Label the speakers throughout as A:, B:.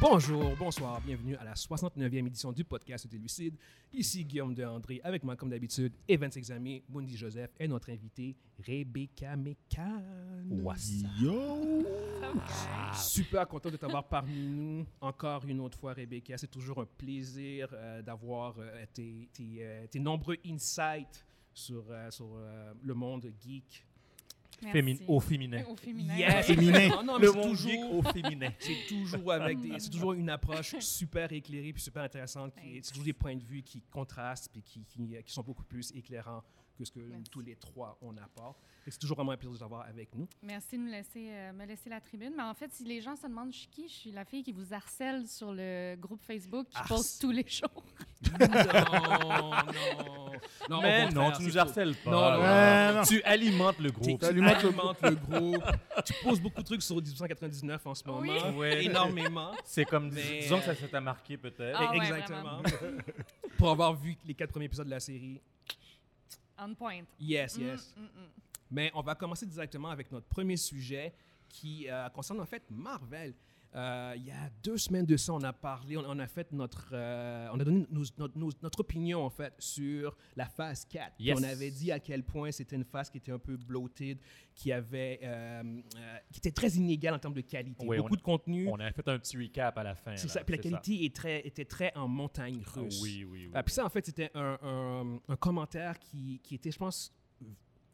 A: Bonjour, bonsoir, bienvenue à la 69e édition du podcast des Lucides. Ici Guillaume de André, avec moi comme d'habitude, Evans Examé, Mundi Joseph et notre invité Rebecca Mekan.
B: Yo!
A: Super content de t'avoir parmi nous encore une autre fois, Rebecca. C'est toujours un plaisir euh, d'avoir euh, tes, tes, euh, tes nombreux insights sur, euh, sur euh, le monde geek.
C: Merci.
D: Fémin- au féminin.
C: Au féminin.
A: Yes!
B: Féminin.
A: Eh, Non, non, mais
D: le
A: c'est
D: monde
A: toujours-
D: geek au féminin.
A: c'est toujours avec des- c'est toujours une approche super éclairée puis super intéressante qui est- c'est toujours des points de vue qui contrastent puis qui, qui, euh, qui sont beaucoup plus éclairants que ce que
C: Merci.
A: tous les trois on apporte et c'est toujours vraiment un plaisir de t'avoir avec nous
C: Merci de me laisser, euh, me laisser la tribune. Mais en fait, si les gens se demandent je suis qui, je suis la fille qui vous harcèle sur le groupe Facebook qui
A: Ah,
C: poste tous les jours.
A: non non non au
D: Mais
A: contraire,
D: non,
A: c'est
D: tu nous
A: faux.
D: harcèles pas.
A: Non, non,
B: non, non.
D: Tu alimentes le
A: Tu
D: groupe.
A: tu
B: Alimentes le
A: alimentes le groupe. tu poses beaucoup de trucs sur 1899 en ce moment. Euh,
C: Oui.
D: Ouais.
A: Énormément.
D: C'est comme,
A: Mais-
D: disons que ça ça t'a marqué peut-être.
C: Ah ouais,
A: Exactement. Pour avoir vu les quatre premiers épisodes de la série.
C: On point.
A: Yes,
C: Mm,
A: yes.
C: mm, mm.
A: Mais on va commencer directement avec notre premier sujet qui euh, concerne en fait Marvel. Euh, il y a deux semaines de ça, on a parlé, on, on a fait notre, euh, on a donné nos- notre- nos- notre opinion en fait sur la phase 4. Puis
D: Yes.
A: On avait dit à quel point c'était une phase qui était un peu bloated, qui avait, euh, euh, qui était très inégale en termes de qualité.
D: Oui,
A: Beaucoup
D: on-
A: de contenu,
D: On a fait un petit recap à la fin.
A: c'est
D: là,
A: ça. Puis la
D: c'est ça.
A: qualité est très- était très en montagne
D: Ah
A: russe.
D: oui, oui, oui.
A: Ah, puis ça en fait c'était un, un- un commentaire qui, qui était, je pense,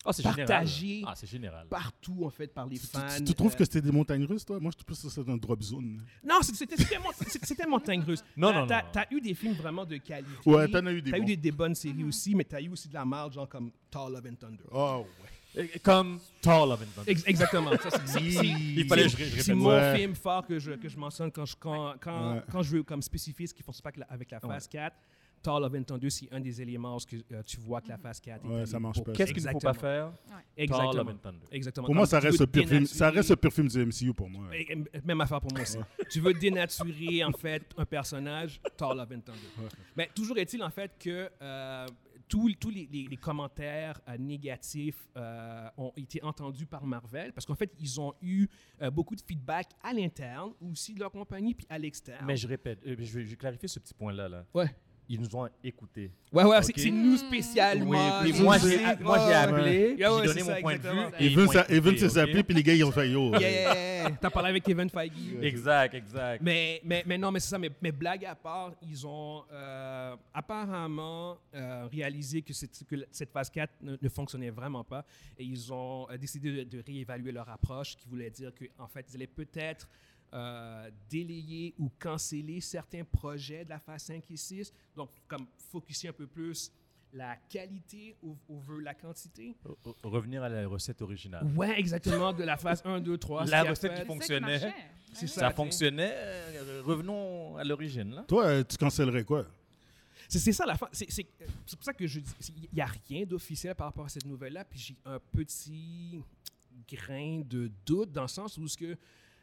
D: Ah, c'est
A: partagé.
D: général. Ah, c'est général.
A: partout en fait par les
B: Tu, tu-
A: fans.
B: tu trouves
A: Euh,
B: que c'était des montagnes russes, toi? Moi, je trouve que c'était un drop zone.
A: Non, c'est- c'était c'était mon- c'est- c'était montagne russe.
D: Non,
A: T'as-
D: non,
A: T'as
D: non.
A: t'as eu des films vraiment de qualité.
B: Ouais, t'en as eu des
A: T'as eu
B: bons.
A: des, des bonnes séries aussi, mais t'as eu aussi de la marge, genre comme Tall Love and Thunder.
B: Oh, ouais.
D: Et- Euh, Comme Tall of Invention.
A: Ex- exactement. ça, c'est- c'est- c'est-
D: Il fallait que je, ré- je
A: C'est
D: répète
A: mon
D: ça.
B: Ouais.
A: film fort que je, que je mentionne quand je, quand, quand,
B: Ouais.
A: quand je veux comme spécifier ce qu'ils font pas avec la, avec la phase 4. Tall Love and Thunder, c'est un des éléments où ce que, euh, tu vois que la phase 4 est
B: Ouais,
A: allée
B: ça marche
A: beaucoup.
B: pas.
D: Qu'est-ce qu'il ne faut pas
A: Exactement.
D: faire?
A: Exactement.
D: Tall of Thunder.
A: Exactement.
B: Pour moi,
A: Comme
B: ça
A: tu
B: reste,
A: veux
B: le pire film, ça
A: dénaturer-
B: reste le pire film du MCU pour moi.
A: Et- et- Même affaire pour moi aussi. tu veux dénaturer, en fait, un personnage, Tall Love and Thunder. Mais toujours est-il, en fait, que euh, tous tous les, les- les commentaires euh, négatifs euh, ont été entendus par Marvel parce qu'en fait, ils ont eu euh, beaucoup de feedback à l'interne, aussi de leur compagnie, puis à l'externe.
D: Mais je répète, euh, je vais je vais clarifier ce petit point-là. Là.
A: Ouais.
D: Ils nous ont écoutés.
A: Ouais, ouais, c'est-
D: Ok.
A: c'est nous spécialement.
D: puis
A: nous
D: moi,
A: aussi.
D: j'ai
A: Ouais,
D: moi, j'ai
A: ouais.
D: appelé,
A: Ah ouais,
D: j'ai
A: c'est
D: donné
A: ça,
D: mon point de
A: exactement.
D: vue. et ils
B: Evan
D: m'ont
B: s'est- Evan
D: écouté,
B: s'est
D: ok?
B: appelé, puis les gars, ils ont oh. fait yo.
A: Yeah! T'as parlé avec Kevin Feige.
D: Exact, exact.
A: Mais, mais, mais non, mais c'est ça. Mais, mais blague à part, ils ont euh, apparemment euh, réalisé que, cette- que la- cette phase 4 ne, ne fonctionnait vraiment pas. Et ils ont euh, décidé de, de réévaluer leur approche, ce qui voulait dire qu'en fait, ils allaient peut-être euh, délayer ou canceller certains projets de la phase 5 et 6. Donc, comme focuser un peu plus la qualité ou, la quantité.
D: Re- re- Revenir à la recette originale.
A: Ouais, exactement, de la phase 1, 2, 3.
D: La
A: ce qui a
D: recette
A: fait-
D: qui
C: C'est ça
D: fonctionnait.
C: marchait. Ben
A: C'est
C: oui.
A: ça.
D: Ça fonctionnait. euh, Revenons à l'origine. là.
B: Toi, euh, tu cancellerais quoi?
A: C'est, c'est ça la fin. C'est, c'est- euh, c'est pour ça que je dis il n'y a rien d'officiel par rapport à cette nouvelle-là. Puis j'ai un petit grain de doute dans le sens où ce que,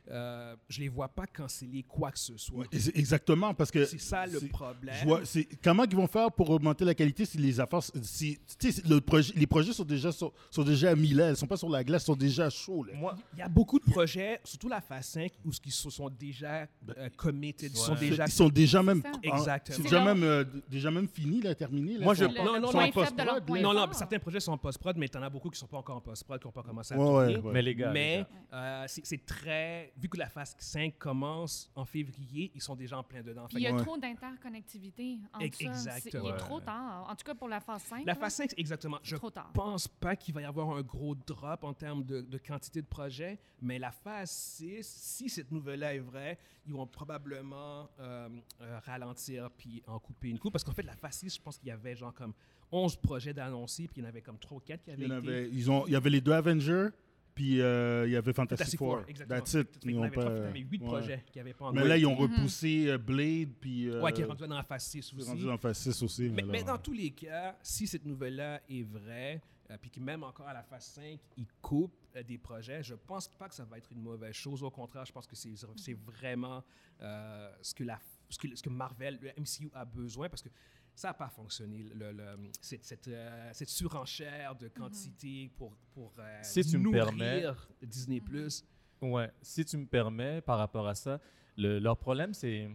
A: euh, je ne les vois pas canceller quoi que ce soit.
B: Et c'est- Exactement, parce que.
A: C'est ça le
B: euh, c'est-
A: problème.
B: je vois- c'est- comment ils vont faire pour augmenter la qualité si les affaires, si, tu sais, le projet, les projets sont déjà sur- sont déjà à mille ans, ils sont pas sur la glace, ils sont déjà chauds là.
D: Moi,
A: Il y a beaucoup de projets, surtout la phase 5, où ils se sont déjà
B: Ben,
A: euh, committed, ils sont
D: Ouais.
A: déjà...
B: ils sont déjà même,
C: C'est ça.
B: en-
A: Exactement.
B: c'est déjà
C: C'est leur-
B: même euh, déjà même fini là, terminé. là,
D: Moi,
B: ils
D: je-
B: sont-
C: Le-
A: Non,
C: le
A: non,
C: point faible
B: non,
C: de leur
B: post-prod,
C: point
B: là.
A: Non, non,
C: fort.
A: certains projets sont en post-prod, mais tu en as beaucoup qui sont pas encore en post-prod, qui n'ont pas commencé à
B: Ouais,
A: tourner.
B: ouais, ouais.
D: mais les gars. les
A: Mais
D: gars,
A: euh, c'est, c'est très... Vu que la phase 5 commence en février, ils sont déjà en plein dedans. Fait
C: Puis il y a
B: Ouais.
C: trop d'interconnectivité entre
A: Ex-
C: ça. C'est- Il
A: exactement.
C: est trop tard. En tout cas, pour la phase 5.
A: La
C: là,
A: phase 5, exactement.
C: c'est
A: Je
C: trop tard.
A: pense pas qu'il va y avoir un gros drop en termes de, de quantité de projets, mais la phase 6, si cette nouvelle-là est vraie, ils vont probablement euh, euh, ralentir puis en couper une coupe. Parce qu'en fait, la phase 6, je pense qu'il y avait genre comme 11 projets d'annoncés, puis il y en avait comme 3 ou 4 qui avaient
B: Il y, en
A: été-
B: avait, ils ont, il y avait les deux Avengers, puis euh, il y avait
A: Fantastic
B: Fantastic
A: Four,
B: Four.
A: exactement.
B: That's it.
A: Fait
B: Ils
A: qu'on
B: ont
A: avait trois,
B: pas-
A: finalement, huit
B: ouais.
A: projets qui n'avaient pas
B: Mais
A: encore
B: là, ils
A: été-
B: ont repoussé euh, Blade, puis. euh,
A: Ouais, qui est rendu dans la phase 6 aussi.
B: rendu dans Phase 6 aussi.
A: Mais,
B: alors,
A: mais dans
B: ouais.
A: tous les cas, si cette nouvelle-là est vraie, euh, puis que même encore à la phase 5, ils coupent euh, des projets, je pense pas que ça va être une mauvaise chose. Au contraire, je pense que c'est c'est vraiment euh, ce, que la, ce, que, ce que Marvel, le MCU a besoin, parce que ça n'a pas fonctionné, le- le- cette, cette, euh, cette surenchère de quantité pour, pour euh,
D: Si tu me
A: nourrir
D: permets.
A: Disney+. Plus.
D: Ouais, si tu me permets, par rapport à ça, le- leur problème, c'est.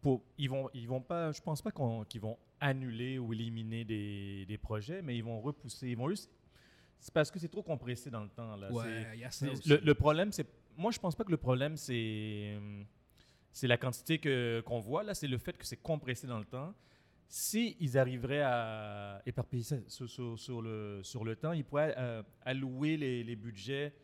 D: Pour, ils vont, ils vont pas, je pense pas qu'on- qu'ils vont annuler ou éliminer des, des projets, mais ils vont repousser. Ils vont juste. C'est parce que c'est trop compressé dans le temps. Là.
A: Ouais,
D: C'est-
A: il y a ça
D: c'est-
A: aussi.
D: le, le problème, c'est. Moi, je pense pas que le problème, c'est. C'est la quantité que- qu'on voit, là, c'est le fait que c'est compressé dans le temps. S'ils arriveraient à éparpiller ça sur, sur- sur le, sur le temps, ils pourraient euh, allouer les, les budgets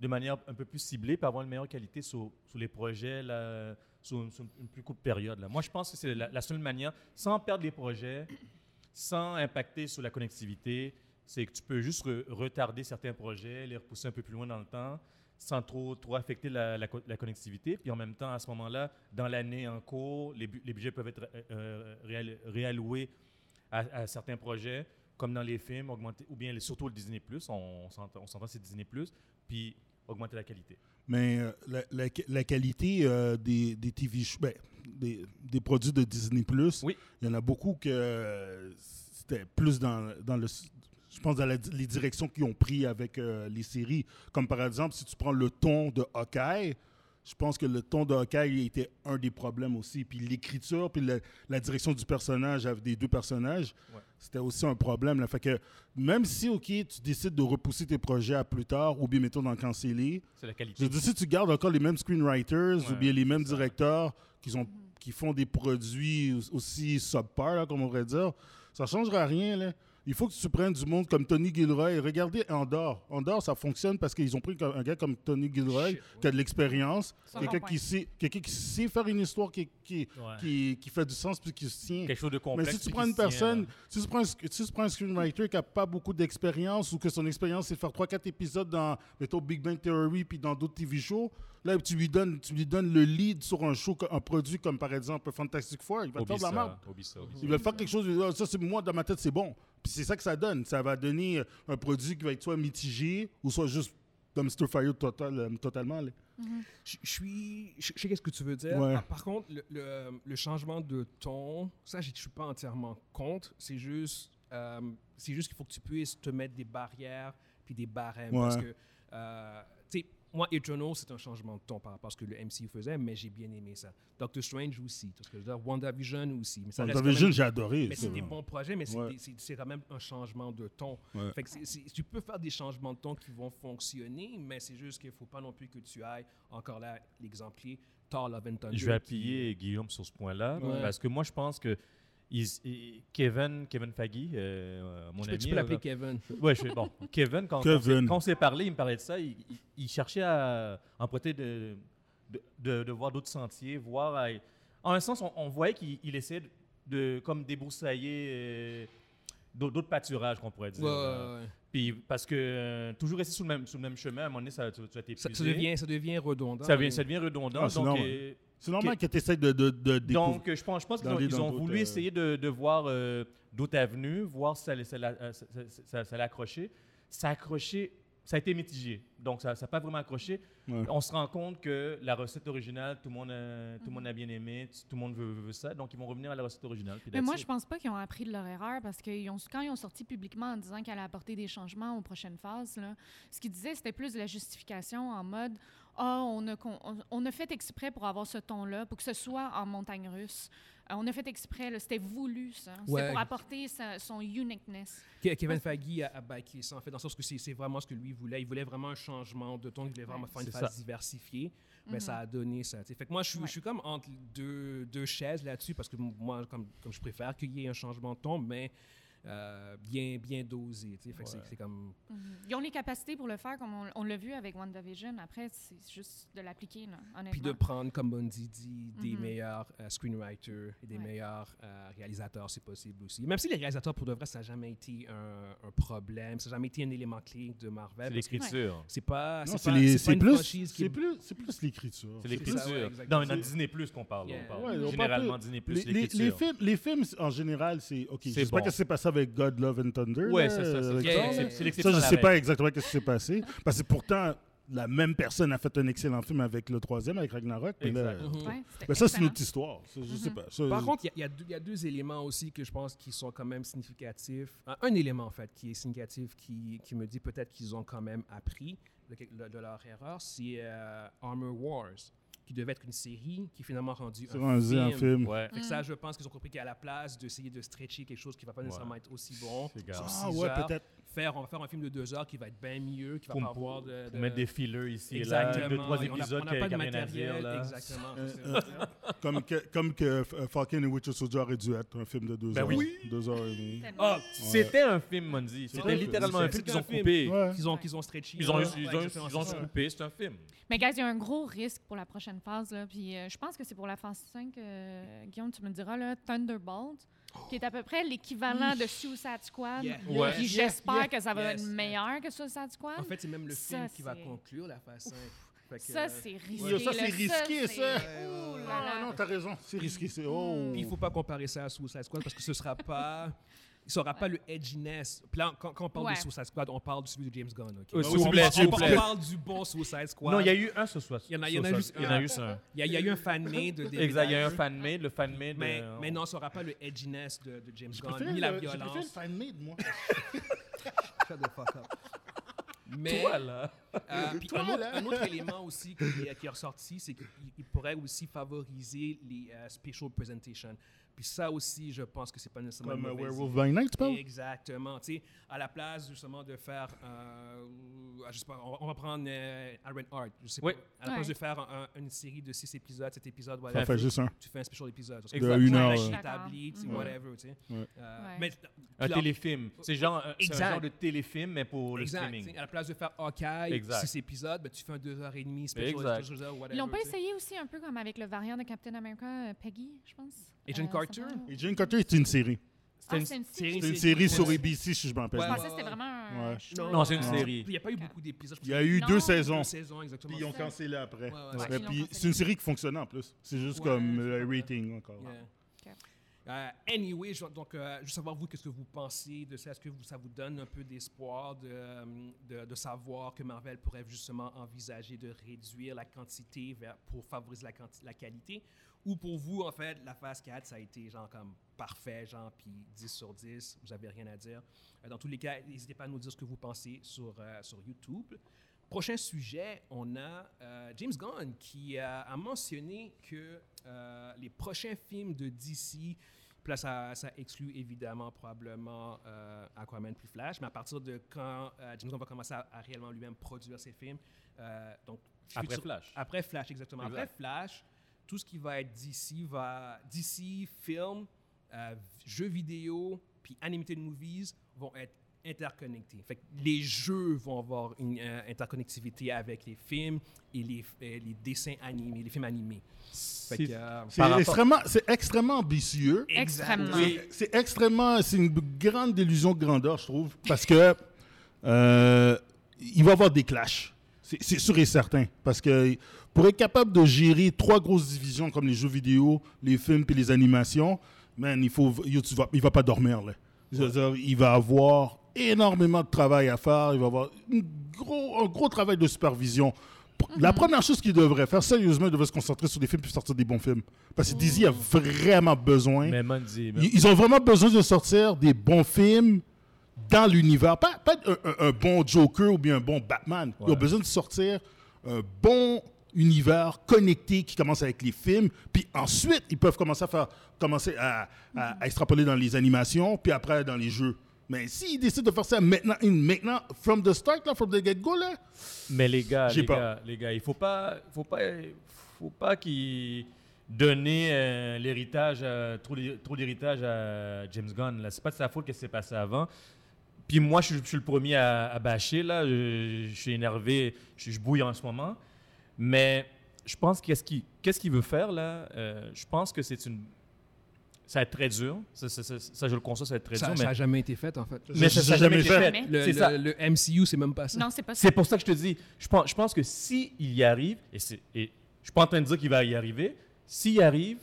D: de manière un peu plus ciblée pour avoir une meilleure qualité sur, sur les projets, là, sur, sur une plus courte période. Là. Moi, je pense que c'est la, la seule manière, sans perdre les projets, sans impacter sur la connectivité, c'est que tu peux juste re- retarder certains projets, les repousser un peu plus loin dans le temps, sans trop, trop affecter la, la co- la connectivité. Puis en même temps, à ce moment-là, dans l'année en cours, les, bu- les budgets peuvent être euh, euh, réal- réalloués à, à certains projets, comme dans les films, augmenter, ou bien les- surtout le Disney+, on, s'entend- on s'entend c'est Disney+, puis augmenter la qualité.
B: Mais euh, la, la- la qualité euh, des, des TV shows, ben, des, des produits de Disney Plus,
D: Oui.
B: il y en a beaucoup que euh, c'était plus dans, dans le. Je pense dans la- les directions qu'ils ont pris avec euh, les séries. Comme par exemple, si tu prends le ton de Hawkeye, je pense que le ton de Hawkeye était un des problèmes aussi. Puis l'écriture, puis la, la direction du personnage, avec des deux personnages,
D: Ouais.
B: c'était aussi un problème. Là. Fait que même si, OK, tu décides de repousser tes projets à plus tard, ou bien, mettons, d'en canceller,
D: C'est la
B: je
D: qualité.
B: veux dire, si tu gardes encore les mêmes screenwriters
D: Ouais,
B: ou bien les mêmes
D: c'est ça.
B: directeurs qui, ont, qui font des produits au- aussi subpar, là, comme on pourrait dire, ça ne changera rien. Là. Il faut que tu prennes du monde comme Tony Gilroy. Regardez Andorre. Andorre, ça fonctionne parce qu'ils ont pris un gars comme Tony Gilroy
A: Shit,
B: qui a de l'expérience,
C: C'est un
B: quelqu'un
C: bon
B: qui, sait- quelqu'un qui sait faire une histoire qui, qui,
D: Ouais.
B: qui, qui fait du sens puis qui se tient.
D: Quelque chose de
B: Mais
D: complexe.
B: si tu
D: puis
B: prends
D: qui
B: une
D: se tient,
B: personne,
D: là.
B: si tu prends, un sc- si tu prends un screenwriter qui n'a pas beaucoup d'expérience ou que son expérience c'est de faire 3-4 épisodes dans, mettons, Big Bang Theory puis dans d'autres TV shows, là, tu lui donnes, tu lui donnes le lead sur un show, un produit comme par exemple Fantastic Four, il va te
D: Oublie
B: faire de la
D: ça,
B: merde.
D: oublie ça, oublie ça.
B: Il va faire quelque chose, il va dire, Ah, ça c'est moi, dans ma tête, c'est bon. Puis c'est ça que ça donne. Ça va donner euh, un produit qui va être soit mitigé ou soit juste dumpster fire total, euh, totalement. là.
A: Je je suis. Je je sais qu'est-ce que tu veux dire.
B: Ouais.
A: Ah, Par contre, le, le- le changement de ton, ça, je ne suis pas entièrement contre. C'est juste, euh, c'est juste qu'il faut que tu puisses te mettre des barrières puis des barèmes.
B: Ouais.
A: Parce que, euh, tu sais, moi, Eternal, c'est un changement de ton par rapport à ce que le MCU faisait, mais j'ai bien aimé ça. Doctor Strange aussi. Parce que je veux dire, WandaVision aussi. Mais ça reste quand même-
B: WandaVision, j'ai adoré.
A: mais
B: ça.
A: c'est des bons projets, mais c'est
B: Ouais.
A: des- c'est c'est quand même un changement de ton.
B: Ouais.
A: Fait que c'est- c'est- tu peux faire des changements de ton qui vont fonctionner, mais c'est juste qu'il ne faut pas non plus que tu ailles, encore là, l'exemplier, Thor Love and Thunder.
D: Je vais
A: qui-
D: appuyer Guillaume sur ce point-là,
A: Ouais.
D: parce que moi, je pense que ils- ils- Kevin, Kevin Faggy, euh, mon
A: Tu peux,
D: ami...
A: tu peux l'appeler
D: euh,
A: Kevin.
D: Ouais, je fais- bon. Kevin, quand, quand on
B: Kevin.
D: s'est- quand on s'est parlé, il me parlait de ça. Il, il- il cherchait à emprunter de, de, de- de voir d'autres sentiers, voir. à- en un sens, on, on voyait qu'il il essayait de, de comme débroussailler euh, d'au- d'autres pâturages, qu'on pourrait dire.
A: Ouais,
D: là.
A: ouais, ouais.
D: Puis parce que euh, toujours rester sur le même, sur le même chemin, à un moment donné, ça, tu, tu vas
A: Ça,
D: t'épuiser.
A: ça devient, ça devient redondant.
D: Ça devient, ça devient redondant.
B: Ah, c'est
D: donc,
B: normal.
D: euh,
B: C'est normal que tu essaies de, de, de découvrir.
D: donc, euh, je pense, je pense qu'ils ont,
B: d'aller
D: ils
B: dans
D: ont
B: d'autres,
D: voulu
B: euh,
D: essayer de, de voir euh, d'autres avenues, voir si ça allait- ça allait- euh, ça- ça- ça- ça allait accrocher. Ça a accroché, ça a été mitigé. Donc, ça n'a pas vraiment accroché.
B: Ouais.
D: On se rend compte que la recette originale, tout le monde a, tout le monde a bien aimé, tu- tout le monde veut, veut- veut ça. Donc, ils vont revenir à la recette originale. puis
C: Mais moi,
D: that's
C: je
D: it.
C: pense pas qu'ils ont appris de leur erreur parce que ils ont, quand ils ont sorti publiquement en disant qu'ils allaient apporter des changements aux prochaines phases, là, ce qu'ils disaient, c'était plus de la justification en mode Ah, on, a con- on, on a fait exprès pour avoir ce ton-là, pour que ce soit en montagne russe. Euh, on a fait exprès, là, c'était voulu, ça.
A: Ouais.
C: C'était pour apporter sa- son uniqueness.
A: Ke- Kevin Faggy a, a backé ça, en fait, dans le sens que c'est c'est vraiment ce que lui voulait. Il voulait vraiment un changement de ton, il voulait vraiment
C: Ouais.
A: faire une
D: C'est
A: phase
D: ça.
A: diversifiée.
C: Mhm.
A: Mais ben, ça a donné ça. tu sais. Fait que moi, je suis,
C: Mm-hmm. Ouais.
A: je suis comme entre deux, deux chaises là-dessus, parce que m- moi, comme, comme je préfère qu'il y ait un changement de ton, mais euh, bien, bien dosé. tu sais. Fait que c'est- c'est comme.
C: Mhm. Ils ont les capacités pour le faire, comme on, on l'a vu avec WandaVision. Après, c'est juste de l'appliquer, là, honnêtement.
A: Puis de prendre, comme Bundy dit, des
C: Mhm.
A: meilleurs euh, screenwriters et des
C: Ouais.
A: meilleurs euh, réalisateurs, c'est possible aussi. Même si les réalisateurs, pour de vrai, ça n'a jamais été un, un problème, ça n'a jamais été un élément clé de Marvel.
D: C'est
A: parce que
D: l'écriture.
A: C'est
D: Ah,
A: pas,
B: Non,
A: c'est
B: c'est
A: pas,
B: les-
A: c'est pas
B: c'est
A: une
B: plus,
A: franchise qui
B: c'est plus, c'est plus l'écriture.
D: C'est
A: C'est ça, ouais,
D: l'écriture.
A: exactement.
D: Dans dans Disney Plus qu'on parle. là, on
A: Yeah.
D: parle.
B: Ouais, on parle
D: Généralement,
B: plus-
D: Disney
B: Les,
D: Plus,
B: les- les
D: l'écriture.
B: films, les films, en général, c'est. Ok, je
D: C'est
B: sais pas
D: bon.
B: ce qui s'est passé avec God, Love and Thunder.
D: Ouais,
B: là,
D: c'est ça.
B: avec
D: c'est-
A: Yeah.
B: Thor,
D: C'est
B: là.
D: c'est
B: euh, Ça,
D: l'exception.
B: je
D: à la
B: sais
D: règle.
B: pas exactement ce qui s'est passé. Parce que pourtant, la même personne a fait un excellent film avec le troisième, avec Ragnarok. mais là-
D: Exact.
A: Mhm.
C: Ouais, c'était
B: mais ça, c'est
C: excellent.
B: une autre histoire. Ça, je sais pas. Ça,
A: Par contre, il y, a- il y a deux- il y a deux éléments aussi que je pense qui sont quand même significatifs. Un, un élément, en fait, qui est significatif, qui, qui me dit peut-être qu'ils ont quand même appris, de, quel- de- de leur erreur, c'est euh, Armor Wars, qui devait être une série, qui est finalement rendue
B: C'est un, un film.
D: Ouais.
A: Fait que ça, je pense qu'ils ont compris qu'à la place d'essayer de stretcher quelque chose qui va pas nécessairement être aussi bon,
D: C'est grave.
A: sur
B: Ah
A: six
B: ouais,
A: heures,
B: peut-être.
A: faire, on va faire un film de deux heures qui va être bien mieux, qui va
D: Pour-
A: pas avoir de...
D: Pour
A: de-
D: mettre des fillers ici et là,
A: Exactement.
D: deux, trois
A: Et on a-
D: épisodes
A: on
D: qui
A: n'a pas de
D: n'ont rien à dire.
A: matériel,
D: là.
A: Exactement.
B: Euh,
A: c'est ça que je veux dire.
B: Comme que, comme que euh, Falcon et Witcher Soldier aurait dû être un film de deux
D: Ben
B: heures.
D: oui.
B: Deux heures et demie.
D: Ah, c'était un film, Mondi. C'était
A: vrai,
D: littéralement
A: c'est-
D: un film
A: c'est
D: qu'ils
A: un
D: ont
A: film.
D: coupé.
B: Ouais.
A: Qu'ils ont, qu'ils ont stretché.
D: Ils ont,
A: là.
D: ils ont,
A: Ouais,
D: ils ont,
A: exactement,
D: ils ont
A: c'est ça.
D: coupé, c'est un film.
C: Mais guys, il y a un gros risque pour la prochaine phase. Là. Puis euh, je pense que c'est pour la phase 5, euh, Guillaume, tu me diras, là, Thunderbolt, qui est à peu près l'équivalent de Suicide Squad.
A: Yeah.
D: Ouais.
C: Puis
A: Yeah,
C: j'espère
A: yeah,
C: que ça va
A: yes,
C: être
A: yeah.
C: meilleur que Suicide Squad.
A: En fait, c'est même le
C: Ça,
A: film qui va
C: c'est-
A: conclure la phase 5. Fait que, euh,
C: ça, c'est risqué.
B: Yo, ça,
C: là.
B: c'est risqué, ça.
C: c'est- Ouh là
B: Ah
C: là.
B: non, t'as raison. C'est risqué. C'est. Oh.
A: Puis il faut pas comparer ça à Suicide Squad parce que ce sera pas. Il sera pas le edginess. Puis là, quand, quand on parle
C: Ouais.
A: de Suicide Squad, on parle de celui de James Gunn. ok?
D: Euh,
A: On-
D: s'il vous plaît,
A: on,
D: s'il vous
A: on
D: plaît.
A: parle du bon Suicide Squad.
D: Non, il y a eu un ce soir.
A: Il y en a- il y en a
D: ce soir-
A: juste
D: Il y en a
A: un.
D: eu un.
A: Il y a, il y a eu un fan-made de David
D: Exact, il y a eu un
A: Ayer,
D: fan-made, le fan-made.
A: Mais,
D: euh,
A: mais non, ça n'aura pas le edginess de, de James
B: Je préfère
A: Gunn, ni la
B: le- je préfère le
A: violence.
B: fan-made, moi.
A: Shut the fuck up. Mais,
D: Toi, là.
A: Euh, puis
B: Toi,
A: un, autre,
B: là.
A: un autre élément aussi qui est, qui est ressorti, c'est qu'il il pourrait aussi favoriser les euh, special presentations. Puis ça aussi, je pense que c'est pas nécessairement
B: Comme
A: une
B: euh,
A: mauvaise
B: Werewolf by Night,
A: idée.
B: tu parles?
A: Exactement. Tu sais, à la place justement de faire, euh, ah, je sais pas, on, va- on va prendre euh, Iron Heart. Je sais
D: Oui.
A: pas. À la place
C: Ouais.
A: de faire un- une série de six épisodes, cet épisode, voilà.
B: Ça fait juste un.
A: Tu fais un special épisode. Parce
D: Exact.
A: que
B: une
A: la
B: heure, hein.
A: machine
C: ouais.
A: établie, tu sais,
C: D'accord.
A: whatever, tu sais.
B: Ouais.
A: Euh,
C: Ouais.
A: mais-
D: Un
A: Puis là-
D: téléfilm. C'est genre un- c'est
A: Exact.
D: un genre de téléfilm, mais pour le
A: Exact. tu
D: streaming.
A: sais, À la place de faire Hawkeye,
D: Exact.
A: six épisodes, ben, tu fais un 2h30 spécial.
D: Exact.
C: Ils l'ont pas essayé aussi un peu comme avec le variant de Captain America, euh, Peggy, je pense. Euh,
A: Agent
C: ça
A: Carter?
C: parle.
B: Et Jane Carter, c'est une série.
C: Ah,
D: une
C: c'est une
A: série.
C: série.
B: C'est une
A: C'est-
B: série sur
A: ouais.
B: ABC, si je m'en rappelle.
A: Ouais,
C: Je
B: bien.
C: pensais que c'était
A: ouais.
C: vraiment un.
B: Ouais.
C: show.
D: Non, c'est une série.
A: Il n'y a pas eu beaucoup d'épisodes.
B: Il y a eu
C: Non.
B: deux
A: une
B: saisons.
A: saison, exactement.
B: Puis ils ont
C: ça.
B: cancellé après.
A: Ouais, ouais,
B: Ouais,
C: ouais. Ils l'ont
B: puis c'est
C: cancellé.
B: une série qui fonctionne en plus. C'est juste
A: Ouais,
B: comme
A: c'est
B: le
A: vrai.
B: rating encore.
A: Yeah.
C: Ok.
A: Euh, anyway, je- donc, euh, je veux savoir, vous, qu'est-ce que vous pensez de ça? Est-ce que vous- ça vous donne un peu d'espoir de, euh, de, de savoir que Marvel pourrait justement envisager de réduire la quantité vers- pour favoriser la, quanti- la qualité? Ou pour vous, en fait, la phase 4, ça a été genre comme parfait, genre, puis 10 sur 10, vous n'avez rien à dire. Euh, dans tous les cas, n'hésitez pas à nous dire ce que vous pensez sur, euh, sur YouTube. Prochain sujet, on a euh, James Gunn qui a, a mentionné que euh, les prochains films de DC, puis là, ça, ça exclut évidemment probablement euh, Aquaman puis Flash, mais à partir de quand euh, James Gunn va commencer à, à réellement lui-même produire ses films, euh, donc
D: Après
A: futur-
D: Flash.
A: après Flash, exactement. Après
D: Exact.
A: Flash, tout ce qui va être DC, va, DC film, euh, jeux vidéo, puis animated movies vont être interconnectés. Fait que les jeux vont avoir une euh, interconnectivité avec les films et les, et les dessins animés, les films animés. Fait que,
D: C'est-
A: euh,
B: C'est
D: Par rapport-
B: extrêmement, c'est extrêmement ambitieux.
C: Extrêmement.
A: Oui.
B: C'est- C'est extrêmement, c'est une grande illusion de grandeur, je trouve, parce que euh, il va y avoir des clashs. C'est c'est sûr et certain, parce que pour être capable de gérer trois grosses divisions comme les jeux vidéo, les films et les animations, man, il faut, yo, tu vas- il va pas dormir là. Je veux dire, il va avoir énormément de travail à faire. Il va avoir une gros- un gros travail de supervision. Pr- La première chose qu'il devrait faire, sérieusement, il devrait se concentrer sur des films puis sortir des bons films. Parce que Dizzy a vraiment besoin.
D: Mais Mondi, mais-
B: Ils ils ont vraiment besoin de sortir des bons films dans l'univers. Pas, pas un, un- un bon Joker ou bien un bon Batman. Ils ont
D: Ouais.
B: besoin de sortir un bon univers connecté qui commence avec les films. Puis ensuite, ils peuvent commencer à, faire, commencer à, à- à extrapoler dans les animations, puis après dans les jeux. Mais s'ils décident de faire ça maintenant, in- maintenant from the start, là, from the get-go, là,
D: Mais les gars,
B: J'ai
D: les
B: peur.
D: gars, les gars, il faut pas, faut pas, faut pas qu'ils donnent euh, l'héritage, à- trop, d'hé- trop d'héritage à James Gunn. Là, c'est pas de sa faute que c'est passé avant. Puis moi, je, suis- je suis le premier à, à bâcher là. Je, je suis énervé, je, je bouille en ce moment. Mais je pense qu'est-ce qu'il, qu'est-ce qu'il veut faire là euh, Je pense que c'est une, ça va être très dur. Ça, ça- ça- ça, je le conçois, ça va être très
A: ça
D: dur.
A: n'a
D: mais-
A: jamais été fait, en fait.
D: mais
B: ça
D: ça
B: s'est
D: n'a jamais
B: jamais
D: été fait.
B: fait.
C: Mais-
A: Le,
D: C'est
A: le-
D: ça.
A: le MCU, c'est même pas ça.
C: Non, c'est pas ça.
D: C'est pour ça que je te dis, je pense, je pense que s'il y arrive, et, c'est- et je suis pas en train de dire qu'il va y arriver, s'il y arrive,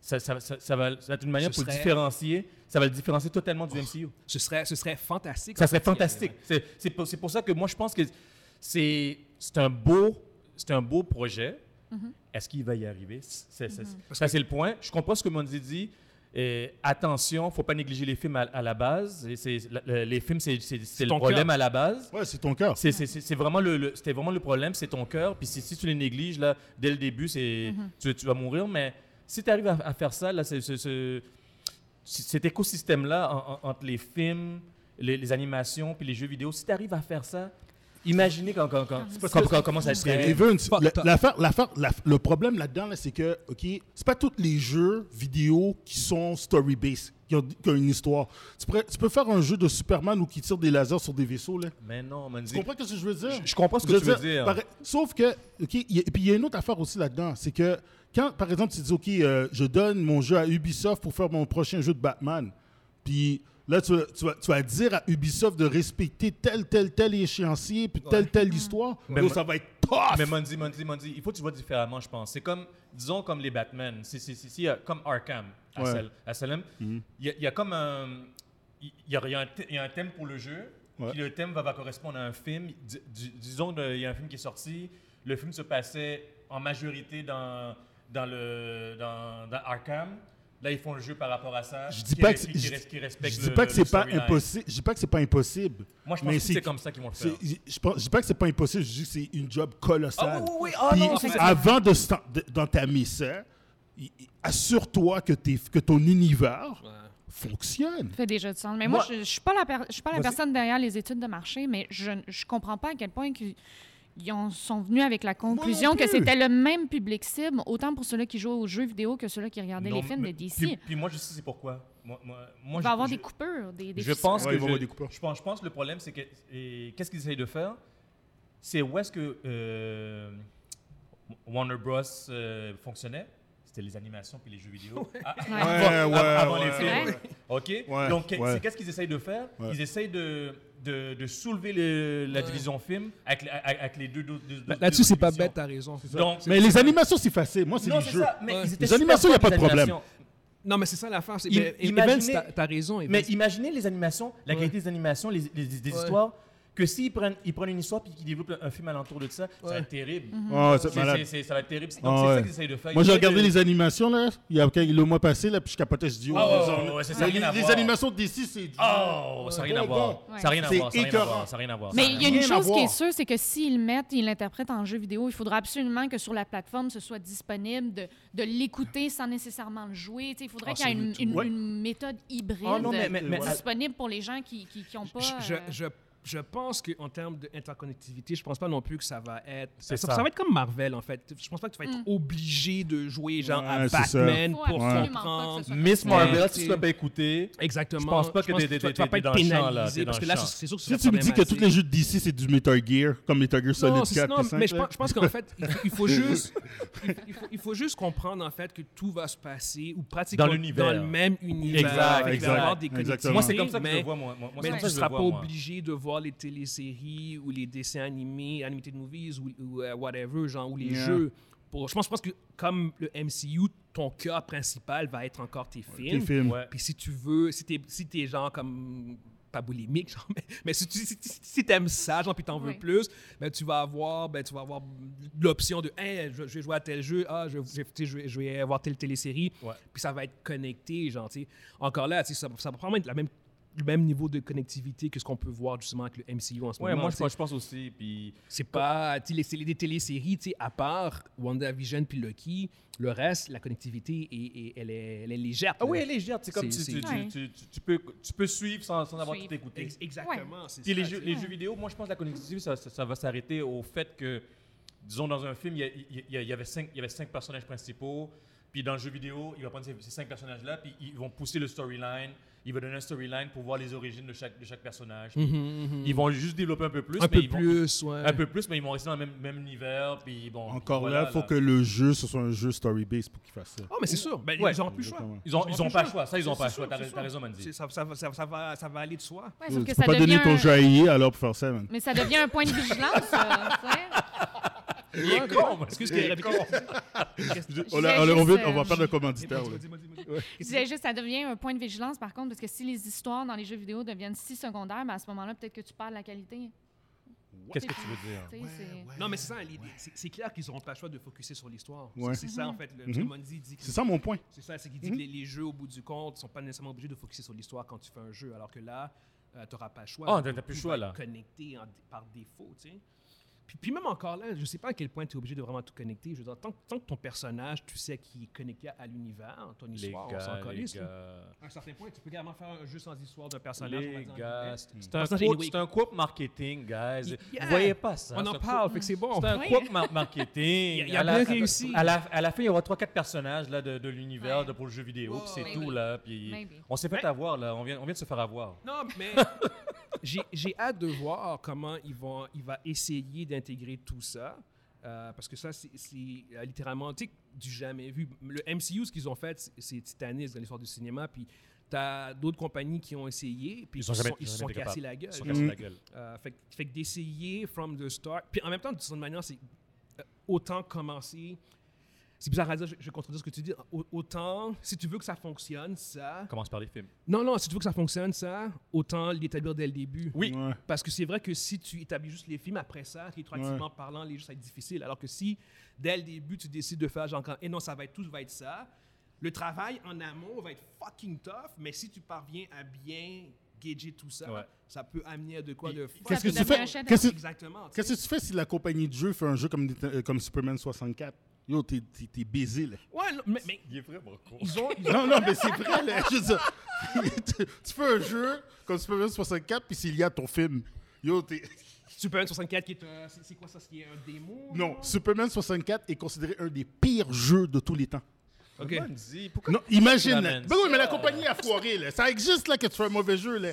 D: ça, ça- ça- ça va, ça va être une manière
A: Ce
D: pour le
A: serait-
D: différencier, ça va le différencier totalement du MCU.
A: Ce serait, ce serait fantastique.
D: Ça serait fantastique. C'est- C'est pour, c'est pour ça que moi, je pense que c'est c'est un, beau- c'est un beau
A: Mm-hmm.
D: projet. Est-ce qu'il va y arriver? C'est- c'est- c'est- Ça, c'est le point. Je comprends ce que Mondi dit. Et attention, faut pas négliger les films à, à la base. Et c'est- la- la- les films, c'est- c'est c'est le
A: ton
D: problème
A: cœur.
D: à la base.
B: Ouais, c'est ton cœur.
D: C'est- C'est c'est- c'est vraiment le, le- c'était vraiment le problème, c'est ton cœur. Puis si, si tu les négliges là, dès le début, c'est tu, tu vas mourir. Mais si tu arrives à, à faire ça là, c'est- c'est- c'est- c- cet écosystème là entre les films, les, les animations puis les jeux vidéo, si tu arrives à faire ça, imaginez quand, quand, quand- quand- quand- comment Ah, ça
B: Et
D: serait.
B: Evans,
A: fucked
B: la-
A: up.
B: l'affaire- l'affaire- la- le problème là-dedans, là, c'est que, OK, c'est pas tous les jeux vidéo qui sont story-based, qui ont, qui ont une histoire. Tu, pourrais- tu peux faire un jeu de Superman où qui tire des lasers sur des vaisseaux, là.
D: Mais non, Manzi.
B: Tu comprends ce que je veux dire?
D: Je- je comprends ce que
B: Je
D: tu veux dire.
B: par- sauf que, OK, il y a- puis il y a une autre affaire aussi là-dedans, c'est que quand, par exemple, tu dis, OK, euh, je donne mon jeu à Ubisoft pour faire mon prochain jeu de Batman, puis là, tu, vas- tu vas, tu vas dire à Ubisoft de respecter tel, tel, tel échéancier, puis telle, telle histoire,
D: Mais
B: yo,
D: moi-
B: ça va être tough!
D: Mais Mondi, Mondi, Mondi, il faut que tu vois différemment, je pense. C'est comme, disons, comme les Batman, c'est, c'est, c'est- c'est, euh, comme Arkham, à
B: Ouais. Mhm.
D: Sal- à Salem. Il y a- il y, a comme un. Il il y, a- il y a un thé- il y a un thème pour le jeu,
B: Ouais.
D: puis le thème va, va correspondre à un film. Di- di- disons, euh, il y a un film qui est sorti, le film se passait en majorité dans, dans, le, dans, dans Arkham. Là, ils font le jeu par rapport à ça.
B: Je dis
D: qui
B: pas
D: re-
B: que c'est-
D: qui
B: je-
D: res- qui respecte
B: Je dis
D: le-
B: pas que
D: le
B: c'est pas
D: storyline.
B: impossible. Je dis pas que c'est pas impossible.
D: Moi, je pense
B: mais
D: que c'est comme ça qu'ils vont le faire.
B: c'est- Je, pense- je dis pas que c'est pas impossible. Je dis que c'est une job colossale.
D: Ah oui, oui, oui. Ah
B: Puis
D: non, c'est-
B: avant de s'en- de- d'entamer ça, hein, i- i- assure-toi que, t'es- que ton univers fonctionne.
C: Ça fait déjà du sens. Mais moi,
D: Moi-
C: je ne suis pas la, per- je suis pas la
D: Vas-y.
C: personne derrière les études de marché, mais je ne comprends pas à quel point qu'ils- ils ont- sont venus avec la conclusion que
B: plus.
C: c'était le même public cible, autant pour ceux-là qui jouent aux jeux vidéo que ceux-là qui regardaient
D: Non,
C: les films
D: mais-
C: de DC.
D: Puis, puis moi, je sais c'est pourquoi. Moi, moi, moi,
C: Il va
D: je-
C: y avoir
D: je-
C: des coupures, des, des
D: Je
C: fissures.
D: pense
B: Ouais,
D: que
B: ils vont avoir des
D: je,
B: coupeurs.
D: je pense, je pense que le problème, c'est que et qu'est-ce qu'ils essayent de faire C'est où est-ce que euh, Warner Bros euh, fonctionnait C'était les animations puis les jeux vidéo. Ah,
C: Ouais.
D: avant,
B: Ouais, ouais,
D: avant les
B: ouais,
D: films.
C: ouais.
D: Ok.
B: Ouais,
D: Donc qu'est-
B: ouais.
D: c'est qu'est-ce qu'ils essayent de faire
B: Ouais.
D: Ils essayent de de, de soulever le- la division film avec, la- avec- avec les deux. deux- deux- deux-
A: Là-dessus,
D: deux
A: c'est pas
D: divisions.
A: bête, t'as raison.
D: Donc,
B: hein. Mais les animations, c'est facile. Moi, c'est
D: non,
B: les
D: c'est
B: jeux.
D: ça. Mais
A: Ouais.
D: ils étaient
B: Les
D: super
B: animations, y a
D: forts,
B: pas de
D: les
B: problème.
D: animations.
A: Non, mais c'est ça l'affaire. c'est- ben,
D: Im-
A: mais- Evans,
D: imaginez-
A: t'as- t'as raison. Evans.
D: Mais imaginez les animations, la
A: Ouais.
D: qualité des animations, les, les- des
A: Ouais.
D: histoires, que s'ils prennent, ils prennent une histoire puis qu'ils développent un, un film alentour de ça, ça va
A: Ouais.
D: être terrible.
C: Mhm.
B: Oh, c'est
D: C'est-
B: malade.
D: c'est- c'est- ça va être terrible. Donc,
B: Ah
D: c'est
B: ouais.
D: ça qu'ils essayent de faire.
B: Moi, j'ai
D: Ils essayent
B: regardé
D: de-
B: les animations, là, il y a le mois passé, là, puis je capotais, je dis, oh,
D: Ah, ouais,
B: les-
D: ouais, ouais, ouais, ça, ça a
B: les,
D: rien à
B: les
D: voir.
B: animations d'ici, c'est du-
D: Oh, ça n'a rien à
B: Ouais.
D: voir. Ça n'a rien à
B: C'est
D: voir. Ça n'a rien à
B: écœurant.
D: voir. Ça n'a rien à voir.
C: Mais
D: ça n'a
C: il
D: rien
C: y a
D: à
C: une
B: rien à
C: chose qui est
B: voir.
C: sûre, c'est que s'ils le mettent, ils l'interprètent en jeu vidéo, il faudra absolument que sur la plateforme, ce soit disponible de, de l'écouter sans nécessairement le jouer. Tu sais, il faudrait
A: Ah,
C: qu'il y ait
A: sur
C: une,
A: YouTube.
C: une-
B: Ouais.
C: une méthode hybride
D: Ah non, mais- mais- mais-
C: disponible pour les gens qui n'ont pas...
A: Je, je-
C: euh,
A: je, je pense qu'en termes d'interconnectivité, je pense pas non plus que ça va être.
D: C'est
A: ça,
D: ça.
A: ça va être comme Marvel, en fait. Je pense pas que tu vas être obligé de jouer genre à
B: Ouais, c'est ça.
A: Batman
C: Faut
A: pour
C: Mm. absolument pas
A: comprendre.
C: que ce
D: voir.
C: soit
D: Miss
A: Ouais.
D: Marvel, si
A: C'est-
D: tu ne l'as pas écouté,
A: Exactement.
D: Je pense pas que t'es-
A: tu vas-
D: t'es-
A: tu vas
D: t'es
A: pas
D: dans
A: être
D: le champ, là.
A: pénalisé
D: T'es
A: parce
D: dans
A: que
D: le
A: là,
D: champ.
A: c'est sûr que
B: Si tu me dis que tous les jeux d'ici, c'est du Metal Gear, comme Metal Gear Solid
A: non,
B: 4
A: c'est- non,
B: et 5,
A: mais je
B: là.
A: pense, je pense qu'en fait, il faut, il faut juste, il faut, il faut juste comprendre en fait que tout va se passer ou pratiquement
D: Dans l'univers.
A: le même univers.
D: Exact,
A: Fait qu'il va y
D: exact.
A: avoir des
B: Exactement.
A: connectivités,
D: moi, c'est comme ça que je
A: mais-
D: le vois. Moi, Moi, moi, c'est
A: mais tu
D: comme
A: ne
D: ça que je le
A: seras pas
D: vois, moi.
A: obligé de voir les téléséries ou les dessins animés, animated movies ou, ou, euh, whatever, genre, ou les
B: Yeah.
A: jeux. Pour, je, pense, je pense que comme le MCU, ton cœur principal va être encore tes films.
B: Tes films.
D: Ouais.
A: Puis si tu veux, si t'es si t'es genre comme pas boulimique, genre, mais, mais si tu si, si- si t'aimes ça, genre, puis t'en veux
C: Ouais.
A: plus, ben tu vas avoir, ben tu vas avoir l'option de, hey, je, je vais jouer à tel jeu, ah, je, je- tu sais, je vais- je vais voir telle télésérie,
D: Ouais.
A: puis ça va être connecté, genre, tu sais. Encore là, tu sais, ça, ça va probablement être la même le même niveau de connectivité que ce qu'on peut voir justement avec le MCU en ce
D: Ouais,
A: moment.
D: moi,
A: tu
D: je
A: sais.
D: pense- je pense aussi. Puis
A: C'est pas. tu sais, les- C'est des téléséries, tu sais, à part WandaVision puis Loki, le reste, la connectivité, et, elle, est, elle est légère.
D: Ah oui,
A: là.
D: elle est légère. C'est comme
A: C'est-
D: tu, tu,
C: c'est-
D: tu, tu- tu- tu peux, tu peux suivre sans, sans avoir
C: Suivre.
D: tout écouté.
A: Ex- Exactement. c'est
D: Puis les,
A: ça,
D: jeux,
A: tu sais.
D: les jeux vidéo, moi je pense que la connectivité, ça, ça- ça va s'arrêter au fait que, disons, dans un film, il y, a- il y a- il y a- il y avait cinq, il y avait cinq personnages principaux. Puis dans le jeu vidéo, il va prendre ces, ces cinq personnages-là, puis ils vont pousser le storyline. Il va donner un storyline pour voir les origines de chaque, de chaque personnage. Puis Ils vont juste développer un peu plus.
A: Mhm, Un
D: mais
A: peu
D: ils vont-
A: plus, ouais.
D: Un peu plus, mais ils vont rester dans le même, même univers. Puis bon,
B: Encore
D: voilà,
B: là, il faut que le jeu, ce soit un jeu story-based pour qu'il fasse ça.
A: Oh, mais c'est sûr. Ben,
D: Ouais.
A: Ils n'auront plus le choix.
B: Exactement.
D: Ils n'ont
A: auront plus
D: pas le choix. Ça, ils n'ont
A: C'est-
D: pas le
A: c'est
D: choix.
A: sûr,
D: T'as
A: c'est
D: t'as
A: sûr.
D: raison, Mandy.
A: C'est- Ça, ça, va- ça, ça va, ça va aller de soi.
C: Ouais,
B: Tu
C: sauf
B: peux
C: que ça
B: pas donner
C: devient
B: ton
C: un-
B: jeu à EA alors pour faire ça, man.
C: Mais ça devient un point de vigilance, ça, tu sais.
D: Il est con, Mandy.
A: Excuse qu'il est con.
B: On,
C: disais
B: a- oh on a- on
C: juste,
B: veut-
C: euh,
B: on va perdre le commanditaire. là.
C: Je disais juste, ça devient un point de vigilance, par contre, parce que si les histoires dans les jeux vidéo deviennent si secondaires, ben, à ce moment-là, peut-être que tu perds la qualité.
D: Qu'est-ce que tu veux dire?
C: Tu sais, c'est-
A: Non, mais c'est ça, l'idée. C'est c'est clair qu'ils n'auront pas le choix de focuser sur l'histoire. C'est-
B: Ouais.
A: C'est ça, en fait. Le
B: Mhm.
A: Tremondi dit que
B: C'est ça mon point.
A: c'est ça, c'est qu'il dit que les, les jeux, au bout du compte, ne sont pas nécessairement obligés de focuser sur l'histoire quand tu fais un jeu, alors que là, tu n'auras pas le choix.
D: Ah,
A: Donc,
D: t'as plus le
A: tout
D: choix,
A: va
D: là.
A: être Connecté en- par défaut, tu sais. Puis, puis même encore là, je sais pas à quel point tu es obligé de vraiment tout connecter. Je veux dire, tant, que- tant que ton personnage, tu sais qu'il est connecté à l'univers, ton
D: Les
A: histoire, on
D: gars,
A: s'en
D: les
A: calisse, là.
D: gars.
A: À un certain point, tu peux carrément faire un jeu sans histoire d'un personnage. on va
D: Les
A: dire, en
D: gars,
A: guillemets.
D: c'est un,
A: Personnage
D: couple-
A: anyway.
D: c'est un couple marketing, guys.
A: Yeah.
D: Vous voyez pas ça.
A: On
D: c'est
A: en
D: un
A: parle, fait que c'est bon.
D: couple- C'est un
C: Oui.
D: couple mar- marketing.
A: Il a- il a
D: À la-
A: bien
D: à la-
A: réussi.
D: À la, à la fin, il y aura 3-4 personnages là, de, de l'univers
C: Ouais.
D: de- pour le jeu vidéo,
A: Wow.
D: puis c'est
C: Maybe.
D: tout. là. Puis
C: Maybe.
D: on s'est fait avoir, là. On vient, on vient de se faire avoir.
A: Non, mais j'ai- j'ai hâte de voir comment ils vont, il va essayer d'intégrer tout ça. euh, parce que ça, c'est c'est, euh, littéralement tu sais, du jamais vu. Le MCU, ce qu'ils ont fait, c'est- c'est titanesque dans l'histoire du cinéma. Puis t'as d'autres compagnies qui ont essayé, puis
D: Ils
A: ils
D: ont
A: se
D: jamais-
A: sont, ils
D: ils ont
A: se
D: jamais
A: sont
D: été
A: cassés
D: capables.
A: la gueule.
D: Ils se sont cassés
B: Mm.
D: la gueule.
A: Euh, fait, que- fait que d'essayer from the start. Puis en même temps, de toute manière, c'est euh, autant commencer. C'est bizarre à dire, je, je vais contredire ce que tu dis. Au- autant, si tu veux que ça fonctionne, ça.
D: Commence par les films.
A: Non, non, si tu veux que ça fonctionne, ça, autant l'établir dès le début.
D: Oui.
B: Ouais.
A: Parce que c'est vrai que si tu établis juste les films après ça, rétroactivement parlant, les jeux, ça va être difficile. Alors que si, dès le début, tu décides de faire genre, quand- et non, ça va être tout, ça va être ça, le travail en amont va être fucking tough, mais si tu parviens à bien gager tout ça,
D: Ouais.
A: ça peut amener à de quoi de fuck.
B: Qu'est-ce que
C: peut
B: tu
C: devenir
B: fais?
C: un chef-d'œuvre.
B: Qu'est-ce que-
A: Exactement. tu sais.
B: Qu'est-ce que tu fais si la compagnie de jeu fait un jeu comme, Nita- euh, comme Superman 64? Yo, t'es- t'es t'es baisé, là.
A: Ouais, non, mais, mais
D: Il est vraiment con.
A: ils ont. ils ont-
B: Non, non, mais c'est vrai, là. Je veux dire, tu, tu fais un jeu comme Superman 64, puis c'est lié à ton film. Yo, t'es...
A: Superman 64 qui est. un- c'est c'est quoi ça C'est un démo
B: Non, Superman 64 est considéré un des pires jeux de tous les temps.
A: Ok.
D: Pourquoi
B: Non,
D: Tu
B: imagine. Là.
D: l'amènes.
B: Ben oui, mais la compagnie a foiré. Là. Ça existe là que tu fais un mauvais jeu. Là.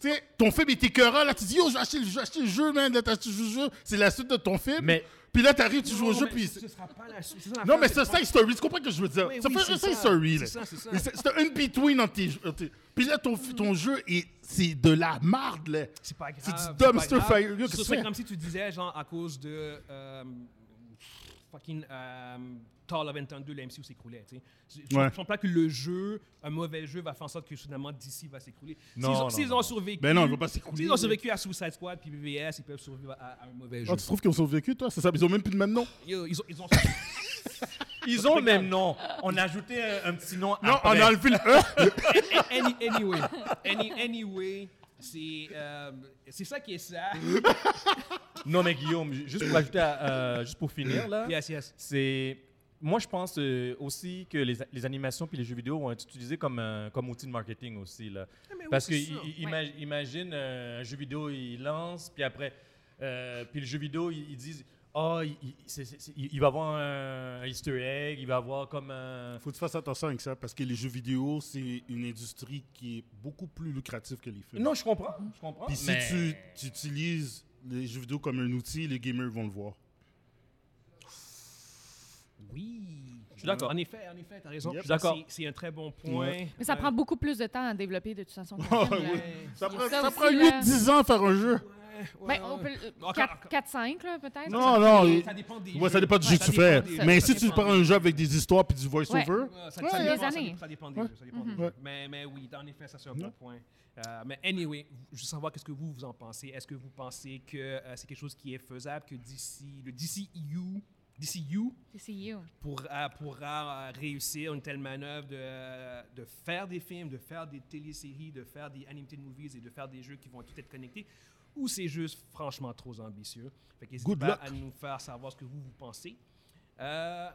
B: Tu sais, ton film est écœurant. Là, tu dis, yo, j'ai acheté, le jeu, j'ai acheté le jeu, man. Là, t'as acheté le jeu. C'est la suite de ton film.
D: Mais-
B: Puis là, t'arrives, tu joues au
A: Non,
B: jeu,
A: mais
B: puis.
A: Ce sera pas la suite. c'est ça,
B: Non,
A: l'affaire,
B: mais
A: c'est
B: c'est un
A: pas-
B: side story. Tu comprends ce que je veux dire?
A: Oui,
B: ça
A: oui,
B: fait un
A: c'est
B: side
A: ça.
B: story.
A: C'est
B: là.
A: ça, c'est ça.
B: Mais C'est un in-between entre tes jeux. Puis là, ton, ton jeu, est- c'est de la marde, là.
A: C'est pas grave.
B: C'est du
A: pas
B: dumpster
A: grave.
B: fire,
A: Ce
B: qu'est-ce que tu
A: serait
B: fais?
A: comme si tu disais, genre, à cause de. euh, fucking. Euh, Tall of 22, la MCU s'écroulait. tu sais. Je- Je ne
B: Ouais.
A: pense pas que le jeu, un mauvais jeu, va faire en sorte que finalement DC va s'écrouler. S'ils
D: Non,
A: ont,
D: non,
A: s'ils
D: non,
A: ont
D: non.
A: survécu.
B: Ben non, il va pas s'écrouler.
A: S'ils ont survécu à Suicide Squad puis BVS, ils peuvent survivre à, à un mauvais jeu.
B: Ah, tu trouves qu'ils ont survécu, toi? C'est ça, ils ont même plus le même nom.
A: Yo, Ils ont. Ils ont
D: Ils ont le même nom. On a ajouté un, un petit nom.
A: Ah,
B: Non,
D: après.
B: on a enlevé le E.
A: Any- anyway. Any- anyway. C'est euh, c'est ça qui est ça.
D: Non, mais Guillaume, ju- juste pour ajouter, à- euh, juste pour finir, là.
A: Yes, yes.
D: C'est. Moi, je pense euh, aussi que les, les animations puis les jeux vidéo vont être utilisés comme, un- comme outil de marketing aussi. Là.
A: mais oui,
D: Parce que
A: c'est sûr.
D: i- i- ima- imagine euh, un jeu vidéo, il lance, puis après, euh, puis le jeu vidéo, ils ils disent Ah, il, il- c'est- c'est- c'est- il- il va avoir un Easter egg, il va avoir comme un.
B: Faut que tu fasses attention avec ça parce que les jeux vidéo, c'est une industrie qui est beaucoup plus lucrative que les films.
D: Non, je comprends. Je comprends.
B: Puis si
D: mais-
B: tu, tu utilises les jeux vidéo comme un outil, les gamers vont le voir.
A: Oui. Je
D: suis d'accord.
A: En effet, en effet, t'as raison.
B: Yep.
A: Je suis d'accord.
D: C'est-
A: C'est un très bon point.
C: Mais ça
A: Euh,
C: prend beaucoup plus de temps à développer de toute façon. qu'un
B: Ah,
C: film, là.
B: oui. Ça
C: Il y a
B: prend,
C: ça
B: ça
C: aussi,
B: prend
C: là.
B: 8-10 ans à faire un jeu.
A: ouais,
C: Ben, on
A: ouais.
C: peut le-
A: Encore,
C: quatre-
A: encore.
C: 4-5, là, peut-être.
B: Non, Ah non. et-
A: Ça dépend des
B: Ouais, ça
A: jeux.
B: dépend du
A: Ouais,
B: jeu que
A: ça
B: tu
A: dépend
B: fais.
A: des-
B: Mais
A: ça
B: si tu
A: dépend
B: prends
A: des-
B: un jeu avec des histoires puis du voice-over,
A: Ouais,
B: Ouais,
A: ça,
B: des
A: dépend, ça
C: années.
A: dépend- ça dépend des
B: Ouais.
A: jeux. ça dépend des
B: Mhm.
A: jeux. Mais, mais oui, en effet, ça c'est un bon point. Euh, mais anyway, je veux savoir qu'est-ce que vous, vous en pensez. Est-ce que vous pensez que euh, c'est quelque chose qui est faisable, que d'ici le E DCU, DCU
C: C'est you. Ben,
A: pourra, pourra euh, réussir une telle manœuvre de, de faire des films, de faire des téléséries, de faire des animated movies et de faire des jeux qui vont tout être connectés, ou c'est juste franchement trop ambitieux. Fait qu'hésitez
B: Good
A: pas
B: luck.
A: à nous faire savoir ce que vous, vous pensez. Euh,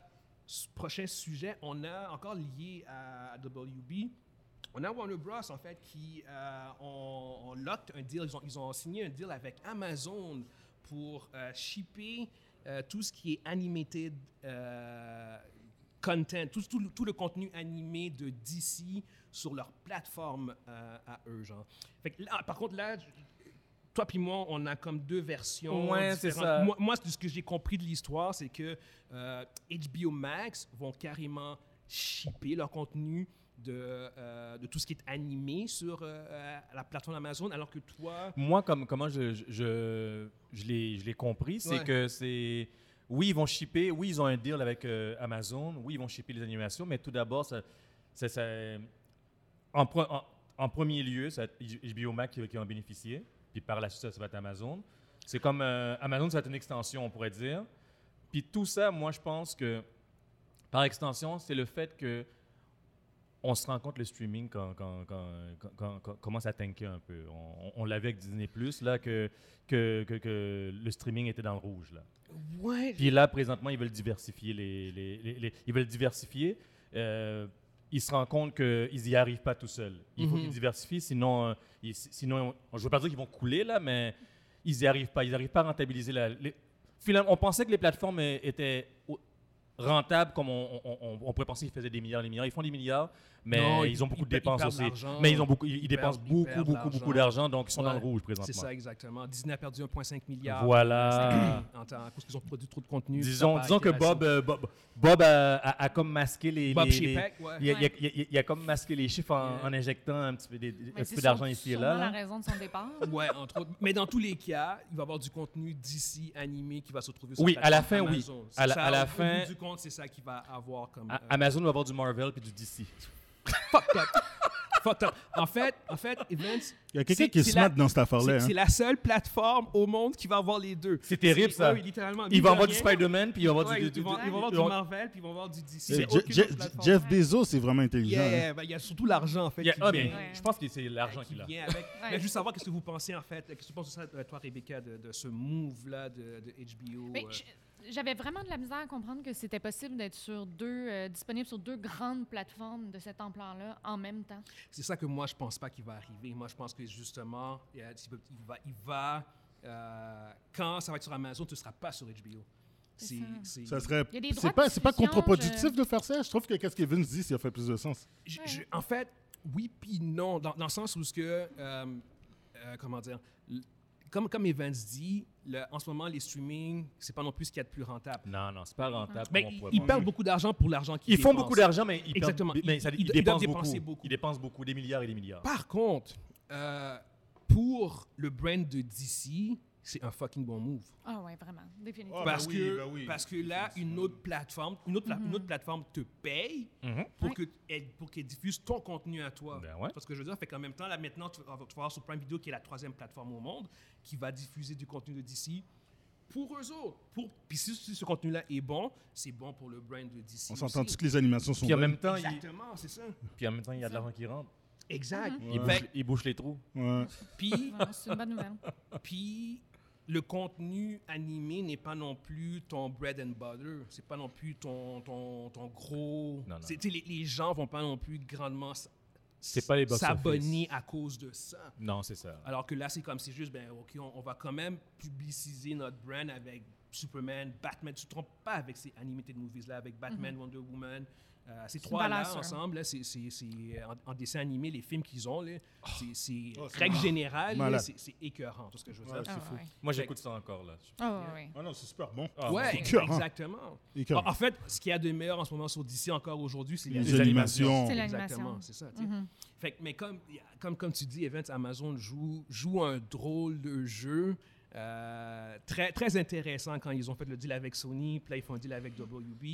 A: s- prochain sujet, on a encore lié à, à WB. On a Warner Bros. en fait qui euh, ont, ont locked un deal, ils ont, ils ont signé un deal avec Amazon pour euh, shipper euh, tout ce qui est animated euh, content, tout, tout le- tout le contenu animé de DC sur leur plateforme euh, à eux, genre. Fait que là, par contre, là, je- toi puis moi, on a comme deux versions.
D: Ouais, c'est
A: différentes.
D: ça.
A: Moi, moi, ce que j'ai compris de l'histoire, c'est que euh, HBO Max vont carrément shipper leur contenu de, euh, de tout ce qui est animé sur euh, euh, la plateforme Amazon, alors que toi...
D: Moi, comme, comment je, je, je, je l'ai, je l'ai compris, c'est
A: Ouais.
D: que c'est. Oui, ils vont shipper, oui, ils ont un deal avec euh, Amazon, oui, ils vont shipper les animations, mais tout d'abord, ça, ça- ça- en, pre- en- en premier lieu, ça va être HBO Max qui, va- qui va en bénéficier, puis par la suite, ça, ça va être Amazon. C'est comme euh, Amazon, ça va être une extension, on pourrait dire. Puis tout ça, moi, je pense que par extension, c'est le fait que on se rend compte le streaming quand, quand, quand, quand- quand- commence à tanker un peu. On, on- on l'avait avec Disney Plus là que que, que- que le streaming était dans le rouge là.
A: Ouais.
D: Puis là, présentement, ils veulent diversifier les, les- les- les- ils veulent diversifier. Euh, ils se rendent compte qu'ils n'y arrivent pas tout seuls. Il faut
A: Mhm.
D: qu'ils diversifient, sinon, euh, ils- sinon on- je ne veux pas dire qu'ils vont couler là, mais ils n'y arrivent pas. Ils n'arrivent pas à rentabiliser la. les- Finalement, on pensait que les plateformes euh, étaient au- rentables comme on, on- on- on pourrait penser qu'ils faisaient des milliards, des milliards. Ils font des milliards, mais
A: Non,
D: ils, ont beaucoup de dépenses
A: perdent
D: aussi.
A: l'argent.
D: Mais ils ont beaucoup, ils, ils
A: Ils
D: dépensent
A: perdent- ils
D: beaucoup,
A: perdent
D: beaucoup, beaucoup
A: l'argent.
D: d'argent, donc ils sont dans le
A: Ouais.
D: rouge présentement.
A: C'est ça, exactement. Disney a perdu 1,5 milliard.
D: Voilà.
A: en temps, parce qu'ils ont produit trop de contenu.
D: Disons,
A: Papa
D: disons que
A: Akira,
D: Bob, euh, Bob, Bob a, a- a comme masqué les.
A: Bob
D: les- les-
A: Chapek, ouais.
D: il, a, il a- il a- il a comme masqué les chiffres en,
A: Yeah.
D: en injectant un petit peu, des- des- un
C: Mais
D: petit
C: c'est
D: peu d'argent
C: sûre-
D: ici et
C: sûrement
D: là.
C: la raison de son départ.
A: Ouais, entre autres. Mais dans tous les cas, il va y avoir du contenu d'ici animé qui va se retrouver sur
D: Oui,
A: la
D: à la
A: plateforme
D: fin, oui.
A: Amazon.
D: À la-
A: Ça,
D: à la
A: au
D: fin- Ah,
A: bout du compte, c'est ça qui va avoir comme.
D: A-
A: euh,
D: Amazon va avoir du Marvel puis du DC.
A: fucked up. Fucked up. En fait, en fait, Events,
B: Il y a quelqu'un
A: C'est-
B: qui est
A: c'est
B: smart
A: la-
B: dans cette affaire-là.
A: c'est
B: hein.
A: c'est la seule plateforme au monde qui va avoir les deux.
D: C'est terrible,
A: C'est-
D: ça.
A: ouais, oui, littéralement.
D: Il
A: Mine
D: va
A: de
D: avoir du
A: rien,
D: Spider-Man puis il va avoir
A: ouais,
D: du.
A: ils vont ils vont avoir du
D: ils vont-
A: Marvel puis ils vont avoir du DC.
B: Euh,
A: C'est
B: Je-
A: aucune
B: Je-
A: autre plateforme.
B: Jeff Bezos est vraiment intelligent.
A: Yeah,
B: hein.
A: yeah, ben, il y a surtout l'argent en fait.
D: il y a-
A: qui
D: ah,
A: vient-
D: bien,
C: Ouais.
D: je pense que c'est l'argent
A: qui
D: qu'il a.
A: vient avec.
C: Ouais.
A: Mais juste savoir qu'est-ce que vous pensez en fait, qu'est-ce que tu penses de ça, euh, toi Rebecca, de, de ce move-là de, de HBO
C: Mais
A: euh,
C: je- J'avais vraiment de la misère à comprendre que c'était possible d'être sur deux, euh, disponible sur deux grandes plateformes de cette ampleur-là en même temps.
A: C'est ça que moi, je pense pas qu'il va arriver. Moi, je pense que justement, il y a- il va. Il va euh, quand ça va être sur Amazon, tu ne seras pas sur HBO.
C: C'est ça.
A: c'est-
B: Ça serait.
C: Il y a des droits
B: C'est
C: de
B: pas, c'est pas
C: diffusion,
A: euh.
B: contre-productif
C: je-
B: de faire ça. Je trouve que qu'est-ce qu'Evans dit, ça fait plus de sens.
A: je- je- en fait, oui puis non, dans, dans le sens où ce que, euh, euh, comment dire, l- comme comme Evans dit, le- en ce moment, les streamings, c'est pas non plus ce qu'il y a de plus rentable.
D: Non, non, c'est pas rentable.
A: Mais
D: comme on
A: ils,
D: pourrait
A: ils
D: penser.
A: perdent beaucoup d'argent pour l'argent qu'ils
D: Ils font beaucoup
A: dépensent.
D: d'argent, mais ils, perdent-
A: Exactement.
D: mais ça-
A: Ils-
D: ils
A: ils doivent
D: dépensent
A: dépenser
D: beaucoup.
A: beaucoup.
D: Ils dépensent beaucoup, des milliards et des milliards.
A: Par contre, euh, pour le brand de DC, c'est un fucking bon move.
C: Ah ouais, vraiment, définitivement.
B: Ah, ben
A: Parce,
B: oui,
A: que,
B: ben oui,
A: parce que là, une autre plateforme, une autre, pla- une autre plateforme te paye
D: Mhm.
A: pour
C: Ouais.
A: que elle, pour qu'elle diffuse ton contenu à toi.
D: Ben ouais.
A: Parce que je veux dire, fait qu'en même temps, là maintenant, tu vas tu vas avoir sur Prime Video qui est la troisième plateforme au monde qui va diffuser du contenu de DC pour eux autres. Pour puis si, si ce contenu-là est bon, c'est bon pour le brand de DC.
B: On
A: aussi.
B: s'entend que les animations sont.
D: Puis en
B: bonnes?
D: même temps, il,
A: Exactement, c'est ça.
D: puis en même temps, il y a de l'argent qui rentre.
A: Exact. Fait-
D: Ils bouchent- Ils bouchent les trous.
B: Ouais.
A: Puis
C: Non, C'est une bonne nouvelle.
A: Puis le contenu animé n'est pas non plus ton bread and butter. C'est pas non plus ton, ton, ton gros.
D: Non, non,
A: C'est-
D: non.
A: tu sais, Les, les gens vont pas non plus grandement s-
D: C'est pas les box
A: s'abonner à cause de ça.
D: Non, c'est ça.
A: Alors que là, c'est comme c'est juste, ben ok, on, on va quand même publiciser notre brand avec Superman, Batman. Tu te trompes pas avec ces animated movies là, avec Batman, Wonder Woman. Euh, ces
C: une
A: trois là
C: balance, hein.
A: ensemble, là, c'est, c'est- c'est- en, en dessin animé, les films qu'ils ont, là, c'est, c'est
B: Oh, c'est-
A: règle générale, là,
B: Malade.
A: c'est, c'est écœurant, tout ce que je veux dire.
C: Ah ouais.
D: Moi, j'écoute ça encore là.
C: Ah ouais, ouais.
B: Ah non, c'est super bon.
D: Ah,
A: ouais,
B: c'est écœurant.
A: exactement.
B: Écœurant.
A: En en fait, ce qu'il y a de meilleur en ce moment sur DC encore aujourd'hui, c'est
B: Les,
A: Ah, les
B: animations.
C: C'est la-
A: Exactement,
C: L'animation.
A: c'est ça. tu sais.
C: Mhm.
A: Fait que- mais comme, comme, comme tu dis, Events Amazon joue, joue un drôle de jeu. euh, très, très intéressant quand ils ont fait le deal avec Sony, puis là ils font un deal avec WB.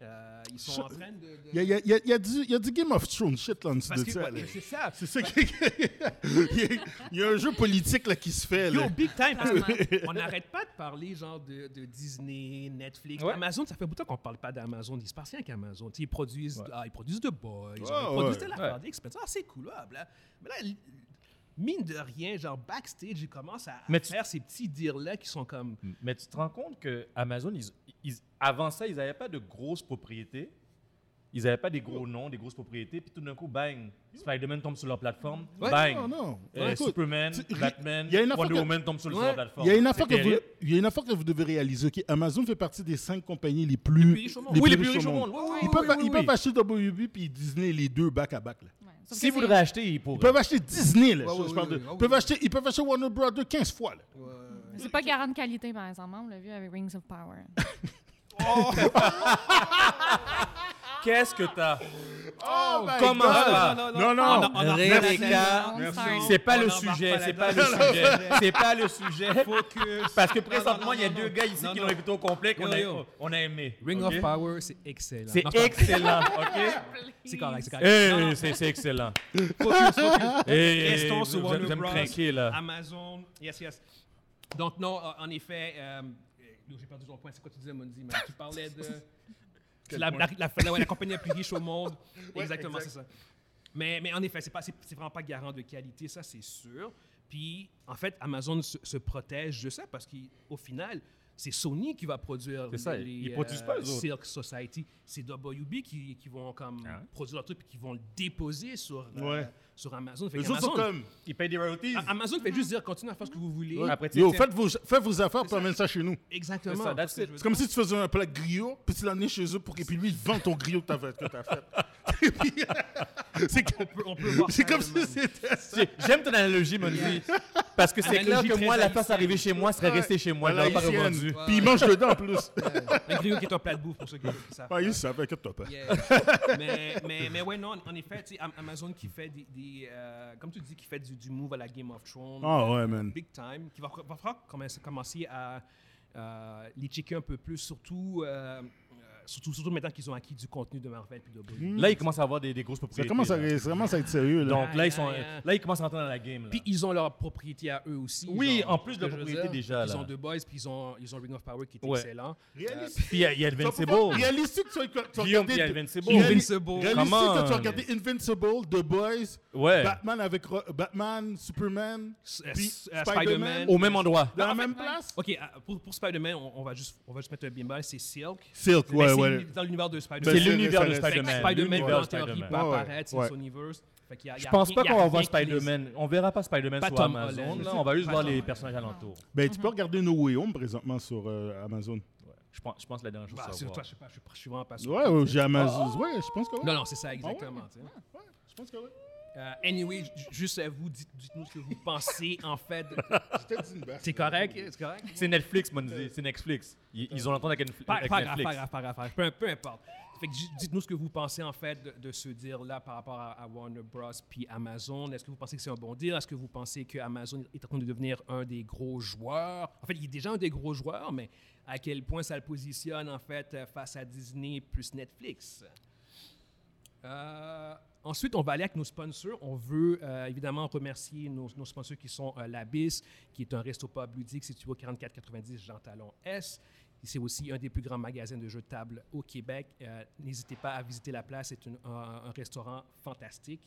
A: euh, ils sont
B: Je-
A: en train de. de-
B: Il y a, il y a- il y a- il y a du, il y a du Game of Thrones shit là en dessous
A: Parce
B: de
A: que
B: ça.
A: ouais,
B: là.
A: c'est ça.
B: C'est ça qui. il, y a, il y a un jeu politique là, qui se fait.
A: Yo,
B: Là.
A: big time, parce
C: Clairement.
A: que on n'arrête pas de parler genre de, de Disney, Netflix,
D: Ouais.
A: Amazon. Ça fait beaucoup de temps qu'on ne parle pas d'Amazon. Il se passe rien qu'Amazon. Tu sais, Ils produisent,
D: Ouais.
A: ah, ils produisent The Boys,
B: Ouais,
A: genre, ils produisent
B: ouais.
A: telle
D: Ouais.
A: affaire d'X, mais ça, Ah, c'est cool. là, bla. Mais là, l- mine de rien, genre backstage, ils commencent à
D: Mais tu-
A: faire ces petits dires-là qui sont comme.
D: Mais tu te rends compte que Amazon, ils, ils- avant ça, ils n'avaient pas de grosses propriétés. Ils n'avaient pas des gros noms, des grosses propriétés. Puis tout d'un coup, bang, Spider-Man tombe sur leur plateforme.
A: Ouais,
D: bang.
B: Non, non.
D: Euh,
B: Ouais, écoute,
D: Superman,
B: tu-
D: Batman,
B: y a une affaire
D: Wonder
B: que-
D: Woman tombe sur
A: Ouais.
D: leur plateforme.
B: Il y a une affaire
D: C'est
B: que vous,
D: terrible.
B: il y a une affaire que vous devez réaliser. que Amazon fait partie des cinq compagnies les plus.
A: riches au monde.
D: Oui, les plus riches au monde. Oui, oui,
B: Ils
D: oui,
B: peuvent,
D: oui, oui,
B: ils
D: oui.
B: peuvent acheter WB puis Disney les deux back à back. Là.
C: Ouais. Sauf
D: S'ils
C: que c'est-
D: voudraient acheter, ils pourraient.
B: Ils peuvent acheter Disney. Là,
A: Ouais,
B: je- je
A: ouais,
B: parle
A: ouais,
B: de-
A: ouais,
B: ils peuvent
A: ouais.
B: acheter, ils peuvent acheter Warner Brothers 15 fois. Là.
C: C'est pas garant de qualité, par exemple. On l'a vu avec Rings of Power.
D: Qu'est-ce que t'as
B: Oh,
D: Comment ça
B: Ah, Non, non.
A: On a- on a
D: Rebecca,
A: replacé là-dedans.
C: Merci.
A: Sorry.
D: C'est pas
A: On
D: le
A: embarque
D: sujet, c'est pas le
A: là-dedans.
D: sujet. C'est pas le sujet.
A: Focus.
D: Parce que
A: Non, non,
D: présentement, il y a
A: non,
D: deux
A: non.
D: gars ici
A: Non,
D: qui
A: non.
D: l'ont écouté au complet qu'on
A: Yo, yo.
D: a, on a aimé.
A: Ring
D: OK?
A: of Power, c'est excellent.
D: C'est
A: Non, pas-
D: excellent, OK
A: C'est correct, c'est correct. Non, non,
D: Eh, c'est c'est excellent.
A: focus, focus.
D: Eh,
A: Restons
D: vous-
A: sur
D: vous-
A: Warner
D: vous allez me
A: Bros.
D: craquer, là.
A: Amazon, yes, yes. Donc, non, en- en effet, euh, euh, j'ai perdu ton point. C'est quoi tu disais, Mondi? mais Tu parlais de.
B: Quel
A: la,
B: point?
A: la- la- la- ouais, la compagnie la plus riche au monde.
B: Ouais,
A: Exactement,
B: exact.
A: c'est ça. Mais, mais en effet, c'est pas- c'est c'est vraiment pas garant de qualité, ça, c'est sûr. Puis, en fait, Amazon se, se protège de ça parce qu'au final, c'est Sony qui va produire
D: C'est ça,
A: les, euh,
D: ils- ils produisent pas, eux autres.
A: Silk Society. C'est WB qui, qui vont comme
D: Ah ouais?
A: produire leur truc et qui vont le déposer sur, euh,
B: Ouais.
A: sur Amazon. Fait
B: Les autres
A: qu'Amazon-
B: sont comme.
D: Ils payent des royalties.
A: A- Amazon fait juste dire continuez à faire ce que vous voulez.
B: ouais,
D: après, tu
B: Yo,
D: sais, tiens.
B: faites vos, faites vos affaires, puis amène ça chez nous.
A: Exactement.
D: C'est ça, that's
A: C'est ce que
D: it.
A: je veux
B: C'est comme si tu faisais un plat griot, puis tu l'amenais chez eux pour que puis lui, il te vende ton griot que t'as fait. que t'as fait. Et puis, c'est
A: dire. on
B: que-
A: peut, on peut voir
B: c'est
A: ça
B: comme
A: de
B: si
A: même.
B: c'était ça.
D: C'est- J'aime ton analogie, Mondi. Parce que c'est clair
A: Analogie
D: que
A: très
D: moi, la face
A: haïtienne.
D: arrivée chez moi serait restée chez moi.
B: À
D: Je
B: la
D: l'aurais pas
B: haïtienne.
D: revendue.
B: Puis il mange dedans en plus.
A: Un griot qui est un plat de bouffe pour ceux qui qui savent.
B: Ah, il savait, inquiète-toi pas.
A: Yeah. mais, mais, mais ouais, non, en effet, tu sais, Am- Amazon qui fait des. des, euh, comme tu dis, qui fait du, du move à la Game of Thrones.
B: Ah ouais, man.
A: Big time. Qui va, va falloir commencer, commencer à euh, les checker un peu plus, surtout. euh, euh, Surtout, surtout maintenant qu'ils ont acquis du contenu de Marvel puis de Bollywood.
D: Là, ils commencent à avoir des, des grosses
B: Ça
D: propriétés.
B: commence à,
D: là.
B: ça commence à être sérieux, là.
D: Donc là, ils, sont,
A: Yeah, yeah, yeah.
D: là, ils commencent à entrer dans la game. là.
A: Puis ils ont leur propriété à eux aussi.
D: Hmm. Oui,
A: genre,
D: en plus
A: ce
D: de la
A: que je veux
D: propriété
A: dire.
D: déjà,
A: Ils
D: là.
A: ont The Boys, puis ils ont, ils ont Ring of Power qui est
D: Ouais.
A: excellent.
B: Réaliste.
D: Puis il y a- il y a
B: Tu vas
D: Invincible.
B: pouvoir- Réaliste que tu as- tu as
D: Guillaume, puis il y a
B: regardé-
D: Invincible.
B: Réaliste-
A: Invincible.
B: Réaliste
D: Come
B: que tu as
D: on.
B: regardé Invincible, The Boys,
D: Ouais.
A: Bah,
B: Batman avec Ro- Batman, Superman,
A: S- euh,
B: puis
A: s- euh,
B: Spider-Man.
A: Spider-Man.
D: Au même endroit.
B: Dans la
A: en fait,
B: même place?
A: OK, euh, pour, pour Spider-Man, on, on va juste, on va juste mettre un bimbal, c'est Silk.
B: Silk,
A: Mais
B: ouais,
A: c'est
B: ouais.
A: l'uni- dans l'univers de Spider-Man.
D: C'est
B: c'est-
D: l'univers de
B: c'est-
A: Fait
B: c'est-
A: que
D: Spider-Man.
A: Spider-Man,
D: L'univers
A: en
D: de
A: théorie,
D: Spider-Man. Bah,
A: peut
B: Ouais, ouais,
A: apparaître, c'est
B: ouais.
A: Soniverse. Fait qu'il y a- il y
D: Je
A: a
D: pense
A: rien-
D: pas
A: il y a
D: qu'on va
A: rien
D: voir
A: qui les-
D: Spider-Man. On verra pas Spider-Man
A: Pas
D: sur
A: Tom
D: Amazon.
A: Holland.
D: là. On va juste
A: Pas
D: voir
A: Tom
D: les
A: Holland.
D: personnages alentours.
B: Ben,
A: Mhm.
B: tu peux regarder No Way Home présentement sur euh, Amazon.
D: Je pense, je pense que la dernière chose,
A: Bah,
D: c'est
A: c'est-
D: à
A: toi,
D: voir.
A: je sais pas, je suis pas- je suis vraiment pas sûr.
B: Ouais, ouais, j'ai Amazon. Ouais, je pense que oui.
A: Non, non, c'est
D: Ah
A: ça, exactement. tu sais.
B: Je pense que oui.
A: Euh, anyway, j- juste à vous, dites- dites-nous ce que vous pensez, en fait.
B: J'étais dit une baffe.
A: C'est correct? C'est correct?
D: C'est Netflix, Monzi. C'est Netflix. Ils, ils ont l'entente avec, Netflix-
A: Pas,
D: avec
A: pas grave, pas
D: Netflix.
A: grave, pas grave, pas grave. Peu, peu importe. Fait que j- dites-nous ce que vous pensez en fait de, de ce deal-là par rapport à, à Warner Bros. puis Amazon. Est-ce que vous pensez que c'est un bon deal? Est-ce que vous pensez que Amazon est en train de devenir un des gros joueurs? En fait, il est déjà un des gros joueurs, mais à quel point ça le positionne en fait euh, face à Disney plus Netflix? Euh, ensuite, on va aller avec nos sponsors. On veut euh, évidemment remercier nos, nos sponsors qui sont euh, La Bis, qui est un resto pub ludique situé au 4490 Jean Talon S. C'est aussi un des plus grands magasins de jeux de table au Québec. Euh, N'hésitez pas à visiter la place. C'est une- un, un restaurant fantastique.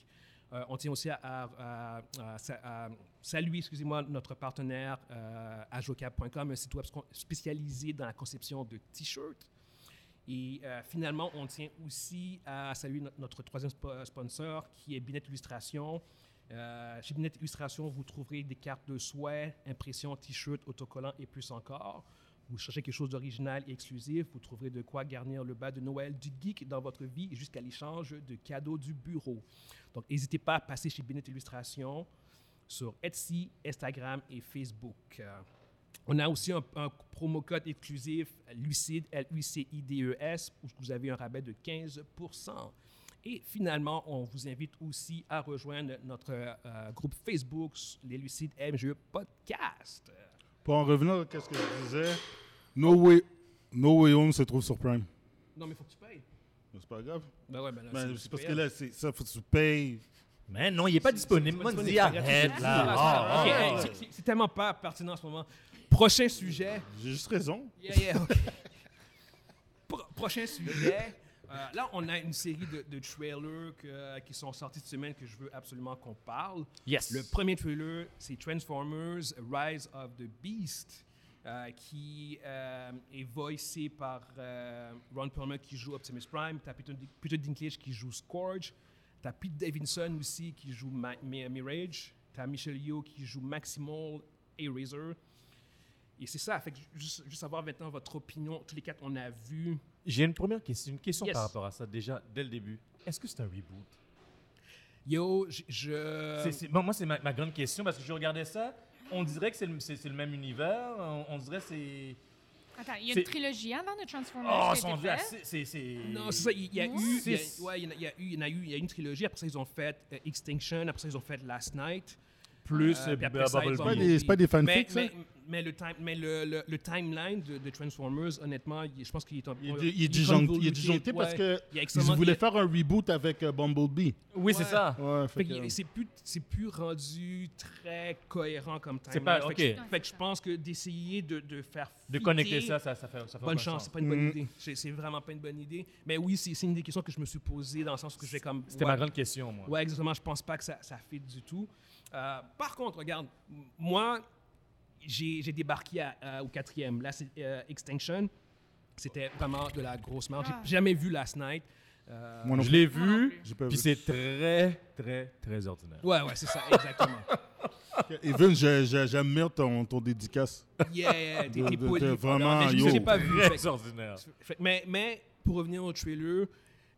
A: Euh, on tient aussi à, à- à- à sa- à saluer excusez-moi, notre partenaire euh, ajocab.com, un site web sco- spécialisé dans la conception de t-shirts. Et euh, finalement, on tient aussi à saluer no- notre troisième spo- sponsor qui est Binet Illustration. Euh, chez Binet Illustration, vous trouverez des cartes de souhait, impressions, t-shirts, autocollants et plus encore. Vous cherchez quelque chose d'original et exclusif, vous trouverez de quoi garnir le bas de Noël du geek dans votre vie jusqu'à l'échange de cadeaux du bureau. Donc, n'hésitez pas à passer chez Binet Illustration sur Etsy, Instagram et Facebook. Euh, on a aussi un, un promo code exclusif Lucide, L-U-C-I-D-E-S, E où vous avez un rabais de 15 Et finalement, on vous invite aussi à rejoindre notre euh, groupe Facebook, les Lucides MGE Podcast.
B: Pour en revenir à ce que je disais, No Way, no Way Home se trouve sur Prime.
A: Non, mais faut que tu payes.
B: C'est pas grave.
A: Ben ouais, ben là,
B: Ben, c'est parce que
A: payable.
B: là, c'est- ça, faut que tu payes.
D: Mais non, il n'est pas disponible. Monzi, arrête
A: Ah,
D: là.
A: ok,
D: Ah,
A: hey, c'est- c'est- C'est tellement pas pertinent en ce moment. Prochain sujet.
B: J'ai juste raison.
A: Yeah, yeah, ok. Pro- prochain sujet. Euh, là, on a une série de, de trailers que- qui sont sortis cette semaine que je veux absolument qu'on parle.
D: oh. Yes.
A: Le premier trailer, c'est Transformers Rise of the Beast, euh, qui euh, est voicé par euh, Ron Perlman qui joue Optimus Prime, t'as Peter, Di- Peter Dinklage qui joue Scourge, t'as Pete Davidson aussi qui joue Ma- Mi- Mirage, t'as Michelle Yeoh qui joue Maximal Eraser. Et c'est ça, fait que ju- juste, juste savoir maintenant votre opinion. Tous les quatre, on a vu.
D: J'ai une première question, une question
A: Yes.
D: par rapport à ça déjà dès le début. Est-ce que c'est un reboot
A: Yo, j- je.
D: C'est- c'est- moi- Moi, c'est ma, ma grande question parce que je regardais ça. On dirait que c'est le, c'est- c'est le même univers. On, on dirait que c'est.
C: Attends, il y a
D: C'est-
C: une trilogie avant de Transformers.
D: Oh,
C: qui a
D: sont
C: été
D: rendus à
C: faite.
D: six- c'est- c'est-
A: Non, c'est ça. Il y a eu, il y
D: Six.
A: a- ouais, il y en a- il y a eu, il y en a eu, il y a eu une trilogie. Après ça, ils ont fait euh, Extinction. Après ça, ils ont fait Last Night.
D: Plus
A: Euh, puis après ça, ils ont-
B: pas des- c'est pas des fanfics,
A: Mais,
B: ça?
A: mais, mais, mais le, time, mais le, le- le timeline de, de Transformers, honnêtement, il- je pense qu'il est un
B: Il est, di- il est disjoncté, il est disjoncté parce que
A: il y a
B: ils
A: extrêmement-
B: voulaient
A: il y a-
B: faire un reboot avec euh, Bumblebee.
D: Oui,
A: Ouais.
D: c'est ça.
B: Ouais,
A: Fait
B: fait
A: que
B: que-
A: c'est plus, c'est plus rendu très cohérent comme
D: C'est
A: timeline.
D: pas-
A: Fait que
D: ok.
A: je- Fait que je pense que d'essayer de, de faire
D: De
A: fitter-
D: connecter ça, ça, ça fait, ça fait
A: Bonne
D: aucun
A: chance, c'est
D: sens.
A: pas une bonne
B: Mhm.
A: idée. C'est c'est vraiment pas une bonne idée. Mais oui, c'est c'est une des questions que je me suis posée dans le sens que j'ai comme.
D: C'était
A: ouais.
D: ma grande question, moi.
A: Ouais, exactement. Je pense pas que ça, ça fit du tout. Euh, par contre, regarde, m- moi, j'ai j'ai débarqué à- à- au quatrième. Là, c'est euh, Extinction. C'était vraiment de la grosse merde.
C: Ah.
A: J'ai jamais vu Last Night. Euh,
B: Moi non
D: Je
B: plus,
D: l'ai
C: Moi non
D: vu,
C: plus.
B: j'ai pas
D: puis
B: vu.
D: c'est très, très, très ordinaire.
A: ouais, ouais, c'est ça, exactement.
B: Evan, je- je- j'admire ton, ton dédicace.
A: yeah, yeah, t'es
B: De-
A: t'es
B: de-
A: poli.
B: de-
A: Non,
B: vraiment,
A: mais je
B: yo.
A: l'ai pas vu. fait que-
D: Très ordinaire.
A: Fait- mais, mais pour revenir au trailer,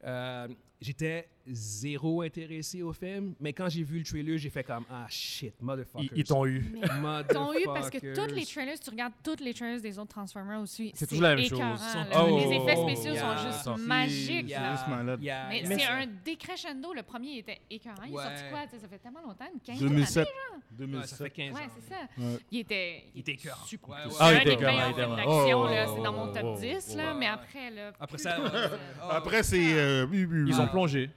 A: euh, j'étais zéro intéressé au film. Mais quand j'ai vu le trailer, j'ai fait comme Ah shit, motherfuckers.
D: Ils, ils t'ont eu.
C: Ils ont eu parce que tous les trailers, tu regardes tous les trailers des autres Transformers aussi.
D: C'est toujours la même
C: écœurant,
D: chose.
A: Ils
C: là.
A: sont-
C: les effets
A: oh,
C: spéciaux
A: yeah.
C: sont juste
D: Sorti-
C: magiques.
B: Yeah.
C: là.
B: juste malade.
A: Yeah,
C: Mais
A: yeah,
C: c'est
A: yeah.
C: un décrescendo. Le premier il était écœurant. Il est sorti
A: Ouais.
C: quoi? tu sais, Ça fait tellement longtemps, une quinzaine d'années.
B: 2007.
A: Ouais, ça fait
B: 2007.
A: 15 ans.
C: Ouais, c'est ça.
B: Ouais.
C: Il était,
A: Il était écœurant.
C: super
A: Ouais,
C: cool.
A: ouais.
C: C'est
A: Ah,
D: il
C: un
D: était
C: des
D: écœurant, il
C: meilleurs
D: était
C: films
D: vraiment-
C: d'action.
D: Oh,
C: là,
D: oh,
C: C'est dans mon
D: oh,
C: top
D: oh,
C: 10.
D: oh,
C: là,
A: ouais.
C: Mais après, là...
A: Après
C: plus
A: ça,
C: de-
A: euh, oh,
B: Après, c'est. euh, oui, oui, oui.
D: Ils
A: Ah.
D: ont plongé.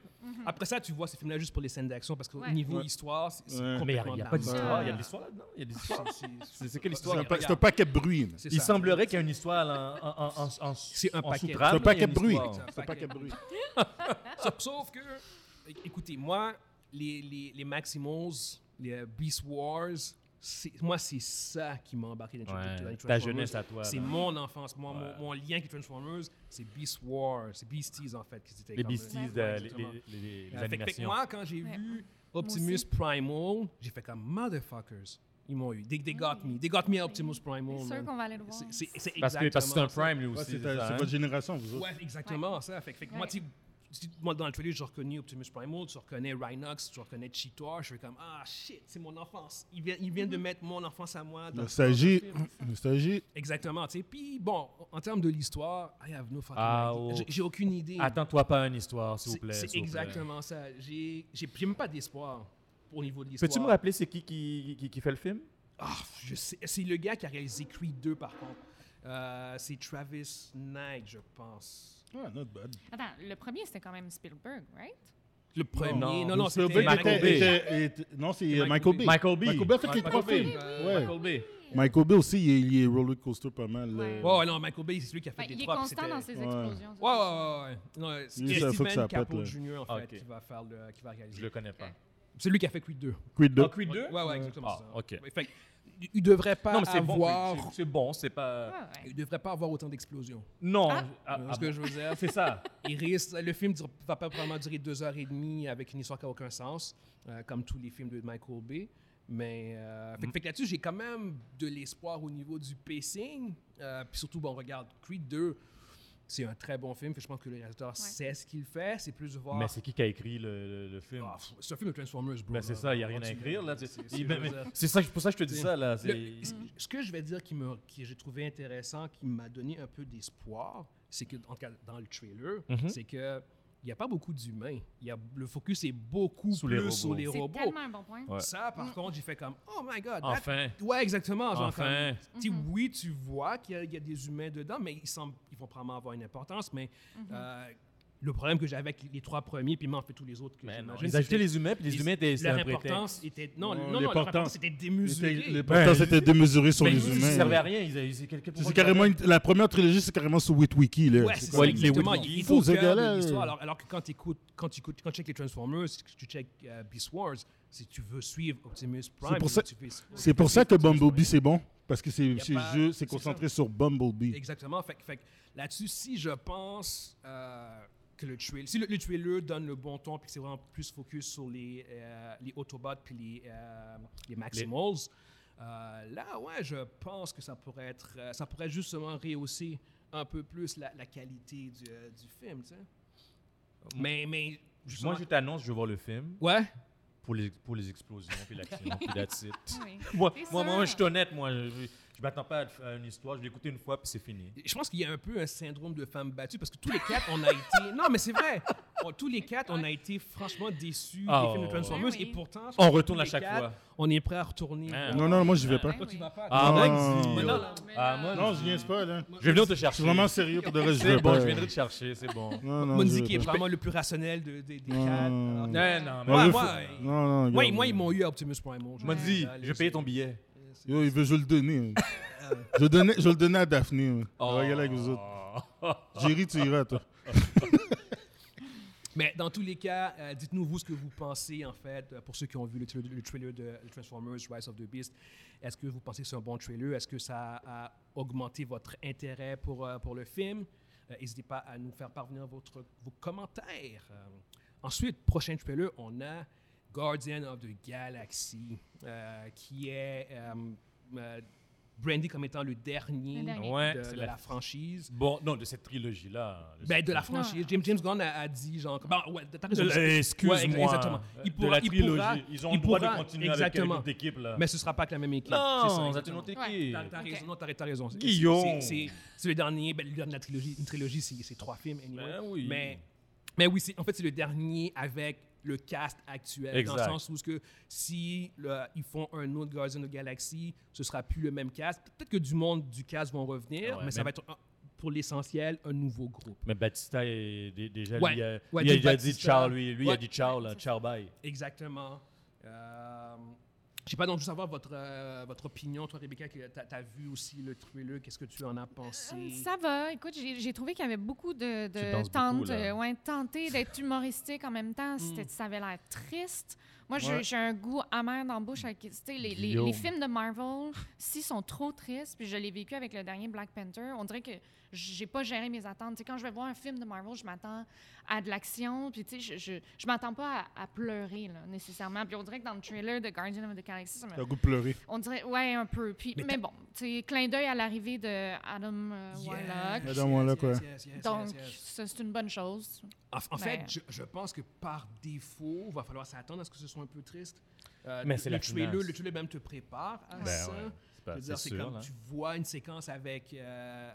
A: après ça, tu vois ces films-là juste pour les scènes d'action parce qu'au
C: Ouais.
A: niveau
B: Ouais.
A: histoire, c'est c'est
B: Ouais.
A: complètement
D: Mais il n'y a, pas
A: de la merde.
D: d'histoire. Ah, Il y a de l'histoire là-dedans. Il y a de l'histoire. C'est c'est quelle
B: C'est
D: histoire
B: un, pa-
A: Regarde.
B: c'est un paquet de bruit. là.
A: C'est
D: Il
A: ça.
D: semblerait qu'il y ait une histoire là, en, en, en, en,
A: C'est un
D: en
A: paquet.
D: sous-trame,
B: C'est un
D: là, il y a
B: paquet
D: une
B: de bruit.
D: histoire.
A: Exact.
B: C'est un paquet de bruit.
A: Sauf- Sauf que, é- écoutez, moi, les, les, les Maximals, les euh, Beast Wars, c'est- moi, c'est ça qui m'a embarqué dans les Transformers.
D: Ouais,
A: Dans les
D: ta
A: Transformers.
D: jeunesse à toi.
A: C'est
D: là.
A: mon enfance, moi, mon,
D: Ouais.
A: mon lien avec les Transformers, c'est Beast Wars, c'est Beasties en fait. qui étaient
D: Les
A: comme-
D: Beasties,
A: Ouais,
D: euh, les,
A: exactement.
D: les, les, les
A: Euh, fait que- fait que
D: animations.
A: moi, quand j'ai
C: Ouais.
A: vu
C: Moi
A: Optimus
C: aussi.
A: Primal, j'ai fait comme motherfuckers. Ils m'ont eu. They, they got me. They got me Optimus Primal.
C: C'est sûr
A: man.
C: qu'on va aller le voir.
A: C'est- C'est c'est
D: Parce que parce que c'est un
A: exactement ça.
D: prime lui
B: Ouais,
D: aussi.
B: c'est
D: c'est ça,
B: ta- c'est
D: hein?
B: votre génération, vous autres.
A: Ouais, exactement ça. Fait que, fait que moi,
C: Ouais.
A: tu tu- moi, dans le trailer, j'ai reconnu Optimus Primal, tu reconnais Rhinox, tu reconnais Cheetor. Je fais comme, ah shit, c'est mon enfance. Ils viennent, ils viennent
C: Mm-hmm.
A: de mettre mon enfance à moi. dans-
B: Nostalgie. Nostalgie.
A: Exactement, tu sais. Puis bon, en termes de l'histoire, I have no fucking
D: Ah,
A: idea.
D: oh.
A: J'ai- J'ai aucune idée.
D: Attends-toi pas à une histoire, s'il vous
A: C'est-
D: plaît.
A: C'est
D: s'il vous plaît.
A: exactement ça. J'ai j'ai j'ai même pas d'espoir au niveau de l'histoire.
D: Peux-tu me rappeler c'est qui qui, qui qui fait le film
A: Ah, je sais. C'est le gars qui a réalisé Creed 2, par contre. Euh, c'est Travis Knight, je pense.
B: Ah, not bad.
C: Attends, le premier, c'était quand même Spielberg, right?
A: Le premier. Non, non, c'était
B: Spielberg
D: Michael
B: était-
D: Bay.
B: était- était- Non, c'est euh, Michael Bay.
D: Michael B.
B: Michael Bay a fait les
A: Michael
B: trois
A: Bay,
B: films.
A: euh,
B: Ouais.
D: Michael Bay.
B: Michael Bay aussi, il est, il est roller coaster pas mal. euh, là.
C: Ouais.
A: Ouais, ouais, non, Michael Bay, c'est celui qui a fait
C: Ouais,
A: les
C: il est
A: trois. puis
C: constant
A: c'était-
C: dans ses
B: Ouais.
C: explosions. ça,
A: Ouais,
C: c'est
A: ouais, ouais, ouais. Non, euh, c'est
B: Lui, ça, faut que ça
A: Steven
B: pète,
A: Capo
B: là.
A: Jr., en fait,
D: Ah, Ok.
A: qui va faire le, qui va
D: Je
A: réaliser.
D: le connais pas.
A: C'est lui qui a fait Creed 2.
B: Creed 2.
D: Creed
A: Ouais, ouais, exactement.
D: Ah,
A: c'est ça.
D: ok.
A: Ouais, Fait que, il- il devrait pas
D: Non, mais c'est bon.
A: avoir...
D: Creed. C'est- C'est bon, c'est pas.
C: Ah Ouais, ouais.
A: il devrait pas avoir autant d'explosions.
D: Non.
C: Ah.
D: ah,
A: Euh,
D: ah,
A: ce que je veux dire,
D: C'est ça.
A: il risque- le film dure- va pas probablement durer deux heures et demie avec une histoire qui n'a aucun sens, euh, comme tous les films de Michael Bay. Mais euh,
D: Mm.
A: fait, que- fait que là-dessus, j'ai quand même de l'espoir au niveau du pacing. Euh, puis surtout, bon, regarde, Creed 2, c'est un très bon film. Fait que je pense que le réalisateur sait ce qu'il fait. C'est plus de voir.
D: Mais c'est qui qui a écrit le, le- le film
A: Ah, pff, c'est un film de Transformers, bro.
D: Ben,
A: là.
D: c'est ça, il n'y a rien à
A: Tu-
D: écrire là. C'est-
A: c'est-
D: il-
A: je
D: ben,
A: veux
D: ben,
A: dire-
D: C'est ça, que- c'est pour ça que je te dis
A: C'est-
D: ça là. c'est-
A: Le- ce- ce que je vais dire qui me, qui j'ai trouvé intéressant, qui m'a donné un peu d'espoir, c'est que en tout cas, dans le trailer,
D: Mhm.
A: c'est que il n'y a pas beaucoup d'humains. Il Y a, le focus est beaucoup
D: Sous les
A: plus sur
D: robots.
A: les
C: C'est
A: robots.
C: tellement un bon point.
D: Ouais.
A: Ça, par contre, j'ai fait comme oh my god. that-
D: Enfin.
A: Ouais, exactement. Genre
D: Enfin.
A: comme,
C: Mhm.
A: tu sais, oui, tu vois qu'il y, a- il y a des humains dedans, mais ils, semblent- ils vont probablement avoir une importance. Mais
C: Mhm.
A: euh, le problème que j'avais avec les trois premiers, puis même en fait tous les autres que
D: Ben, non,
A: j'imagine,
D: Ils
A: c'est
D: ajouté
A: que
D: les humains, puis les humains étaient. c'est
A: leur
D: un prétexte.
A: importance était non,
B: Non,
A: non, non, leur
B: l'importance-
A: importance était démesurée.
B: Les portants
D: Ben,
B: étaient démesurés sur
D: Mais
B: les
D: ils ils
B: humains.
D: servaient à
B: là.
D: rien. ils- ils- quelqu'un-
B: C'est carrément une- la première trilogie, c'est carrément sur Witwiki. là.
A: Ouais,
B: C'est
A: c'est
B: quoi,
A: ça,
D: les- les
A: exactement.
D: Woodland.
A: Il est
B: Faux,
A: au
B: ce
A: cœur
B: gars-là.
A: de l'histoire. Alors, alors que quand tu écoutes, quand tu écoutes, quand tu checkes les Transformers, que tu checkes euh, Beast Wars, si tu veux suivre Optimus Prime,
B: pour
A: si
B: ça-
A: tu fais-
B: C'est pour ça que Bumblebee, c'est bon. Parce que c'est
A: Y a
B: c'est
A: pas-
B: juste- c'est
A: c'est
B: concentré sur Bumblebee.
A: Exactement. Fait, que- fait que là-dessus, si je pense euh, que le trailer, si le, le trailer donne le bon ton, puis que c'est vraiment plus focus sur les, euh, les Autobots puis les, euh, les Maximals, euh, là, ouais, je pense que ça pourrait être, euh, ça pourrait justement rehausser un peu plus la, la qualité du, euh, du film, tu sais. Mais, mais justement-
D: Moi, je t'annonce, je vais voir le film
A: ouais.
D: pour les, pour les explosions, puis l'action, puis that's it.
C: Ah Oui.
D: Moi,
C: C'est
D: moi, moi,
C: ça.
D: je suis honnête, moi. je- Je m'attends pas à- à une histoire, je l'ai écouté une fois, puis c'est fini.
A: Je pense qu'il y a un peu un syndrome de femme battue parce que tous les quatre, on a été. Non, mais c'est vrai. On- tous les quatre, on a été franchement déçus
D: Ah,
A: des films de
D: oh.
A: Transformers
C: Ah oui.
A: et pourtant.
D: On retourne
A: tous
D: à
A: les
D: chaque
A: quatre,
D: fois.
A: On est prêt à retourner. euh,
D: Ah.
A: On-
B: Non, non, moi, j'y vais pas.
C: Ah,
A: Toi, tu
C: oui.
A: vas pas.
D: Ah,
B: Non.
D: Maxi.
A: Mais non,
D: Ah, moi,
B: Non, je niaise pas, là.
D: je vais venir te chercher.
B: Je suis vraiment sérieux pour de reste, je
D: C'est
B: vais
D: bon,
B: pas.
D: je viendrai te chercher, c'est bon.
B: Non, non, je
A: Monzi
B: vais
A: qui est
B: pas.
A: vraiment le plus rationnel de- des des
B: Non.
A: quatre. alors que-
D: Non, non, mais-
B: Non,
A: Ouais,
B: lui,
A: moi,
B: faut-
A: euh,
B: non, non,
A: Moi,
B: regarde.
A: moi, ils m'ont eu à Optimus Prime.
D: Je me
C: Ouais.
D: dis, je vais payer ton billet.
B: Yo, il veut que je le donne. je, le donnais- je le donnais à Daphné. ouais.
D: Oh.
B: On va y aller avec vous autres.
D: autres.
B: Jerry, tu iras, toi.
A: Mais dans tous les cas, euh, dites-nous vous ce que vous pensez en fait. euh, Pour ceux qui ont vu le, tra- le trailer de Transformers Rise of the Beast, est-ce que vous pensez que c'est un bon trailer Est-ce que ça a augmenté votre intérêt pour, euh, pour le film Euh, N'hésitez pas à nous faire parvenir votre, vos commentaires. Euh, ensuite, prochain trailer, on a Guardian of the Galaxy, euh, qui est euh, euh, brandé comme étant le dernier,
C: Le dernier.
D: Ouais,
A: de-
D: c'est
A: de
D: la-
A: la franchise.
D: Bon, non, de cette trilogie-là.
A: Ben, de la
C: Non.
A: franchise. James, James Gunn a, a dit, genre, ben, ouais, t'as raison.
D: Euh, Excuse-moi. euh,
A: Ouais, ex- exactement. Il pourra-
D: de la
A: il
D: trilogie.
A: pourra-
D: Ils ont
A: il
D: le droit
A: pourra-
D: de continuer
A: exactement.
D: avec euh, une autre équipe, là.
A: Mais ce sera pas avec la même équipe. C'est ça,
D: non, c'est une
A: exactement.
D: autre équipe.
C: Ouais.
A: T'as t'as
C: Ok.
A: raison, non, t'as t'as raison. C'est-
D: Guillaume.
A: c'est- C'est c'est le dernier, ben, le dernier de la trilogie. Une trilogie, c'est c'est trois films, anyway.
D: Ben oui.
A: Mais, mais oui, c'est- en fait, c'est le dernier avec le cast actuel. Dans le
D: Exact.
A: sens où ce que si là, ils font un autre Guardians of the Galaxy, ce sera plus le même cast. Peut-être que du monde du cast vont revenir,
D: Ah Ouais,
A: mais ça
D: mais-
A: va être, un- pour l'essentiel, un nouveau groupe.
D: Mais Batista est dé- déjà,
A: Ouais.
D: lui, euh,
A: Ouais,
D: il a
A: Jake
D: déjà dit
A: Batista.
D: ciao, lui. Lui, il a
A: Ouais.
D: dit ciao, là.
C: C'est
D: Ciao, bye.
A: Exactement. Euh, je sais pas, donc, je veux savoir votre, euh, votre opinion. Toi, Rebecca, tu as, vu aussi le trailer. Qu'est-ce que tu en as pensé?
C: Euh, Ça va. Écoute, j'ai j'ai trouvé qu'il y avait beaucoup de,
D: Tu
C: de
D: danses beaucoup,
C: tentes,
D: là. Hmm.
C: euh, ouais, tenter d'être humoristique en même temps. C'était- Ça avait l'air triste. Moi, j'ai-
B: Ouais.
C: j'ai un goût amer dans la bouche. Avec, tu sais, les, les,
D: Guillaume.
C: les films de Marvel, s'ils sont trop tristes, puis je l'ai vécu avec le dernier Black Panther, on dirait que j'ai pas géré mes attentes. Tu sais, quand je vais voir un film de Marvel, je m'attends à de l'action, puis tu sais, je, je, je m'attends pas à, à pleurer, là, nécessairement. Puis on dirait que dans le trailer de Guardian of the Galaxy, ça me-
B: T'as le goût de pleurer.
C: on dirait, ouais, un peu. Puis, mais,
A: Mais t'as-
C: bon, tu sais, clin d'œil à l'arrivée de Adam euh,
A: Yes,
C: Warlock.
A: yes,
B: Adam
A: yes,
B: Warlock, ouais.
A: yes, yes, yes,
C: Donc,
A: yes.
C: ça, c'est une bonne chose.
A: En, en fait,
C: Ben.
A: je, je pense que par défaut, il va falloir s'attendre à ce que ce soit un peu triste. Euh,
D: Mais
A: le-
D: c'est
A: le
D: la
A: trailer,
D: finance.
A: le trailer même te prépare à
D: Ben
A: ça.
D: ouais, c'est pas-
A: Je veux
D: C'est
A: dire, c'est
D: sûr, hein.
A: comme
D: là.
A: tu vois une séquence avec euh,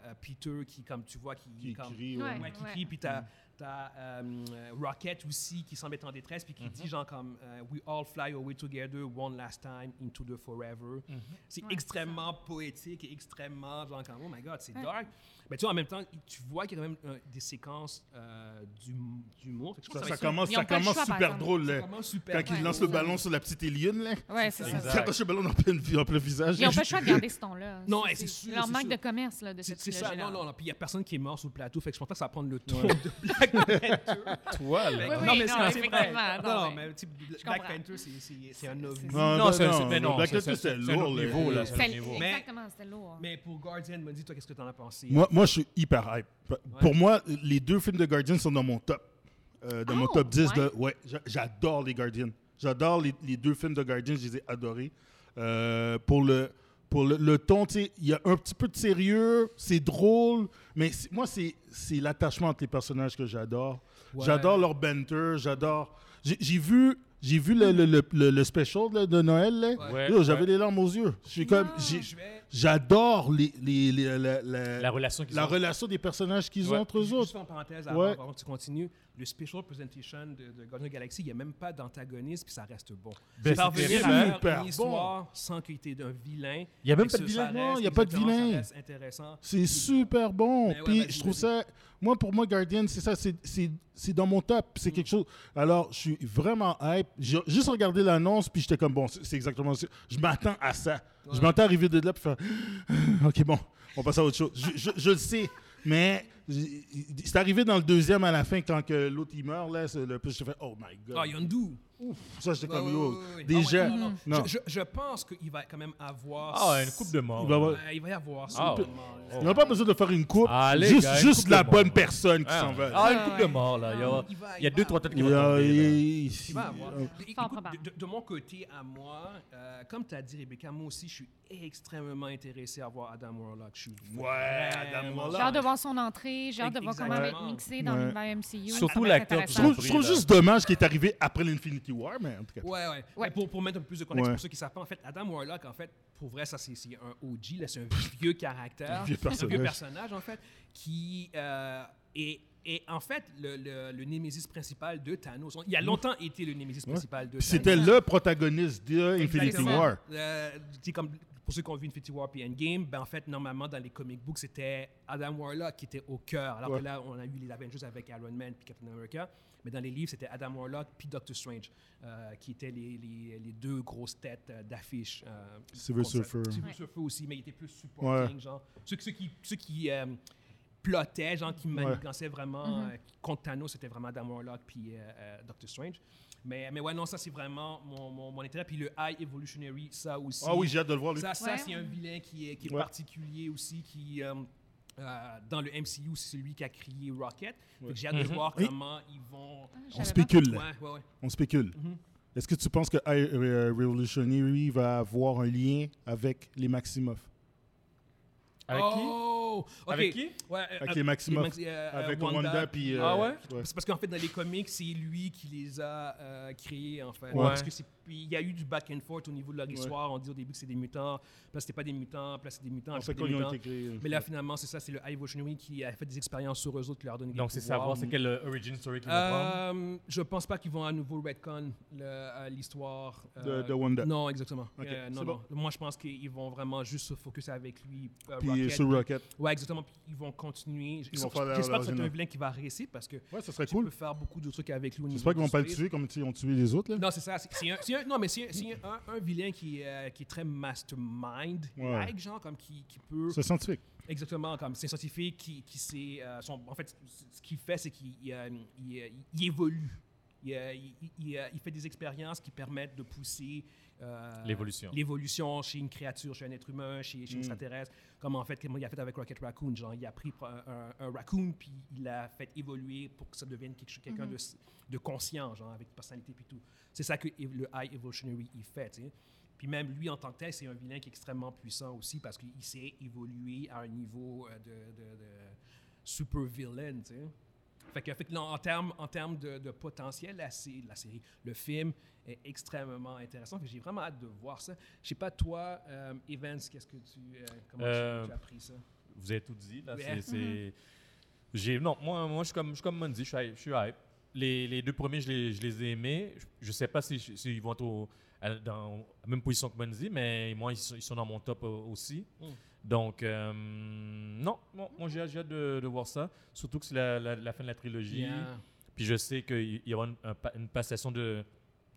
A: euh, Peter qui, comme tu vois, qui,
B: Qui
A: comme-
B: crie,
C: Ouais.
A: Ouais, qui crie, puis
B: Mm.
A: t'as t'as, euh, euh, Rocket aussi qui semble être en détresse, puis qui
B: Mm-hmm.
A: dit genre comme euh, We all fly away together one last time into the forever. C'est
C: Ouais,
A: extrêmement poétique et extrêmement genre comme Oh my god, c'est
C: Ouais.
A: dark. Mais tu vois, en même temps, tu vois qu'il y a quand même euh, des séquences euh, d'hum- d'humour. Fait que je
B: Ça,
A: pense que
B: ça
A: va être
B: commence,
C: Ils ont
B: ça
C: pas le
B: commence
C: choix, par
B: super
C: exemple.
B: drôle, là.
A: vraiment super.
B: Quand il lance le ballon sur la petite Eliane, là.
C: Ouais, c'est ça.
D: Exact.
B: Il accroche le ballon en plein, en plein visage.
C: Ils n'ont pas le choix de garder ce ton-là.
A: Non, ouais, c'est sûr,
C: Leur
A: c'est
C: manque
A: sûr.
C: de commerce, là, de
A: C'est
C: cette
A: c'est ça,
C: trilogie-là.
A: non, non, non. Puis il n'y a personne qui est mort sur le plateau, fait que je pense pas que ça va prendre le tour de Black Panther.
D: Toi,
A: Fait
D: là.
A: que-
C: oui,
A: mais
C: non,
A: c'est- c'est
C: effectivement,
A: vrai.
C: non,
A: Non, non,
C: mais-
A: mais tu-
C: je
A: Black
C: comprends.
A: Panther, c'est- c'est c'est un
C: C'est-
A: ovni.
C: c'est-
D: Non, c'est- c'est- mais
B: le
D: non,
B: Black
D: c'est- c'est-
B: Panther, c'est
D: c'est un autre
B: lourd, là.
D: niveau, là.
C: C'était-
A: niveau. Mais-
C: Exactement, c'était lourd.
A: Mais pour Guardian, me dis toi qu'est-ce que t'en as pensé
B: Moi, moi, je suis hyper hype. Pour moi, les deux films de Guardian sont dans mon top. euh, dans mon
C: Oh,
B: top 10.
C: ouais.
B: de- ouais, j'a- j'adore les Guardians. J'adore les, les deux films de Guardians, je les ai adorés. Euh, pour le, pour le, le ton, tu sais, il y a un petit peu de sérieux, c'est drôle, mais c'est- moi, c'est c'est l'attachement entre les personnages que j'adore.
A: Ouais.
B: J'adore leur banter, j'adore. J'ai- J'ai vu. J'ai vu le, le, le- le- le special là, de Noël. là.
D: Ouais.
B: Yo, J'avais
D: Ouais.
B: des larmes aux yeux. Je suis comme,
C: Non.
B: j'ai-
A: Je vais
B: J'adore les, les- les- la, la-
D: La relation qu'ils
B: la
D: ont.
B: relation des personnages qu'ils
D: Ouais.
B: ont entre eux
A: juste
B: autres.
A: en parenthèse avant,
B: Ouais.
A: avant que tu continues. Le special presentation de, de Guardian Galaxy, il n'y a même pas d'antagoniste puis ça reste bon.
D: Ben,
A: Parvenir
D: c'est
A: à faire
B: super
A: une
B: bon.
A: histoire sans qu'il y ait d'un vilain.
D: Il y a même
A: et
D: pas
A: que
D: de
A: ce- ça
D: vilain.
A: reste-
B: Non, il y a pas de
A: exactement,
B: vilain.
A: Ça reste intéressant.
B: C'est super bon.
A: Ben ouais,
B: Puis
A: vas-y,
B: je trouve
A: vas-y.
B: ça, moi pour moi Guardian, c'est ça, c'est- c'est c'est dans mon top, c'est
A: Mm.
B: quelque chose. Alors je suis vraiment hype. J'ai juste regardé l'annonce puis j'étais comme bon, c'est c'est exactement ça. Je m'attends à ça. Je m'attends à arriver de là puis faire, ok bon, on passe à autre chose. Je, je- je le sais, mais j- c'est arrivé dans le deuxième à la fin quand que l'autre il meurt là, c'est le plus je fais oh my god.
A: Ah, Yondu!
B: ça j'étais
A: Ouais,
B: comme
A: ouais,
B: yo,
A: ouais, ouais, ouais.
B: déjà.
A: Ah ouais, non, non.
B: non.
A: Je, je- je pense qu'il va quand même avoir.
D: Ah, une coupe de mort.
B: Il va y avoir-
A: Ouais, il va y avoir
D: Ah,
A: ça.
D: ouais.
B: On n'a pas besoin de faire une coupe.
D: Allez,
B: juste
D: gars, une
B: juste
D: coupe
B: la
D: de
B: bonne
D: mort.
B: personne qui
D: Ah,
B: s'en va.
D: Ah,
C: Ouais,
D: une coupe de
C: ouais.
D: mort, là. Il y a,
A: Il va-
D: il y a
A: il
D: deux,
A: va.
D: trois têtes qui
B: Il
D: vont
B: y a-
D: tomber, là.
B: il-
A: Il va avoir. Et-
C: Bah, Fort
A: euh, écoute,
C: probable.
A: de, de- de mon côté à moi, euh, comme tu as dit, Rebecca, moi aussi, je suis extrêmement intéressé à voir Adam Warlock. Je suis
B: Ouais, Adam
A: vraiment-
B: Warlock.
C: J'ai hâte de voir son entrée. mixer. J'ai hâte de voir comment elle va être
A: Exactement.
C: mixée dans
B: Ouais.
C: l'univers MCU.
D: Surtout
C: Ça va être
D: l'acteur du
B: Je
C: intéressant.
B: trouve, je trouve
D: Compris, là.
B: juste dommage qu'il est arrivé après l'Infinity War, mais en tout cas.
A: Ouais, ouais.
C: Ouais.
A: Mais Pour, pour mettre un peu plus de contexte
B: Ouais.
A: pour ceux qui savent pas, en fait, Adam Warlock, en fait, pour vrai, ça c'est c'est un OG, là, c'est un hein? vieux caractère,
B: Un vieux personnage.
A: personnage, en fait, qui euh, est, est, en fait le, le, le némésis principal de Thanos. On- Il a longtemps été le némésis
B: Ouais.
A: principal de
B: Puis
A: Thanos.
B: C'était le protagoniste de Infinity
A: Exactement.
B: War.
A: Euh, tu sais, comme pour ceux qui ont vu Infinity War puis Endgame, ben en fait, normalement, dans les comic books, c'était Adam Warlock qui était au cœur. Alors
B: Ouais.
A: que là, on a eu les Avengers avec Iron Man puis Captain America. Mais dans les livres, c'était Adam Warlock puis Doctor Strange euh, qui étaient les, les- les deux grosses têtes euh, d'affiche. euh,
B: Silver
A: qu'on sait.
B: Surfer.
A: Silver
C: Ouais.
A: Surfer aussi, mais il était plus supporting, genre. Ceux, ceux qui... Ceux qui euh, plottaient, genre qui manigançaient vraiment euh, contre Thanos, c'était vraiment Adam Warlock puis euh, euh, Doctor Strange. Mais, mais ouais, non, ça c'est vraiment mon, mon, mon intérêt. Puis le High Evolutionary, ça aussi.
B: Ah oui, j'ai hâte de le voir, lui.
A: Ça, ça
C: Ouais.
A: c'est un vilain qui est, qui est
B: Ouais.
A: particulier aussi, qui euh, euh, dans le MCU, c'est celui qui a créé Rocket. Fait que
B: Ouais.
A: J'ai hâte de
D: Mhm.
A: voir
B: Oui.
A: comment ils vont.
C: Ah, j'avais
B: On
C: pas-
B: spécule.
A: Ouais, ouais, ouais.
B: On spécule.
A: Mhm.
B: Est-ce que tu penses que I- euh, Revolutionary va avoir un lien avec les Maximoff
D: Avec
A: Oh!
D: qui
A: Ok.
D: Avec qui
A: Ouais, euh,
B: Avec les Maximoff.
A: Max- euh,
B: Avec
A: euh,
B: Wanda, puis. euh,
D: Ah ouais?
A: C'est parce qu'en fait, dans les comics, c'est lui qui les a euh, créés, en fait.
D: Ouais.
A: Parce que c'est- puis il y a eu du back and forth au niveau de leur histoire. On dit au début que c'est des mutants, puis là, c'était pas des mutants, puis là, c'est des mutants,
B: On
A: puis
B: sait
A: c'est
B: quand
A: des
B: ils ont euh,
A: mutants.
B: été créés.
A: Mais là, finalement, c'est ça, c'est le High Evolutionary qui a fait des expériences sur eux autres qui leur donne des
D: Donc, c'est
A: pouvoirs.
D: savoir c'est quelle euh, origin story qu'ils vont prendre.
A: Euh, je pense pas qu'ils vont à nouveau retcon le- euh, l'histoire. euh,
B: De- de Wanda.
A: Non, exactement.
B: Ok,
A: Euh, non,
B: c'est
A: non. Moi, je pense qu'ils vont vraiment juste se focus avec lui. euh,
B: Puis
A: Rocket.
B: sur Rocket.
A: Ouais, exactement. Puis ils vont continuer.
B: Ils vont faire leur-
A: J'espère que
B: leur
A: c'est un
B: génome.
A: vilain qui va réussir parce que
B: Ouais, ça serait
A: tu peux
B: cool.
A: faire beaucoup de trucs avec lui. au niveau
B: J'espère qu'ils vont
A: du
B: pas le
A: space.
B: tuer comme ils ont tué les autres. Là.
A: Non, c'est ça. C'est c'est un, c'est un- non, mais c'est un- c'est un, un vilain qui, est, euh, qui est très mastermind,
B: Ouais.
A: like, genre, comme qui, qui peut.
B: C'est scientifique.
A: Exactement, comme c'est un scientifique qui, qui sait. euh, son- en fait, c- ce qu'il fait, c'est qu'il il, euh, il, euh, il évolue. Il, euh, il- il- il, euh, il fait des expériences qui permettent de pousser euh,
D: L'évolution.
A: l'évolution chez une créature, chez un être humain, chez, chez un extraterrestre, comme en fait comment il a fait avec Rocket Raccoon. Genre, il a pris pro- un, un raccoon puis il l'a fait évoluer pour que ça devienne quelque- quelqu'un de s- de, conscient, genre avec personnalité puis tout. C'est ça que é- le High Evolutionary il fait. tu sais. Puis même lui en tant que tel, c'est un vilain qui est extrêmement puissant aussi parce qu'il sait évoluer à un niveau euh, de, de- de super villain. tu sais. Fait que, fait que non, en termes en termes de, de potentiel, la, sé- la série, le film est extrêmement intéressant. Fait que J'ai vraiment hâte de voir ça. Je sais pas, toi, euh, Evans, qu'est-ce que tu, euh, comment tu-
D: Euh,
A: tu, as appris ça?
D: Vous avez tout dit. Là,
A: Ouais. Mm-hmm.
D: c'est- c'est- J'ai- Non, moi, moi je, suis comme, je suis comme Mondi, je suis hype. je suis hype. Les, les deux premiers, je les, je les ai aimés. Je- Je ne sais pas s'ils si, s'ils vont être au- à- dans la même position que Mondi, mais moi, ils sont, ils sont dans mon top euh, aussi.
A: Mm.
D: Donc, euh, non, non, moi, j'ai j'ai hâte de, de voir ça. Surtout que c'est la, la- la fin de la trilogie.
A: Bien.
D: Puis je sais qu'il y aura une, un pa- une passation de,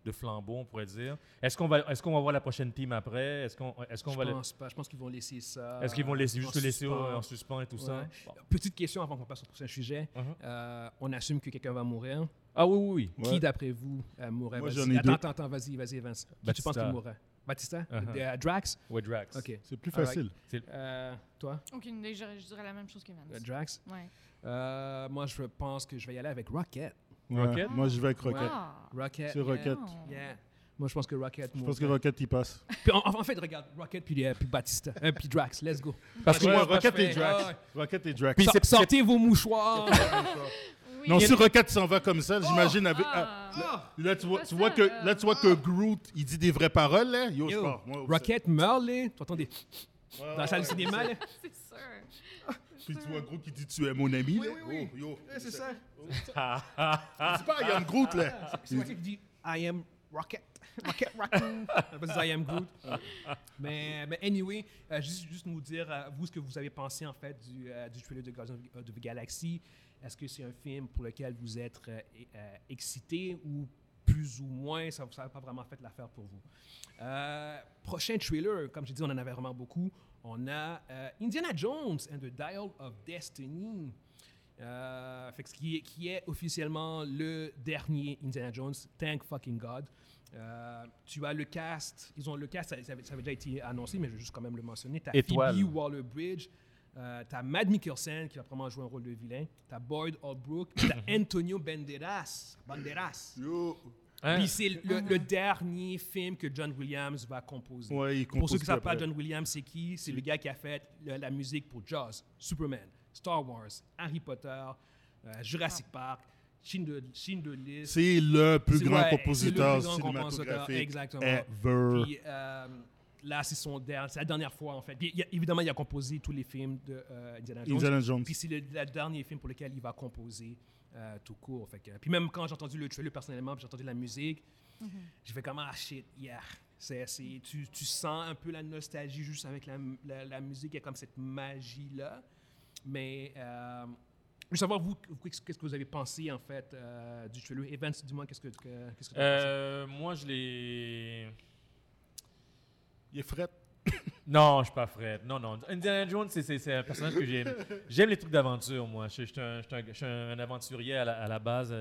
D: de flambeau, on pourrait dire. Est-ce qu'on va, est qu'on va voir la prochaine team après? Est-ce qu'on est qu'on
A: Je
D: va... la-
A: pense pas. Je pense qu'ils vont laisser ça.
D: Est-ce qu'ils vont laisser,
A: en
D: juste le laisser au-
A: suspens.
D: en suspens et tout ça?
A: Ouais.
D: Bon.
A: Petite question avant qu'on passe au prochain sujet.
D: Mhm.
A: Euh, on assume que quelqu'un va mourir.
D: Ah oui, oui, oui.
A: Qui, d'après vous, euh, mourrait?
B: Moi,
A: Vas-y.
B: j'en ai
A: attends,
B: deux.
A: attends, attends, vas-y, vas-y, Evans. Qui tu
D: Batista.
A: penses qu'il mourrait? Batista?
D: Uh-huh.
A: Euh, Drax?
D: Ouais, Drax.
A: OK.
B: C'est plus
A: Alright.
B: facile.
A: Euh, toi?
C: Aucune idée, je, je dirais la même chose que
A: Euh,
C: Vance.
A: Drax?
C: Ouais.
A: Euh, moi, je pense que je vais y aller avec Rocket.
B: Ouais.
D: Rocket?
B: Moi, je vais avec Rocket.
C: Ah.
A: Rocket.
B: C'est
A: yeah.
B: Rocket.
C: Non.
A: Yeah. Moi, je pense que Rocket.
B: Je
A: moi.
B: pense que Rocket y passe.
A: Puis en, en fait, regarde, Rocket puis, euh, puis Batista, euh, puis Drax, let's go.
D: Parce que
B: Ouais,
A: moi,
B: Rocket
A: je
B: et
A: fais-
B: Drax.
A: ouais.
B: Rocket et Drax.
A: Sor- sortez vos mouchoirs.
C: Oui.
B: Non, si Rocket s'en va comme ça, j'imagine. avec-
C: Ah.
B: ah, Là, tu vois,
C: Pas
B: tu vois
C: ça,
B: que,
C: là.
B: là, tu vois que Groot, il dit des vraies paroles, là. Yo, je
A: Yo,
B: pars. Moi,
A: Rocket meurt, là. Tu entends des...
B: Ouais,
A: Dans la salle du cinéma, là.
C: C'est sûr.
B: Puis tu vois Groot qui dit tu es mon ami, là.
A: oui, Eh,
B: Oh, yo.
A: C'est ça. Ah.
B: C'est pas I am Groot, là.
A: C'est Rocket qui dit I am Rocket. Rocket Raccoon. Parce que I am Groot. mais, mais anyway, euh, juste, juste nous dire, euh, vous, ce que vous avez pensé, en fait, du, euh, du trailer de Guardians of the Galaxy. Est-ce que c'est un film pour lequel vous êtes euh, é- euh, excité ou plus ou moins, ça n'a pas vraiment fait l'affaire pour vous. Euh, prochain trailer, comme j'ai dit, on en avait vraiment beaucoup. On a euh, Indiana Jones and the Dial of Destiny. Euh, fait que ce qui est, qui est officiellement le dernier Indiana Jones, thank fucking God. Euh, tu as le cast, ils ont le cast, ça, ça avait ça avait déjà été annoncé, mais je vais juste quand même le mentionner. Tu as
D: Étoile.
A: Phoebe Waller-Bridge, euh, tu as Mad Mikkelsen qui va probablement jouer un rôle de vilain, tu as Boyd Holbrook, tu as
B: Mhm.
A: Antonio Banderas. Banderas.
B: Yo.
D: Hein?
A: Puis c'est le, le dernier film que John Williams va composer.
B: Ouais, il
A: Pour ceux
B: compose
A: qui ne savent
B: après.
A: pas, John Williams, c'est qui C'est le gars qui a fait le- la musique pour Jaws, Superman, Star Wars, Harry Potter, euh, Jurassic Park, Schindler, Schindler List.
B: C'est le plus
A: C'est-
B: grand
A: ouais,
B: compositeur
A: c'est le plus grand compositeur,
B: cinématographique
A: exactement.
B: ever.
A: Puis, euh, là, c'est son dernier, c'est la dernière fois en fait. Puis, il a- évidemment, il a composé tous les films de euh, Indiana Jones.
B: Indiana Jones.
A: Puis c'est le, le dernier film pour lequel il va composer euh, tout court. Fait que- puis même quand j'ai entendu le trailer personnellement, puis j'ai entendu la musique, j'ai fait comme ah shit, yeah. C'est, c'est- tu, tu sens un peu la nostalgie juste avec la, la- la musique, il y a comme cette magie-là. Mais euh, je veux savoir, vous, qu'est-ce qu'est-ce que vous avez pensé en fait euh, du trailer? Evans, dis-moi, qu'est-ce que tu qu'est-ce que t'as pensé?
D: Euh, moi, je l'ai.
B: Il est fret.
D: Non, je suis pas Fred. Non, non. Indiana Jones, c'est- c'est c'est un personnage que j'aime. J'aime les trucs d'aventure, moi. Je je suis un, je suis un- je suis un aventurier à la, à la base,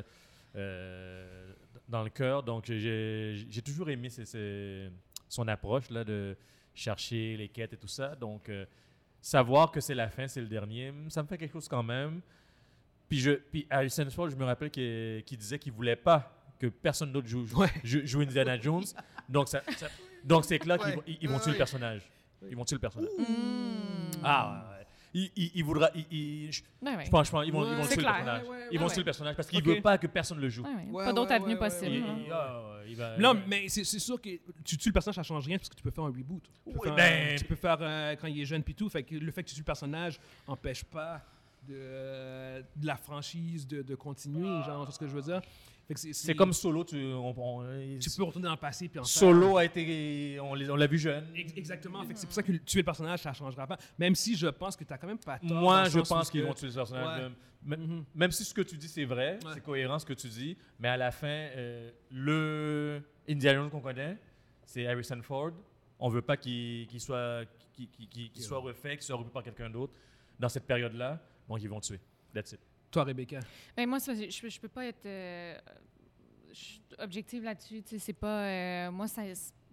D: euh, dans le cœur. Donc, j'ai- j'ai j'ai toujours aimé ces- ces- son approche là, de chercher les quêtes et tout ça. Donc, euh, savoir que c'est la fin, c'est le dernier, hmm, ça me fait quelque chose quand même. Puis, je, puis Harrison Ford, je me rappelle qu'il qu'il disait qu'il voulait pas que personne d'autre joue, joue,
A: Ouais.
D: joue Indiana Jones. Donc, ça, ça- donc c'est clair qu'ils
B: Ouais.
D: vont- ils- ils vont
B: Ouais,
D: tuer le
B: ouais.
D: personnage. Ils vont tuer le personnage. Ah, ouais, ouais. Il, il- il voudra. il- il- je,
C: Ouais, ouais.
D: je pense, je pense, ils vont, ils vont
C: Ouais.
D: tuer
C: C'est
D: le
C: clair.
D: personnage.
A: Ouais, ouais, ouais,
D: ils vont
C: ouais.
D: tuer le personnage parce qu'il
A: Ok.
D: veut pas que personne le joue.
C: Ouais, ouais.
A: Ouais,
C: pas d'autre
A: ouais,
C: avenue
A: ouais,
C: possible.
A: ouais,
D: Il-
A: ouais.
C: hein.
D: il- ah, ouais, il va-
A: Non,
D: il va-
A: mais c'est c'est sûr que tu tues le personnage, ça change rien parce que tu peux faire un reboot. Tu peux
D: Ouais,
A: faire,
D: ben-
A: tu peux faire euh, quand il est jeune puis tout. Fait que le fait que tu tues le personnage empêche pas de, euh, de la franchise de, de continuer, genre, c'est ce que je veux dire. Fait que
D: Ah. C'est comme Solo. Tu, on- on-
A: tu peux retourner dans le passé puis en faire-
D: Solo a été. On les- on l'a vu jeune.
A: Ex- Exactement. Fait que c'est pour ça que tuer le personnage, ça changera pas. Même si je pense que t'as quand même pas tort. dans
D: Moi,
A: le
D: je
A: sens
D: pense
A: où
D: qu'ils
A: que-
D: vont tuer le personnage.
A: Ouais.
D: Même- Même,
A: Mhm.
D: même si ce que tu dis, c'est vrai,
A: Ouais.
D: c'est cohérent ce que tu dis, mais à la fin, euh, le Indiana Jones qu'on connaît, c'est Harrison Ford. On veut pas qu'il qu'il soit, qu'il- qu'il- qu'il- qu'il soit refait, qu'il soit repris par quelqu'un d'autre dans cette période-là. Donc, ils vont tuer. That's it.
A: Toi, Rebecca.
C: Ben, moi, ça, je, je peux pas être euh, je suis objective là-dessus. tu sais, C'est pas. euh, moi, ça.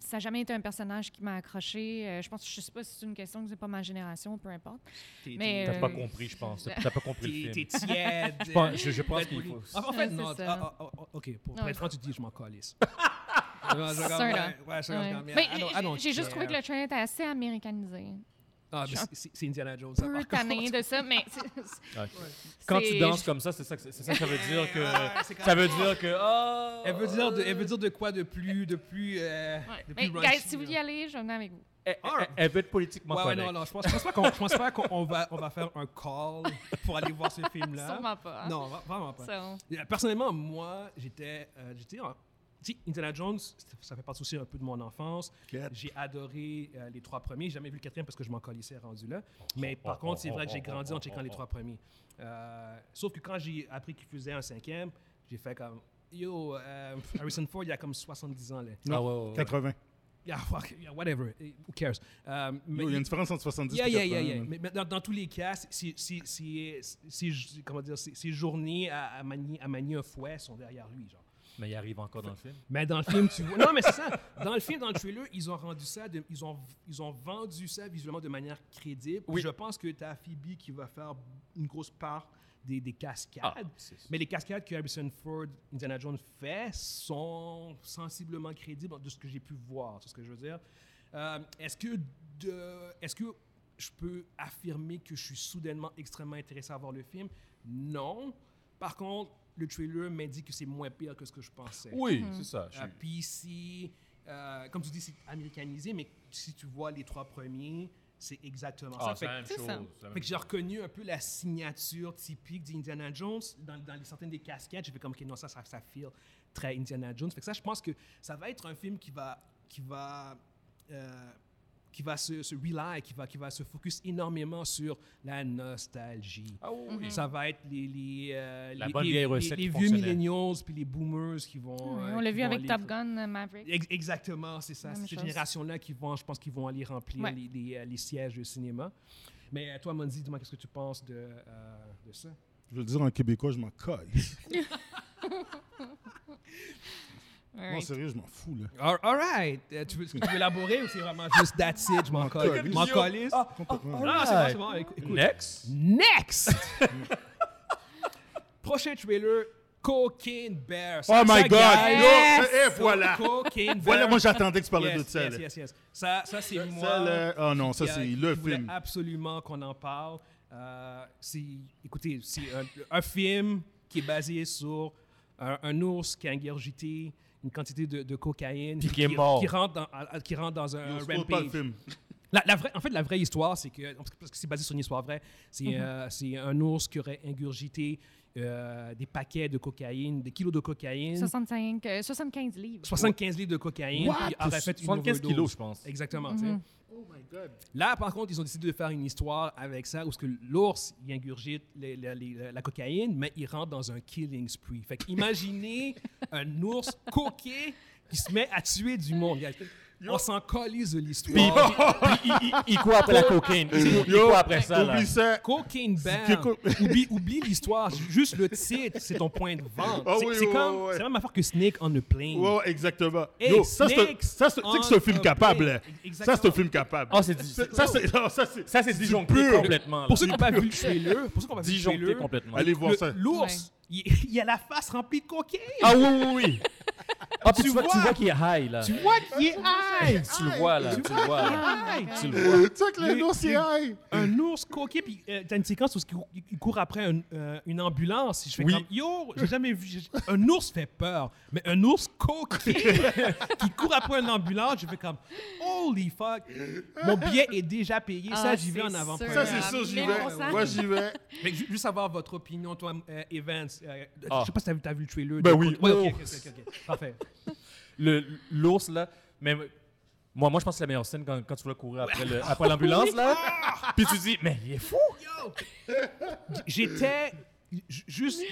C: Ça n'a jamais été un personnage qui m'a accroché. euh, je pense, je sais pas si c'est une question que c'est pas ma génération, peu importe.
A: T'es-
C: Mais,
D: T'as
C: Euh,
D: pas compris, je pense. T'as t'as pas compris
A: T'es
D: le
A: t'es
D: film.
A: tiède.
D: euh, Je pense, je- je pense
A: Faites
D: qu'il
A: poli.
D: faut.
A: Ah, en fait,
C: Ouais, c'est
A: non.
C: ça.
A: ah, ah, ah, ok, pour, pour
C: Ouais.
A: être franc, tu dis, je m'en calisse. Ouais, je
C: C'est
A: regarde,
C: ça,
A: ouais,
C: là.
A: ouais, je Ah, regarde,
C: Ouais.
A: regarde,
C: Euh, Mais
A: I don't- I don't
C: j'ai- j'ai juste trouvé que
A: care.
C: le trailer était assez américanisé.
A: Ah, mais
C: je suis
A: c'est- c'est c'est Indiana Jones, ça,
C: Peu
A: par contre.
C: tanné de ça, mais c'est- c'est-
D: Ouais. Quand tu
C: c'est-
D: danses comme ça, c'est ça que c'est ça que ça veut dire que.
A: c'est quand
D: Ça veut dire que. ah,
A: Elle veut dire, de, elle veut dire de quoi de plus, de plus, euh,
C: Ouais.
A: de plus
C: Mais,
A: raunchy,
C: guys, si vous y
A: là.
C: allez, je venais avec vous.
D: Elle, elle- elle veut être politiquement
A: Ouais, ouais,
D: correcte.
A: non, non, je pense, je pense pas qu'on, je pense pas qu'on on va, on va faire un call pour aller voir ce film-là.
C: Sûrement pas. hein.
A: Non, vra- vraiment pas.
C: So,
A: Euh, Personnellement, moi, j'étais, euh, j'étais, en- tu sais, Indiana Jones, ça- ça fait partie aussi un peu de mon enfance.
B: Quatre.
A: J'ai adoré euh, les trois premiers. J'ai jamais vu le quatrième parce que je m'en colissais rendu là. Mais par contre, c'est vrai que j'ai grandi en checkant les trois premiers. Euh, sauf que quand j'ai appris qu'il faisait un cinquième, j'ai fait comme Yo, euh, Harrison Ford, il a comme 70 ans. Là.
B: Non,
D: Ah, ouais, ouais, ouais.
B: 80.
A: Yeah, fuck, yeah, whatever. Eh, Who cares? Euh, mais-
B: Yo, Il y a une différence entre 70
A: Yeah,
B: et
A: yeah,
B: 80.
A: yeah, yeah.
B: man.
A: Mais, mais dans, dans tous les cas, c'est- c'est- c'est- c'est- c'est- c'est- comment dire, c'est- ces journées à, à manier, à manier un fouet sont derrière lui. Genre.
D: Mais il arrive encore dans le film.
A: Mais dans le film, tu vois. Non, mais c'est ça. Dans le film, dans le trailer, ils ont rendu ça, de- ils, ont, ils ont vendu ça visuellement de manière crédible.
D: Oui.
A: Je pense que tu as Phoebe qui va faire une grosse part des, des cascades.
D: Ah, c'est-
A: mais les cascades que Harrison Ford, Indiana Jones fait sont sensiblement crédibles de ce que j'ai pu voir. C'est ce que je veux dire. Euh, est-ce que de, est-ce que je peux affirmer que je suis soudainement extrêmement intéressé à voir le film Non. Par contre, le trailer m'indique que c'est moins pire que ce que je pensais.
D: Oui,
C: Mm-hmm.
D: c'est ça.
A: Euh, Puis si, euh, comme tu dis, c'est américanisé, mais si tu vois les trois premiers, c'est exactement ça.
D: Ah,
A: Fait,
C: c'est ça.
A: que- fait que j'ai reconnu un peu la signature typique d'Indiana Jones dans, dans les certaines des casquettes. J'ai fait comme, OK, non, ça, ça, ça feel très Indiana Jones. Fait que ça, je pense que ça va être un film qui va, qui va, euh, qui va se, se rely, qui va, qui va se focus énormément sur la nostalgie.
D: Ah oui.
A: Ça va être les, les, euh,
D: La
A: les-
D: bonne
A: les-
D: vieille
A: les-
D: recette
A: les
D: qui
A: vieux
D: fonctionnait.
A: millennials puis les boomers qui vont. euh,
C: on l'a
A: qui
C: vu
A: vont
C: avec
A: aller-
C: Top Gun euh, Maverick.
A: Ex- Exactement, c'est ça.
C: Même
A: C'est cette
C: chose.
A: génération-là qui vont, je pense, qu'ils vont aller remplir
C: Ouais.
A: les, les, euh, les sièges de cinéma. Mais euh, toi, Mondi, dis-moi, qu'est-ce que tu penses de, euh, de ça?
B: Je veux dire en québécois, je m'en colle. Non,
C: Alright.
B: sérieux, je m'en fous, là.
A: All, all right! Euh, tu veux, est-ce que tu veux élaborer ou c'est vraiment juste that's it, je m'en colle? Je m'en colle. Ah,
B: Complètement.
A: non, c'est bon, c'est bon, éc- écoute.
D: Next.
A: Next! Prochain trailer, Cocaine Bear. Ça-
B: Oh my
A: ça,
B: God!
A: guys,
B: Yo, et voilà!
A: Cocaine Bear.
B: Voilà, moi j'attendais que tu parlais
A: yes,
B: de ça.
A: yes,
B: là.
A: yes, yes. Ça, ça c'est moi.
B: Ça, là, oh non, ça
A: qui a-
B: c'est le
A: qui voulait
B: film.
A: absolument qu'on en parle. Euh, c'est, écoutez, c'est un, un film qui est basé sur un, un ours qui a ingurgité une quantité de, de cocaïne
D: Puis qui est mort.
A: qui rentre dans, à- à- qui rentre dans un
B: Yo, spoil
A: rampage.
B: pas le film.
A: La, la vraie, en fait, la vraie histoire, c'est que, parce que c'est basé sur une histoire vraie, c'est
D: Mm-hmm.
A: euh, c'est un ours qui aurait ingurgité euh, des paquets de cocaïne, des kilos de cocaïne,
C: 65, euh, 75 livres.
A: 75 litres de cocaïne,
D: What?
A: puis aurait fait une
D: 75
A: overdose.
D: kilos, je pense.
A: Exactement. tu sais.
B: Oh
A: Là, par contre, ils ont décidé de faire une histoire avec ça, où ce que l'ours, il ingurgite les- les- les- la cocaïne, mais il rentre dans un killing spree. Fait que imaginez un ours coqué qui se met à tuer du monde. On s'en colise de
D: Puis,
A: l'histoire.
D: puis- puis il, il- il court après la cocaïne. Il, il
B: Yo,
D: court après ça, là.
B: Oublie ça.
A: Cocaine
B: C'est
A: Bear.
B: que-
A: oublie oublie l'histoire. Juste le titre, c'est ton point de vente.
B: Ah
A: c'est
B: oui,
A: c'est
B: ouais,
A: comme,
B: ouais, ouais.
A: c'est la même affaire que Snake on the Plane.
B: Ouais, ouais, exactement.
A: Hey,
B: Yo, ça, c'est un-
A: Snakes
B: ça, c'est- tu sais que c'est un
A: on
B: film
A: a Oh,
B: capable.
A: play.
B: hein. Ça,
A: Exactement.
B: c'est un film capable.
D: Ah, c'est dis-
B: Ça, c'est- non, ça, c'est-
D: ça, c'est
B: du
D: disjoncté
B: pur.
D: complètement. là.
A: Pour ceux qui n'ont pas vu le trailer, pour ceux qui n'ont pas vu le
D: Disjoncté
A: trailer,
D: complètement.
B: Allez voir
A: le-
B: ça.
A: l'ours, il, il a la face remplie de cocaïne.
D: Ah oui, oui, oui. Ah, puis
A: Tu
D: tu vois, tu
A: vois-
D: vois qu'il est high, là.
A: Ah, Tu vois qu'il est high.
D: Tu le vois, là. Tu le vois, là. Tu le vois.
B: Tu sais que le
A: Le-
B: nom, c'est
A: le-
B: high.
A: Un ours coquet, puis euh, t'as une séquence où il cou- il court après un- euh, une ambulance. Je fais
D: Oui.
A: comme, yo, j'ai jamais vu. j'ai- Un ours fait peur, mais un ours coquet qui court après une ambulance, je fais comme, holy fuck, mon billet est déjà payé, ça
C: Ah,
A: j'y vais
C: c'est
A: en avant
B: Ça,
C: Ouais,
B: c'est
C: à
B: sûr, j'y
C: 1000%.
B: vais. Moi, j'y vais.
A: Juste savoir votre opinion, toi, euh, Evans. euh,
D: Ah.
A: Je sais pas si t'as vu, t'as vu le trailer.
B: Ben
A: de-
B: oui.
A: Ouais,
B: Oh.
A: ok, ok, ok, ok, ok. Parfait.
D: Le- L'ours, là. Mais moi, moi, je pense que c'est la meilleure scène quand, quand tu vois courir après le- après l'ambulance, là. Puis tu dis, mais il est fou.
A: J'étais j- juste,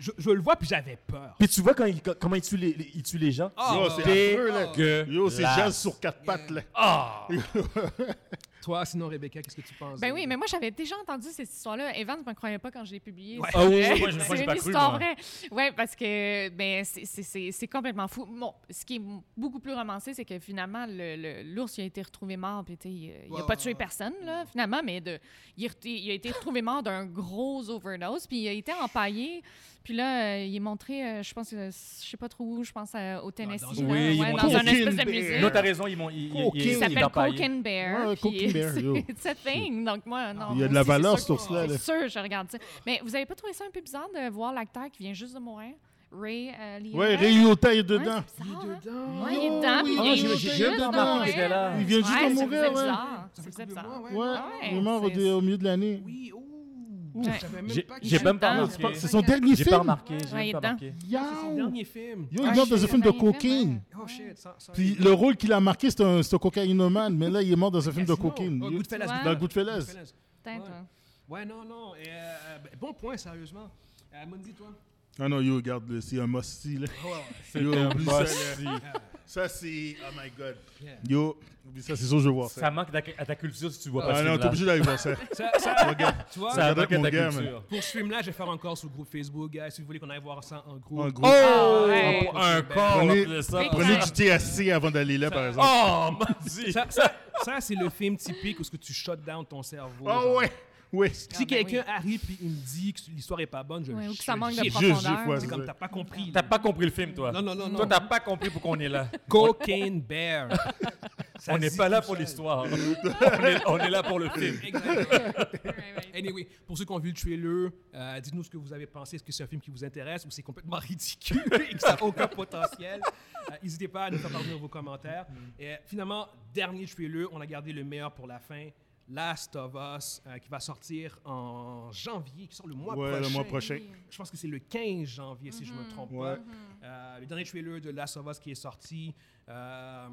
A: je, je le vois, puis j'avais peur.
D: Puis tu vois quand il- comment il tue les, les- il tue les gens.
A: Ah,
B: Yo,
A: ouais.
B: c'est
A: Dé-
B: affreux, là. Yo, c'est jazz sur quatre pattes, là.
D: Ah!
A: Toi, sinon, Rebecca, qu'est-ce que tu penses?
C: Ben oui,
A: euh,
C: mais moi, j'avais déjà entendu cette histoire-là. Evans me croyait pas quand je l'ai publiée.
A: Ouais.
D: Ah oui,
C: C'est-
D: moi, je- moi, j'ai
C: c'est une
D: pas cru,
C: histoire
D: moi.
C: vraie. Oui, parce que ben, c'est- c'est- c'est c'est complètement fou. Bon, ce qui est m- beaucoup plus romancé, c'est que finalement, le- le- l'ours il a été retrouvé mort. Puis, tu sais, il n'a
A: Ouais,
C: pas
A: ouais,
C: tué
A: ouais.
C: personne, là, finalement, mais de, il, est reté- il a été retrouvé mort d'un gros overdose. Puis, il a été empaillé. Puis là, euh, il est montré, euh, je pense, euh, je sais pas trop où, je pense euh, au Tennessee.
A: dans-
C: là,
D: Oui, il est
C: ouais,
D: montré
C: dans
D: au
C: un espèce de
B: King Bear.
C: musée.
D: Non, t'as raison, ils m'ont. ils- ils-
A: Euh, Cocaine.
D: ils-
C: Il
D: ils
C: s'appelle
D: l'ont pas eu.
C: Cocaine Bear.
B: Ouais,
C: puis
B: Cocaine Bear,
C: c'est-
B: yo.
C: It's a thing. Donc, moi, non.
B: Il y a de
C: c'est-
B: la
C: c'est
B: valeur
C: sûr
B: sur
C: que-
B: cela, là.
C: C'est sûr, je regarde ça. Mais vous avez pas trouvé ça un peu bizarre de voir l'acteur qui vient juste de mourir? Ray euh, Liotta?
B: Ouais, Ryota est
C: Ouais,
B: dedans.
C: c'est bizarre, hein? Ouais, il est dedans. puis
B: oui,
C: il
B: oui,
C: vient
B: j'ai- j'ai
C: juste de
B: dedans,
C: mourir.
D: il était là.
B: Il vient juste
C: Ouais,
B: de
C: ça faisait
B: mourir, ouais.
C: bizarre,
A: Ça
C: Ça
A: fait
C: faisait
A: le coup de
C: bizarre.
A: moi,
B: Ouais,
C: Ouais,
B: il est mort au,
C: c'est-
B: au milieu de l'année.
A: Ah Oui, ouh.
C: Ouais.
A: J'avais même
D: J'ai-
A: pas
D: J'ai
A: que-
D: même pas
C: dedans.
B: C'est pas-
D: remarqué.
B: C'est son dernier
D: J'ai pas
B: film.
D: remarqué. J'ai même
C: Ouais, il est
D: pas
C: dedans.
D: remarqué.
B: Yo,
A: C'est son dernier film. Ah,
B: Yo,
C: Ouais,
B: il meurt dans
C: c'est
B: un film de
C: son dernier film,
B: cocaine.
A: Oh shit, ça. ça-
B: Puis le rôle qu'il a marqué, c'est un, c'est un cocaïnomane, mais là, il est mort dans un film de
A: Casino.
B: cocaine.
A: Oh,
B: Yo,
A: Goodfellas,
C: Dans
B: Dans Goodfellas.
A: Goodfellas.
C: Putain,
A: Ouais.
C: toi.
A: Ouais, non, non. et, euh, ben, bon point, sérieusement. Euh, Mundi, toi?
B: Ah non, yo, regarde, là, c'est un musty, là.
A: Ouais, ouais.
B: Yo,
D: un
B: oublie ça, là. Ça, c'est... Oh my God. Yo, oublie ça, c'est sûr que je veux voir ça.
D: Ça manque d'ac- à ta culture si tu vois pas ce
B: Ah non, t'es
D: film-là.
B: obligé d'aller voir ça.
A: Ça, ça- tu vois,
D: Ça
B: Regarde
D: manque à
B: mon
D: ta
B: gars,
D: culture.
A: pour ce film-là, je vais faire encore sur le groupe Facebook, guys, si vous voulez qu'on aille voir ça en groupe.
B: En gros,
A: Ah,
D: Oh!
C: ouais.
D: Un
A: Ben,
D: corps
B: Prenez-
D: de ça.
C: Prenez-
B: prenez du THC avant d'aller là, par
A: Ah!
B: exemple.
D: Oh, mon dieu!
A: Ça, ça- ça, c'est le film typique où ce que tu shut down ton cerveau.
B: Oh
A: genre.
B: ouais, ouais.
A: Si quelqu'un arrive et il me dit que l'histoire est pas bonne, je
C: Ah, ben Ouais,
A: le
C: ou que
A: je
C: ça
A: le
C: manque de
A: jette.
B: j'ai foi,
C: profondeur.
A: C'est comme t'as pas compris.
D: T'as
A: là.
D: pas compris le film, toi.
A: Non, non, non, non.
D: Toi, t'as pas compris pourquoi on est là.
A: Cocaine Bear. Ça
D: On n'est
A: dit
D: pas là
A: tout
D: pour
A: seul.
D: l'histoire. on, est, on est là pour le film.
A: Exactement.
C: Ouais, ouais.
A: Anyway, pour ceux qui ont vu le trailer, euh, dites-nous ce que vous avez pensé. Est-ce que c'est un film qui vous intéresse ou c'est complètement ridicule et que ça n'a aucun potentiel? Euh, N'hésitez pas à nous faire parvenir vos commentaires. Et euh, finalement, dernier trailer, on a gardé le meilleur pour la fin. Last of Us, euh, qui va sortir en janvier, qui sort le mois
B: Ouais,
A: prochain.
B: le mois prochain.
A: Je pense que c'est le 15 janvier, si je me trompe
B: Ouais.
A: pas. Euh, le dernier trailer de Last of Us qui est sorti, euh,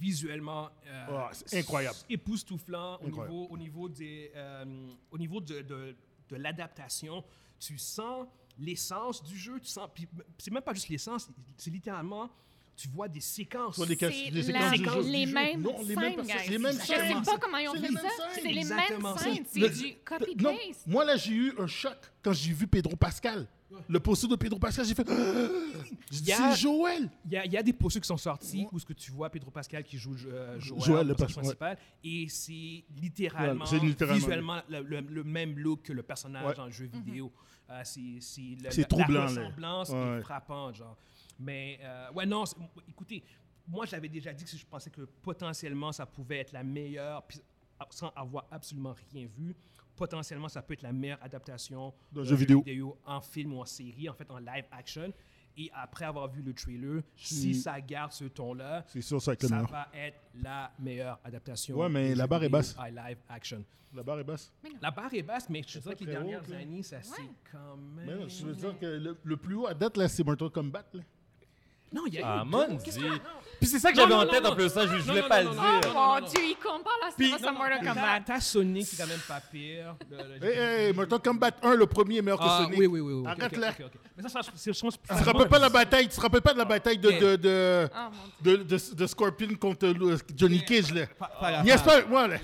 A: visuellement... euh,
B: Oh, c'est incroyable.
A: époustouflant au
B: Incroyable.
A: niveau, au niveau, des, euh, au niveau de, de- de l'adaptation. Tu sens l'essence du jeu, tu sens. puis C'est même pas juste l'essence, c'est littéralement. Tu vois des séquences.
B: Sur les cas-
C: C'est
B: les
C: la-
B: séquences du jeu.
C: les mêmes
B: Non, les mêmes
C: scènes,
B: personnes,
C: guys.
B: les mêmes
C: Je
A: scènes.
C: sais pas comment ils ont
B: C'est
C: fait
B: les mêmes
C: ça.
B: scènes.
C: C'est les
A: Exactement.
C: mêmes scènes.
B: Le-
C: C'est du
B: Non,
C: copy-paste.
B: moi là, j'ai eu un choc quand j'ai vu Pedro Pascal. Le poster de Pedro Pascal, j'ai fait. J'ai dit,
A: Il y a-
B: C'est Joël!
A: Il y, a- il y a des postures qui sont sorties où ce que tu vois Pedro Pascal qui joue euh, Joël,
B: Joël, le
A: le personnage
B: perso-
A: principal, et c'est littéralement,
B: Ouais, c'est littéralement-
A: visuellement le, le- le même look que le personnage
B: Ouais.
A: dans le jeu vidéo. Euh, c'est- c'est la-
B: C'est
A: la-
B: troublant,
A: La
B: là.
A: ressemblance
B: Ouais.
A: est frappante, genre. Mais euh, ouais, non, c'est- écoutez, moi j'avais déjà dit que je pensais que potentiellement ça pouvait être la meilleure. puis a- sans avoir absolument rien vu, potentiellement, ça peut être la meilleure adaptation
B: D'un
A: d'un
B: jeu vidéo.
A: en film ou en série, en fait, en live action. Et après avoir vu le trailer, si
B: suis-
A: ça garde ce ton-là,
B: C'est sûr, ça va être le
A: ça
B: meilleur.
A: va être la meilleure adaptation.
B: Ouais, mais
A: de
B: la
A: jeu
B: barre est
A: vidéo
B: basse.
A: à live action.
B: La barre est basse.
A: La barre est basse, mais je dirais
B: pas
A: que les
B: très haut,
A: dernières
B: là.
A: années, ça c'est quand même.
B: Mais Ben non, je veux dire que le, le plus haut à date, là, c'est Mortal Kombat. Là.
A: Non, il y a eu.
D: Ah,
A: d'autres-
D: mon
A: qu'est-ce
D: Dieu.
A: que- non.
D: Puis c'est ça que
A: Non,
D: j'avais
A: non,
D: en
A: non,
D: tête
A: non.
D: en plus, ça, je
A: Non,
D: je voulais
A: non,
D: pas
A: non,
D: le
A: non, non,
C: Oh
D: dire.
A: non, non,
C: mon
A: non.
C: Dieu, il compare la
A: Puis-
C: Star Wars à
A: non,
C: Mortal
A: t'as-
C: Kombat.
A: T'as Sonic qui est quand même pas pire. Le- le-
B: Hey, hey, Mortal Kombat 1, le premier est meilleur que
A: Ah,
B: Sonic.
A: oui, oui, oui. oui. ok,
B: Arrête
A: ok,
B: là.
A: ok, ok. Mais ça, ça, c'est- je pense-
B: Tu te rappelles pas de la bataille, tu te rappelles pas de la bataille de,
A: Eh.
B: de, de,
C: Oh mon Dieu.
B: de, de- de Scorpion contre Lou- Johnny
A: Eh.
B: Cage, là.
A: Pas- pas la
B: Yes,
A: barre.
B: pas moi, là.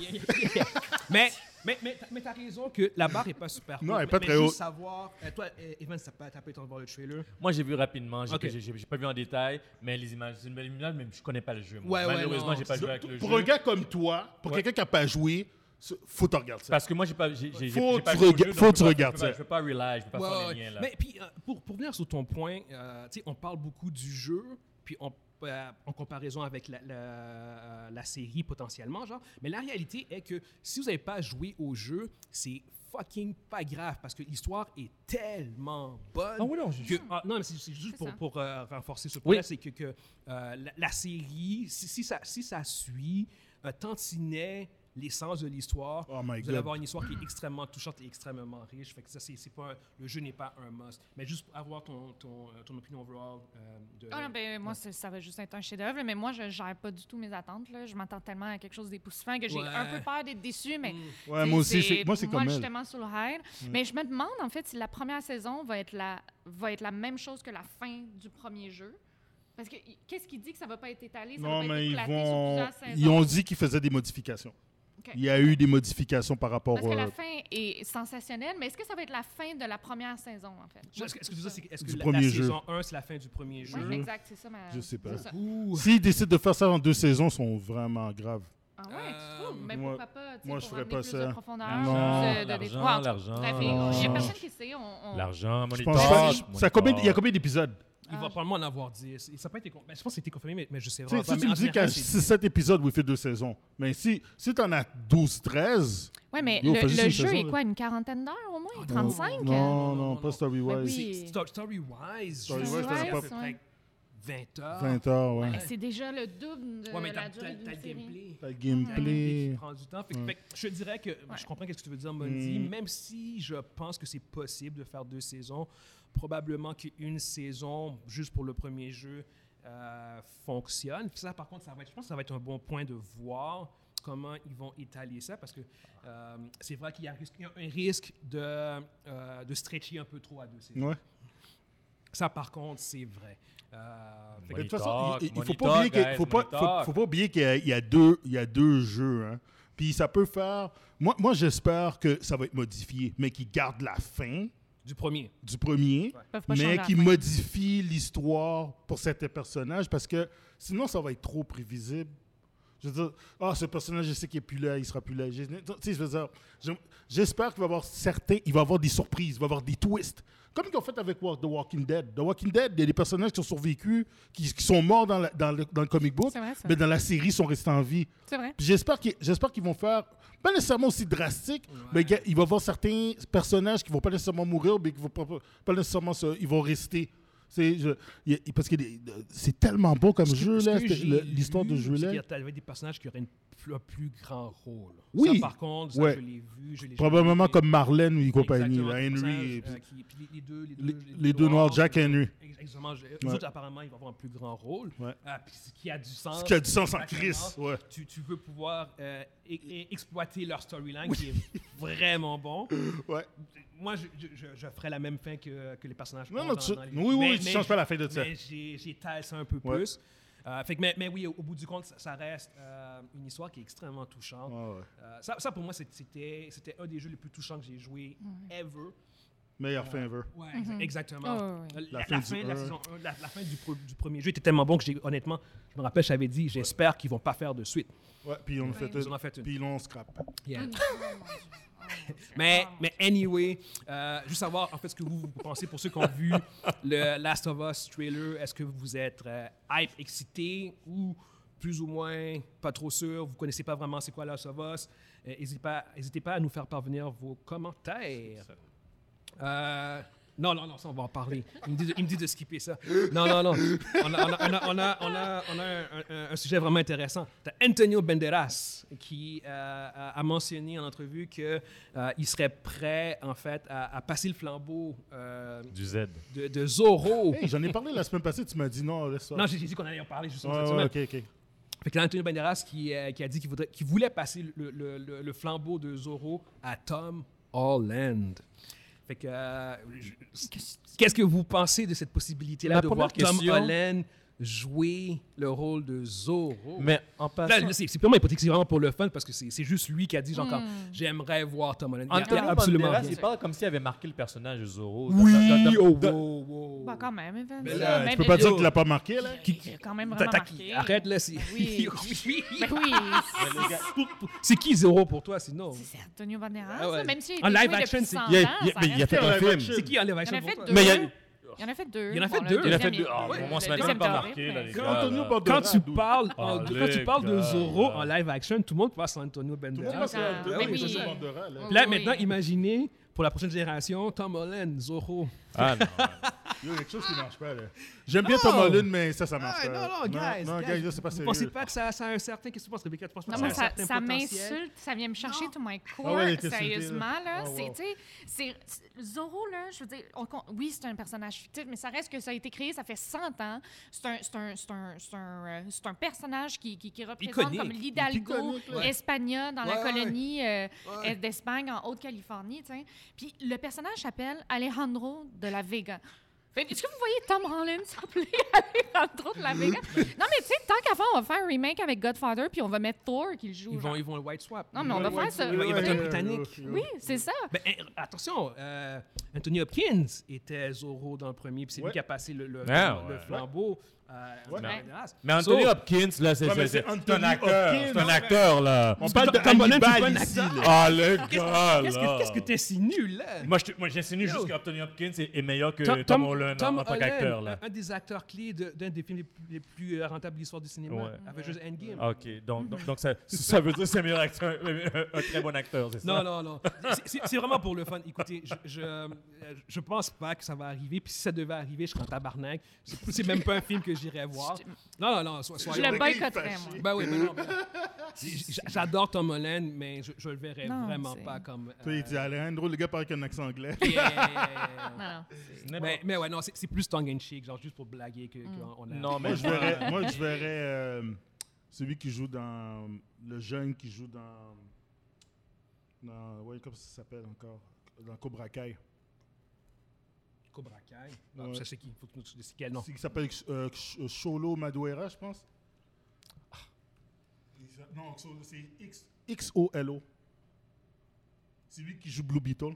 A: mais mais, mais, t'as- mais t'as raison que la barre est pas super haute.
B: Non, elle est
A: Mais-
B: pas
A: mais
B: très
A: juste
B: haute.
A: savoir. euh, toi, euh, Evan, t'as pas t'as pas eu le temps de voir le trailer.
D: Moi, j'ai vu rapidement, j'ai
A: Ok.
D: j'ai- j'ai- j'ai pas vu en détail, mais les images, c'est une belle image, mais je connais pas le jeu.
A: Ouais,
D: moi.
A: ouais,
D: Malheureusement,
A: non.
D: j'ai pas joué avec le
B: Pour
D: jeu.
B: un gars comme toi, pour
D: Ouais.
B: quelqu'un qui a pas joué, ce- faut te regarder ça.
D: Parce que moi, j'ai pas. j'ai- j'ai- j'ai
B: Faut
D: pas
B: tu
D: joué au jeu,
B: rega-
D: donc
B: faut
D: je
B: tu
D: peux pas-
B: regardes
D: je peux pas-
B: ça.
D: Je peux pas rely, je peux pas
A: Ouais,
D: faire
A: ouais.
D: les liens là.
A: Mais puis, euh, pour, pour venir sur ton point, euh, tu sais, on parle beaucoup du jeu, puis on- euh, en comparaison avec la, la, euh, la série potentiellement, genre. Mais la réalité est que si vous n'avez pas joué au jeu, c'est fucking pas grave parce que l'histoire est tellement bonne.
D: Ah oui, non, j'ai-
A: que- ah, non, mais c'est c'est juste
C: Hmm. C'est
A: pour,
C: ça.
A: pour, euh, renforcer ce point-là, c'est que, que, euh, la, la série, si, si ça, si ça suit, euh, tantinet l'essence de l'histoire,
B: Oh my
A: vous allez
B: God.
A: avoir une histoire qui est extrêmement touchante et extrêmement riche. Fait que ça, c'est, c'est pas un- le jeu n'est pas un must. Mais juste pour avoir ton, ton, euh, ton opinion overall euh, de.
C: Ah non, ben, moi, c'est- ça va juste être un chef-d'œuvre, mais moi, je gère pas du tout mes attentes. Là. Je m'attends tellement à quelque chose d'époustouflant que j'ai
A: Ouais. Mm.
C: un peu peur d'être déçue, mais.
B: Ouais,
C: tu sais,
B: moi aussi, c'est- moi, c'est
C: pour
B: comme elle. Mm.
C: justement, sur le high. Mais je me demande, en fait, si la première saison va être la, va être la même chose que la fin du premier jeu. Parce que y- qu'est-ce qui dit que ça va pas être étalé, ça
B: Non,
C: va pas
B: mais
C: être
B: ils
C: éclaté
B: vont.
C: sur plusieurs
B: Ils
C: saisons?
B: ont dit qu'ils faisaient des modifications.
C: Ok.
B: Il y a eu des modifications par rapport.
C: Parce que
B: euh,
C: la fin est sensationnelle, mais est-ce que ça va être la fin de la première saison, en fait?
A: Je- Est-ce que, est-ce que tu veux dire, c'est que- est-ce que
B: Du
A: la, la
B: premier jeu.
A: saison 1, c'est la fin du premier jeu?
C: Oui, exact, c'est ça ma...
B: Je sais pas.
C: c'est ça.
A: Ouh.
B: S'ils décident de faire ça en deux saisons, ils sont vraiment graves.
C: Ah ouais,
A: Euh,
C: tu trouves? Mais
B: moi-
C: pourquoi pas? tu sais,
B: moi,
C: pour
B: je ferais
C: amener
B: pas
C: plus
B: ça.
C: De profondeur,
D: L'argent,
C: plus de- de-
D: l'argent,
C: des- Ouais, en tout-
D: l'argent,
C: Bref, il y a
B: l'argent.
C: personne qui sait. On, on-
D: L'argent,
B: Je
D: monétaire.
B: pense pas.
C: Monitor.
B: Ça a combien, il y a combien d'épisodes
A: Il
C: Ah.
A: va probablement en avoir 10. Et ça peut être. con- ben, je pense que c'était confirmé, mais, mais je sais
B: Tu
A: vraiment
B: sais,
A: pas.
B: Si tu
A: Mais
B: me
A: en
B: dis
A: général,
B: qu'à
A: c'est-
B: 7 épisodes, oui, fait deux saisons. Mais si, si tu en as 12, 13.
C: Ouais, mais
B: Yo,
C: le,
B: fais juste
C: le
B: une
C: jeu
B: saison,
C: est
B: là.
C: quoi, une quarantaine d'heures au moins?
B: Euh,
C: 35?
B: Non,
A: non,
B: non,
A: non.
B: pas
C: Mais
B: Story-wise.
C: oui.
A: c'est- sto- Story-wise, je
B: Story-wise,
A: sais
B: t'en as
A: c'est
B: pas-
A: à peu près 20 heures.
B: 20 heures, ouais.
C: Mais C'est déjà le double de
A: Ouais, mais t'as
C: Euh, la
A: t'as-
C: durée
A: t'as
C: d'une
A: le
C: série.
A: gameplay.
B: T'as le
A: gameplay
B: gameplay.
A: qui prend du temps. Fait que- fait que je te dirais que je comprends qu'est-ce que tu veux dire, Mondi.
B: Mm.
A: Même si je pense que c'est possible de faire deux saisons, probablement qu'une saison juste pour le premier jeu euh, fonctionne. Ça, par contre, ça va être, je pense que ça va être un bon point de voir comment ils vont étaler ça parce que euh, c'est vrai qu'il y a un risque, il y a un risque de, euh, de stretcher un peu trop à deux saisons.
B: Ouais.
A: Ça, par contre, c'est vrai. Euh, fait que-
B: De toute façon,
D: Money
B: il-
D: talk,
B: il il faut
D: money
B: pas oublier
D: talk,
B: qu'il faut
D: guys,
B: pas,
D: money
B: faut,
D: talk.
B: faut pas oublier qu'il y a- il y a deux il y a deux jeux hein. Puis ça peut faire moi moi j'espère que ça va être modifié mais qu'ils gardent la fin
A: du premier.
B: du premier
C: peuvent pas changer
B: mais
C: la
B: qui
C: fin.
B: modifie l'histoire pour certains personnages parce que sinon ça va être trop prévisible. Je veux dire, ah, ce personnage, je sais qu'il n'est plus là, il sera plus là. Je- tu sais, je veux dire, j'aime- j'espère qu'il va y avoir certains, il va y avoir des surprises, il va y avoir des twists. Comme ils ont fait avec Wa- The Walking Dead. The Walking Dead, il y a des personnages qui ont survécu, qui, qui sont morts dans, la- dans le, dans le comic book,
C: C'est vrai, ça.
B: mais dans la série, ils sont restés en vie.
C: C'est vrai.
B: Puis J'espère qu'ils j'espère qu'ils vont faire, pas nécessairement aussi drastique, mais ga- il va y avoir certains personnages qui vont pas nécessairement mourir, mais qui vont pas, pas nécessairement se- ils vont rester. C'est je- il y a- parce que des- c'est tellement beau comme
A: Ce
B: jeu,
A: que- ce
B: là,
A: que
B: c'était-
A: j'ai
B: le- l'histoire de
A: lu,
B: jeu,
A: c'est
B: là.
A: qu'il y avait des personnages qui auraient une plus- un plus grand rôle.
B: Oui.
A: Ça, par contre, ça,
B: Ouais.
A: je l'ai vu. Je l'ai- je l'ai
B: Probablement
A: vu.
B: comme Marlène ou compagnie,
A: Exactement,
B: là,
A: des
B: Henry.
A: personnages,
B: et-
A: euh, qui- puis les, les deux, les deux,
B: les- les deux noirs, Jack et Henry.
A: Ex- Exactement. je- eux
B: Ouais.
A: autres, apparemment, ils vont avoir un plus grand rôle.
B: Ouais.
A: Ah, puis ce qui a du sens.
B: Ce qui a du sens en
A: Exactement.
B: crise, ouais.
A: Tu, tu veux pouvoir euh, e- e- exploiter leur storyline qui est vraiment bon.
B: Ouais.
A: Moi, je, je, je- je ferais la même fin que, que les personnages.
B: Non,
A: ont
B: non,
A: dans-
B: tu-
A: dans les-
B: oui, oui,
A: Mais-
B: oui, tu
A: mais
B: changes pas la fin de ça.
A: mais j'ai- j'étale ça un peu
B: Ouais.
A: plus. Euh, fait que, mais, mais oui, au, au bout du compte, ça, ça reste euh, une histoire qui est extrêmement touchante.
B: Ah ouais.
A: Euh, ça, ça, pour moi, c'est- c'était c'était un des jeux les plus touchants que j'ai joué ever.
B: Meilleure fin ever.
A: Ah, Ouais, exa- exactement.
C: Ah ouais, ouais.
A: Euh, La,
B: La
A: la
B: fin
A: fin
B: du
A: de la
B: un.
A: saison un, la, la fin du, pro- du premier jeu était tellement bon que j'ai honnêtement, je me rappelle, j'avais dit, j'espère qu'ils vont pas faire de suite.
B: Ouais, puis on fait
A: Ils en ont
B: une.
A: fait une.
B: Puis l'on scrape.
A: Yeah. mais, mais anyway, euh, juste savoir en fait ce que vous, vous pensez pour ceux qui ont vu le Last of Us trailer. Est-ce que vous êtes euh, hype, excité ou plus ou moins pas trop sûr? Vous connaissez pas vraiment c'est quoi Last of Us? N'hésitez pas, hésitez pas à nous faire parvenir vos commentaires. Euh, non, non, non, ça, on va en parler. Il me dit de, il me dit de skipper ça. Non, non, non. On a, on a- on a- on a- on a- on a un, un- un sujet vraiment intéressant. Tu as Antonio Banderas qui euh, a a mentionné en entrevue qu'il serait prêt, en fait, à, à passer le flambeau euh,
D: Du Z.
A: de, de Zorro.
B: Hey, J'en ai parlé la semaine passée, tu m'as dit non, laisse ça.
A: Non, j'ai j'ai dit qu'on allait en parler justement
B: Ouais,
A: cette
B: ouais,
A: semaine.
B: ok, ok.
A: Fait que là, Antonio Banderas qui, euh, qui a dit qu'il voudrait- qu'il voulait passer le, le- le- le flambeau de Zorro à Tom Holland. Fait que, euh, je- qu'est-ce que vous pensez de cette possibilité-là
D: Ma
A: de
D: première
A: voir Tom
D: question-
A: Holland jouer le rôle de Zorro?
D: Mais en passant.
A: Là, c'est c'est purement hypothétique, c'est vraiment pour le fun parce que c'est c'est juste lui qui a dit genre comme,
C: Hmm.
A: j'aimerais voir Tom Holland. Il y a- il y a
D: Antonio
A: absolument
D: Banderas,
A: rien.
D: il parle comme s'il avait marqué le personnage de Zorro.
A: Oui,
D: Dans- dans- dans-
A: oh,
D: dans-
A: wow, wow.
C: Bah, quand même, Evans.
A: Mais
B: Euh,
A: là,
C: Même
B: tu peux pas
C: le-
B: dire qu'il l'a pas marqué, là?
A: Qui-
C: Il a quand même
A: T'as-
C: vraiment
A: t'as-
C: marqué.
A: Arrête là, c'est
C: Ben Oui.
A: oui.
C: Ben oui,
D: dans- dans-
A: C'est qui Zorro pour toi sinon?
C: c'est Antonio Banderas,
A: Ah ouais.
C: là, même si
A: Oh. En live action,
C: action,
A: c'est-
E: Il a, il a- mais il a fait
B: reste-
E: un
B: Ouais,
E: film.
A: C'est qui en live
C: Il y en
A: action
C: a
A: pour
C: fait
A: toi?
C: deux.
E: Mais il y a-
C: Il y en a fait deux.
A: Il y en a
C: Bon,
A: fait
C: le
A: deux.
D: Il a fait
C: deuxième,
D: deux. Ah,
A: ouais,
D: bon, on se
A: le
D: met
A: deuxième
D: même pas
C: tarif,
D: marqué,
C: mais-
D: là, les
B: Ah, Quand
D: gars,
B: Antonio
D: là.
A: quand
B: Banderas,
A: tu
B: dude.
A: parles,
D: Ah,
A: en-
D: les
A: quand tu parles de
D: gars,
A: Zorro
D: là.
A: en live action, tout le monde passe à Antonio
B: Tout le
A: Banderas.
B: monde pense à
A: Ah
B: Antonio
A: oui,
B: Antonio
A: oui.
B: Banderas, là.
A: Là,
C: Oui.
A: maintenant, imaginez pour la prochaine génération, Tom Holland, Zorro.
D: Ah, non.
B: Il y a quelque chose qui marche pas, là. J'aime bien Tom Holland, mais ça, ça marche
A: Ah,
B: pas.
A: non, non, guys,
B: Non,
A: guys,
B: guys, là, c'est pas
A: Vous
B: sérieux.
A: pensez pas que ça, ça a un certain. Qu'est-ce que tu penses, Rebecca? Tu penses pas
C: Non,
A: que
C: mais
A: ça a
C: ça,
A: un certain
C: ça
A: potentiel?
C: m'insulte, ça vient me chercher tout my core,
B: Ah ouais, elle était insultée,
C: sérieusement, là.
B: Ah, wow.
C: C'est, tu sais, c'est, c'est- Zorro, là, je veux dire, on con- oui, c'est un personnage fictif, mais ça reste que ça a été créé, ça fait 100 ans. C'est un, c'est un, c'est un, c'est un, euh, c'est un personnage qui, qui, qui représente
A: Iconique.
C: comme l'Hidalgo
B: Iconique, ouais.
C: espagnol dans la
A: Ouais, ouais,
C: colonie euh,
A: Ouais.
C: euh, d'Espagne en Haute-Californie, tu sais. Puis le personnage s'appelle Alejandro de la Vega. Fait- Est-ce que vous voyez Tom Holland s'appeler Alejandro de la Vega? Non, mais tu sais, tant qu'à faire, on va faire un remake avec Godfather, puis on va mettre Thor qui le joue.
A: Ils
C: genre.
A: vont, ils vont le white swap.
C: Non, mais on
A: Ils
C: va
A: vont-
C: faire ça.
A: ils vont- ils vont être un
C: Ouais.
A: britannique.
C: Oui, c'est ça.
A: Ben, eh, attention, euh, Anthony Hopkins était Zorro dans le premier, puis c'est lui
B: Ouais.
A: qui a passé le, le,
D: Ah,
A: le
D: ouais.
A: flambeau euh, à Anthony
C: Ouais.
A: Banderas.
D: Mais Anthony
A: So,
D: Hopkins, là, c'est
B: Ouais, mais c'est
D: c'est- c'est un
B: Anthony
D: acteur.
B: Hopkins.
D: C'est un acteur, là.
B: On parle de
A: Tom Holland, c'est pas un
B: Hannibal ici,
A: acteur.
B: là.
D: Ah, le
A: Qu'est-ce
D: gars,
A: qu'est-ce
D: là.
A: que- qu'est-ce que t'insinues là?
D: Moi, je te- moi, j'insinue
A: Yo.
D: juste qu'Anthony Hopkins est, est meilleur que
A: Tom-
D: Tom,
A: Tom-
D: Holland
A: Tom
D: en tant
A: Holland,
D: qu'acteur, là.
A: Un, un des acteurs clés de- d'un des films les plus, les plus, euh, rentables de l'histoire du cinéma,
D: Ouais. Ah.
A: avec juste Endgame.
D: OK, donc, donc, donc ça, ça veut dire que c'est un meilleur acteur, un, un très bon acteur, c'est ça?
A: Non, non, non. C'est- C'est c'est vraiment pour le fun. Écoutez, je, je, euh, je pense pas que ça va arriver. Puis si ça devait arriver, je serais en tabarnak. C'est c'est même pas un film que j'irais voir. Non, non, non. so-
C: Je
A: soyons-
C: le boycotterais, moi.
A: Ben oui, mais non. mais non. J- j- J'adore Tom Holland, mais je, je le verrais
C: Non,
A: vraiment
C: c'est-
A: pas comme.
B: Toi, il dit Alejandro, le gars parle avec un accent anglais.
A: euh, yeah.
C: Non, non.
D: Non,
A: mais, mais ouais, non, c'est c'est plus tongue in cheek, genre juste pour blaguer que-
C: Mm.
A: qu'on a.
D: Non, mais
B: Moi, je verrais, moi, je verrais euh, celui qui joue dans. Le jeune qui joue dans. dans ouais, comment ça s'appelle encore Dans Cobra Kai.
A: Cobra Kai. Ah,
B: Ouais.
A: Ça, c'est qui Faut que tu décides quel nom.
B: C'est qui s'appelle euh, Ch- Cholo Maduera, je pense. Il s'a- Ah. Non, Cholo, c'est X- XOLO. C'est lui qui joue Blue Beetle.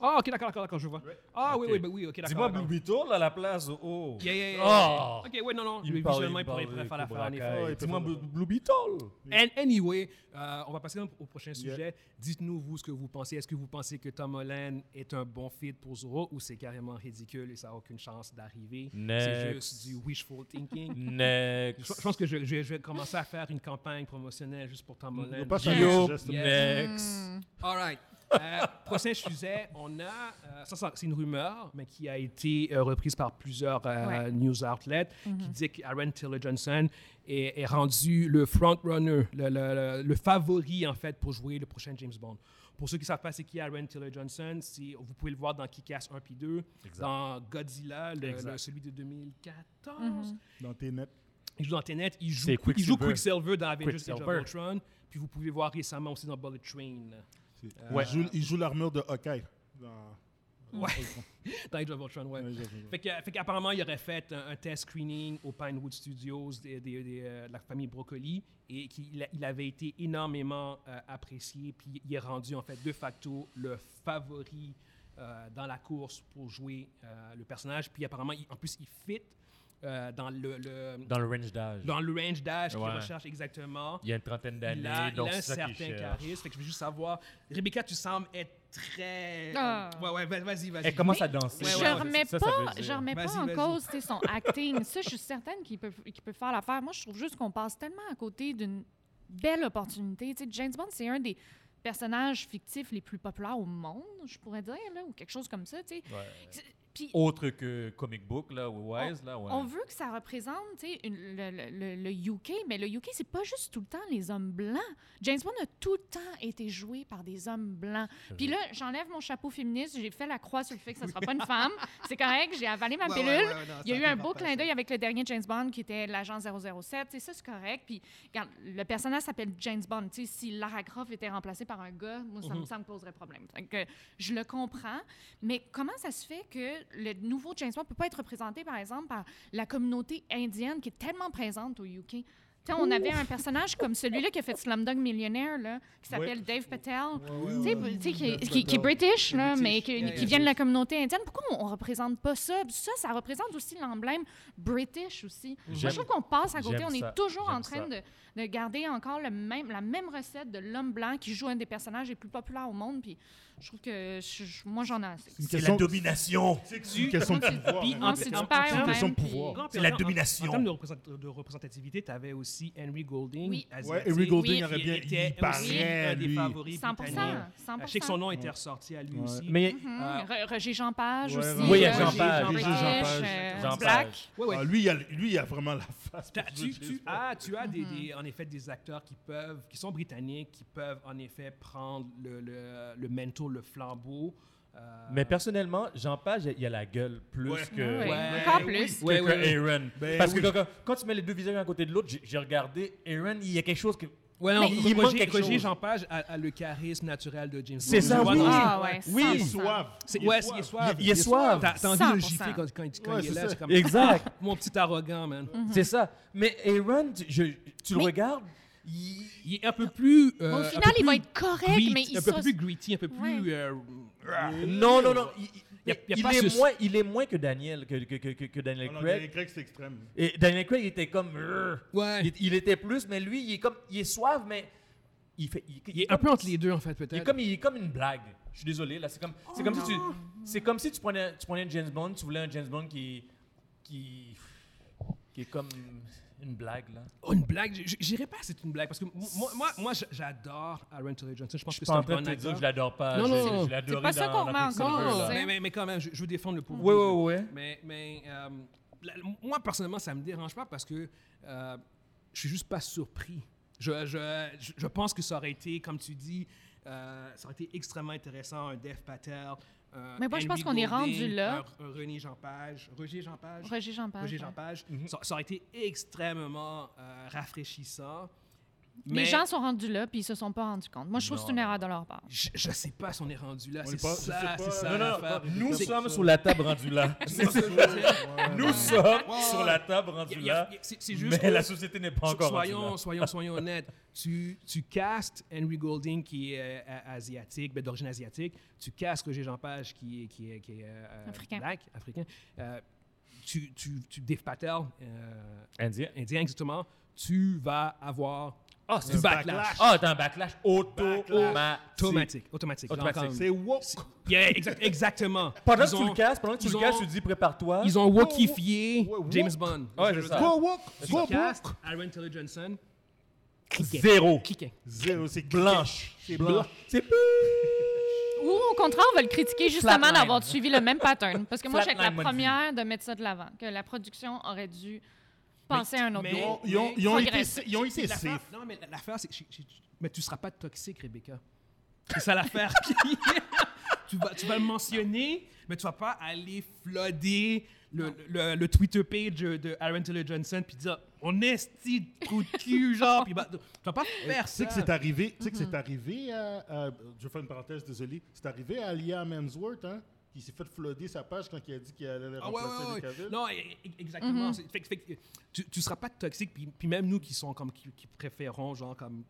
A: Ah, ok, d'accord, d'accord, d'accord, je vois. Ah, oui,
D: Ok.
A: oui, ben oui, ok, d'accord.
D: Dis-moi,
A: d'accord.
D: Blue Beetle, à la place, oh!
A: Yeah, yeah, yeah.
D: Oh!
A: Ok, ouais, non, non,
D: Il me parle, il
A: visuellement,
D: me
A: il pourrait
D: parle de
A: pourrait faire l'affaire,
D: Cobra
A: en effet.
D: Kai.
B: Ouais, il peut
D: Dis-moi,
B: faire
D: Blue,
B: l'affaire.
D: Blue Beetle!
A: And anyway, euh, on va passer au prochain
B: Yeah.
A: sujet. Dites-nous, vous, ce que vous pensez. Est-ce que vous pensez que Tom Holland est un bon fit pour Zorro ou c'est carrément ridicule et ça n'a aucune chance d'arriver? C'est
D: Next.
A: juste du wishful thinking. je, je
D: Next!
A: pense que je, je- je vais commencer à faire une campagne promotionnelle juste pour Tom Holland.
B: pas faire
A: Yo.
D: Guillaume,
B: Next.
D: next!
A: All right. Euh, prochain sujet, on a, euh, ça, ça, c'est une rumeur, mais qui a été euh, reprise par plusieurs euh,
C: Ouais.
A: news outlets, qui dit qu'Aaron Taylor Johnson est, est rendu le front-runner, le, le- le- le favori, en fait, pour jouer le prochain James Bond. Pour ceux qui ne savent pas c'est qui Aaron Taylor Johnson, c'est- vous pouvez le voir dans Kick-Ass 1 puis 2, dans Godzilla, le-
D: Exact.
A: le- celui de 2014.
B: Dans tes nets.
A: Il joue dans Tenet, il joue,
D: C'est
A: Quick- il joue
D: Quicksilver.
A: Quicksilver dans Avengers Age of
D: Quicksilver.
A: Ultron, puis vous pouvez le voir récemment aussi dans Bullet Train.
B: Il joue, il joue l'armure de Hawkeye. Dans...
A: Ouais. dans Age of Ultron, ouais.
B: Ouais, je-
A: Fait que- fait qu'apparemment, il aurait fait un, un test screening au Pinewood Studios des- des- des, euh, de la famille Broccoli et qu'il a- il avait été énormément euh, apprécié. Puis il est rendu, en fait, de facto, le favori euh, dans la course pour jouer euh, le personnage. Puis apparemment, il- en plus, il fit euh, dans, le, le-
D: Dans le range d'âge.
A: dans le range d'âge qu'il
D: Ouais.
A: recherche exactement.
D: Il y a une trentaine
A: Il a,
D: d'années,
A: il a
D: donc
A: un
D: c'est ça qu'il
A: certain
D: cherche.
A: charisme. Fait que je veux juste savoir. Rebecca, tu sembles être très.
C: Ah.
A: Ouais, ouais, vas- vas-y, vas-y.
D: Elle commence à danser.
A: Ouais,
C: je
A: ouais,
C: remets
D: Ça, ça veut
C: pas,
D: dire.
C: je remets pas
A: Vas-y,
C: en
A: vas-y.
C: cause tu sais, son acting. Ça, je suis certaine qu'il peut, qu'il peut faire l'affaire. Moi, je trouve juste qu'on passe tellement à côté d'une belle opportunité. Tu sais, James Bond, c'est un des personnages fictifs les plus populaires au monde, je pourrais dire, là, ou quelque chose comme ça, tu sais.
D: Ouais.
C: Puis
D: Autre que comic book, là, ou Wise, là, ouais.
C: on veut que ça représente tu sais, une- le, le- le- le UK, mais le UK, c'est pas juste tout le temps les hommes blancs. James Bond a tout le temps été joué par des hommes blancs. Puis là, j'enlève mon chapeau féministe, j'ai fait la croix sur le fait que ça sera pas une femme. C'est correct, j'ai avalé ma
E: Ouais, ouais,
C: pilule.
E: ouais, ouais, non,
C: Il y a
E: c'est
C: eu un
E: peu
C: beau
E: parfait,
C: clin
E: ça.
C: d'œil avec le dernier James Bond qui était l'agent 007. Tu sais, ça, c'est correct. Puis, regarde, le personnage s'appelle James Bond. Tu sais, si Lara Croft était remplacée par un gars, moi,
E: Mhm.
C: ça, me- ça me poserait problème. Fait que je le comprends. Mais comment ça se fait que le nouveau James Bond ne peut pas être représenté, par exemple, par la communauté indienne qui est tellement présente au UK? Tu sais, on avait un personnage comme celui-là qui a fait Slumdog Millionaire, là, qui s'appelle Dave Patel. Tu sais, tu sais, qui, qui- qui est british, là,
E: British.
C: mais qui,
E: Yeah,
C: qui
E: yeah.
C: vient de la communauté indienne, pourquoi on ne représente pas ça? Puis Ça, ça représente aussi l'emblème british aussi. Moi,
D: J'aime-
C: je trouve qu'on passe à côté.
D: j'aime
C: On est
D: ça,
C: toujours en
D: j'aime
C: train
D: ça.
C: de, de garder encore le même, la même recette de l'homme blanc qui joue un des personnages les plus populaires au monde. Puis je trouve que je- je- moi, j'en ai assez.
B: C'est une question,
D: domination!
B: c'est une question de
C: Puis-
B: pouvoir.
A: puis
B: hein.
A: en-
C: Non, c'est
A: en-
C: du
A: en-
C: père,
A: en- en-
B: question
C: même,
B: de
C: puis-
B: pouvoir.
A: Non, puis
D: C'est
A: en-
D: la
A: en-
D: domination.
A: En, termes de, représent- de représentativité, tu avais aussi Henry Golding.
C: Oui.
B: Ouais,
A: asiatique,
B: Henry Golding
C: Oui,
B: aurait
A: qui
B: bien.
A: était
B: Il
A: aussi
B: paraît,
A: un des
B: lui.
A: favoris
C: 100
A: britanniques. Euh,
C: 100
A: Je sais que son nom était ressorti à lui
B: Ouais.
A: aussi.
D: Mais
C: Mhm.
A: Ah.
C: Re- Roger Jean Page
B: Ouais,
C: aussi. euh,
B: Roger
C: là,
B: Jean Page,
C: British,
B: Roger Jean Page.
C: euh,
D: Jean
C: Black.
D: Page.
A: Ouais, ouais.
B: Ah, lui, il a, lui, il a vraiment la face.
A: T'as-
B: pour
A: tu,
B: jouer
A: tu
B: James Bond.
A: as, tu as des,
D: Mm-hmm.
A: des- en effet des acteurs qui peuvent, qui sont britanniques, qui peuvent en effet prendre le, le, le manteau, le flambeau. euh,
D: Mais personnellement, Jean Page, il a la gueule plus
B: Ouais.
D: que,
C: Ouais.
A: Ouais.
C: Encore
A: Ben
C: plus.
D: que-
A: Ouais,
D: que
A: ouais, ouais.
D: Aaron.
B: Ben
D: Parce
B: oui.
D: que quand, quand tu mets les deux visages un à côté de l'autre, j'ai- j'ai regardé Aaron, il y a quelque chose que.
A: Ouais, non,
D: Mais
A: Roger-
D: il manque quelque
A: Roger
D: chose.
A: Jean Page a, a le charisme naturel de James
D: C'est
A: Bond.
D: ça,
A: Tu vois,
D: oui.
A: dans-
C: Ah ouais,
D: Oui.
C: 100%.
B: Il est soif.
A: C'est,
B: Il est
A: ouais,
B: soif.
A: il est suave.
D: Il- il est suave.
A: T'as, t'as envie de le
C: 100%.
A: gifler quand, quand- quand
B: Ouais,
A: il est
B: c'est
A: là.
B: ça.
A: c'est comme,
D: Exact!
A: Mon petit arrogant, man.
C: Mm.
D: C'est ça. Mais Aaron, tu, je- tu le
C: Mais-
D: regardes, il.
A: Il est un peu plus. euh,
C: Au
A: un
C: final,
A: peu
C: il
A: plus
C: va être correct,
A: grit-
C: mais il
A: Un peu
C: sauce-
A: plus gritty, un peu plus.
C: Ouais.
A: euh,
D: Non, non, non. Il, il-
A: Y a- y a
D: il
A: pas
D: est,
A: ce-
D: moins, il est moins que Daniel, que, que- que- que- que Daniel
B: Oh Non, non,
D: Craig.
B: Daniel Craig, c'est extrême.
D: Et Daniel Craig, il était comme. Rrr.
A: Ouais.
D: Il, il était plus, mais lui, il est comme. Il est suave, mais. Il, fait, il,
A: Il est un peu entre les deux, en fait, peut-être.
D: Il est comme, il est comme une blague. Je suis désolé, là. C'est comme,
C: Oh
D: c'est comme si tu. C'est comme si tu prenais, tu prenais un James Bond, tu voulais un James Bond qui. qui. qui est comme une blague, là.
A: Oh, une blague. J- j- J'irais pas, c'est une blague. Parce que m- moi, moi, moi j- j'adore Aaron Taylor Johnson. Je pense
D: Je
A: que c'est
D: suis pas
A: un
D: en train
A: bon
D: de te dire que
A: acteur.
D: je l'adore pas.
A: Non,
D: je-
A: non, non.
D: Je, l'adore
C: C'est pas ça qu'on remet encore,
A: Non,
C: Ouais.
A: mais, mais, mais quand même, je, je veux défendre le pauvre.
D: Ouais, ouais, ouais.
A: Mais, mais euh, la- moi, personnellement, ça me dérange pas parce que euh, je suis juste pas surpris. Je, je, je- je pense que ça aurait été, comme tu dis, euh, ça aurait été extrêmement intéressant, un Dev Patel. un
C: Mais moi, je pense
A: Henry
C: qu'on est rendu
A: Golding,
C: là.
A: Un, un René Jean Page. Roger Jean Page.
C: Roger Jean Page.
A: Roger
C: ouais.
A: Jean Page. ça, ça aurait été extrêmement euh, rafraîchissant.
C: Les gens sont rendus là, puis ils se sont pas rendus compte. Moi, je trouve que c'est une erreur de leur part.
A: Je, je sais pas si on est rendu là.
B: On
A: C'est
B: est pas- je sais
A: ça,
B: pas.
A: c'est ça.
B: Non, non,
A: l'affaire.
D: Nous
A: C'est-
D: sommes sur la table rendue là.
A: c'est ça que je veux dire.
D: Nous sommes sur la table
A: Y a-
D: rendue
A: y a-
D: là.
A: y a- C'est c'est juste.
D: Mais
A: que-
D: la société n'est pas
A: so-
D: encore rendue là.
A: soyons, soyons, soyons honnêtes. Tu, tu castes Henry Golding, qui est euh, a- asiatique, ben, d'origine asiatique. Tu castes Roger Jean Page, qui est, qui est, qui est, euh,
C: Africain.
A: black, africain. Euh, tu, tu, tu, Dave Patel, euh,
D: Indien.
A: indien exactement, tu vas avoir
D: Ah,
A: c'est un backlash.
D: Ah, t'as un backlash automatique.
A: automatique. Automatique.
D: Automatique.
A: Genre comme-
B: C'est woke.
A: Yeah, exact- exactement.
D: Pendant
A: Ils
D: que tu
A: ont-
D: le casses, pendant que tu
A: ils
D: le
A: ont-
D: casses, tu dis prépare-toi.
A: Ils ont wokifié
B: Ouais, woke.
A: James Bond.
D: Ouais, Ah. c'est ça.
B: Go woke.
A: Tu
B: Go
A: castes
B: woke.
A: Aaron Taylor Johnson.
D: Zéro.
A: Cliquez.
B: Zéro, c'est
D: Blanche.
B: C'est blanc.
D: Blanche. C'est
C: Ou au contraire, on va le critiquer justement
D: Flatline.
C: d'avoir suivi le même pattern. Parce que moi, je vais être la
D: Flatline, moi, de vue.
C: première de mettre ça de l'avant, que la production aurait dû penser à un autre
A: mais-
C: nom.
B: Ils ont, ils ont été,
C: Progresse.
B: ils ont été
A: C'est l'affaire-
B: safe.
A: Non, mais l'affaire, c'est. j'ai- j'ai- Mais tu seras pas toxique, Rebecca. C'est ça l'affaire. tu, vas, tu vas le mentionner, mais tu vas pas aller flooder le, le, le Twitter page de Aaron Taylor Johnson puis dire on est style coup de cul, genre. Puis bah, tu vas pas faire
B: Tu sais
A: ça.
B: que c'est arrivé, tu sais que
A: Mm-hmm.
B: c'est arrivé à, à- je vais faire une parenthèse, désolé, c'est arrivé à Liam Hemsworth, hein, qui s'est fait flooder sa page quand il a dit qu'il allait le
A: Ah ouais,
B: remplacer
A: ouais, ouais.
B: avec Cavill.
A: Non, e- e- exactement. C'est- fait que- fait que tu, tu seras pas toxique, puis, puis même nous qui sont comme qui, qui préférons genre comme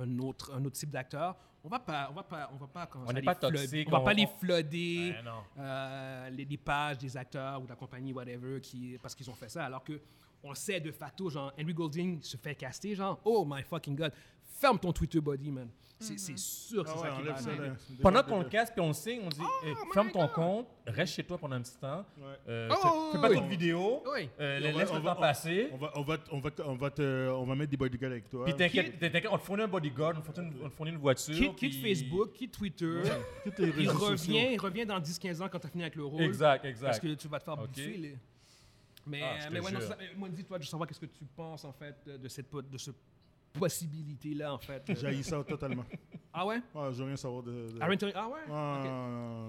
A: un autre un autre type d'acteur, on va pas on va pas on va pas commencer
D: On
A: à
D: n'est
A: les
D: pas
A: flooder.
D: toxique,
A: on va
D: on-
A: pas les
D: on-
A: flooder
D: Ben non.
A: euh, les, les pages des acteurs ou de la compagnie whatever qui parce qu'ils ont fait ça alors que on sait de facto, genre, Henry Golding se fait caster, genre, oh my fucking god, ferme ton Twitter body, man. C'est c'est sûr,
B: Ah
D: Ah
A: c'est ça qui va arriver.
D: Pendant qu'on le casse puis on le signe, on dit
A: Oh
D: eh, ferme ton compte, reste chez toi pendant un petit temps, euh, fais-
A: oh,
D: fais
A: oui,
D: pas
A: oui.
D: trop de vidéos,
A: Oui.
D: euh,
B: On va-
D: laisse
B: on
D: le
B: va-
D: temps passer.
B: On va, on, va, te- on, va, te- on, va te, on va mettre des bodyguards avec toi.
D: Puis t'inquiète, t'inquiète, on te fournit un bodyguard, on te fournit une, on te fournit une voiture.
A: Quitte, quitte
D: puis-
A: Facebook, quitte Twitter,
B: Toutes les
A: il
B: réseaux sociaux.
A: revient, il revient dans 10-15 ans quand t'as fini avec le rôle.
D: Exact, exact.
A: Parce que tu vas te faire
D: Ok.
A: bouffer. les- Mais,
D: Ah, je te
A: mais ouais, non,
D: jure.
A: ça- mais moi, dis-toi, je veux savoir qu'est-ce que tu penses, en fait, de, de cette, po- de ce possibilité-là, en fait.
B: J'haïs ça totalement.
A: ah ouais?
B: Ah, je veux rien savoir de. de-
A: Aaron Turing- ah ouais?
B: Ah,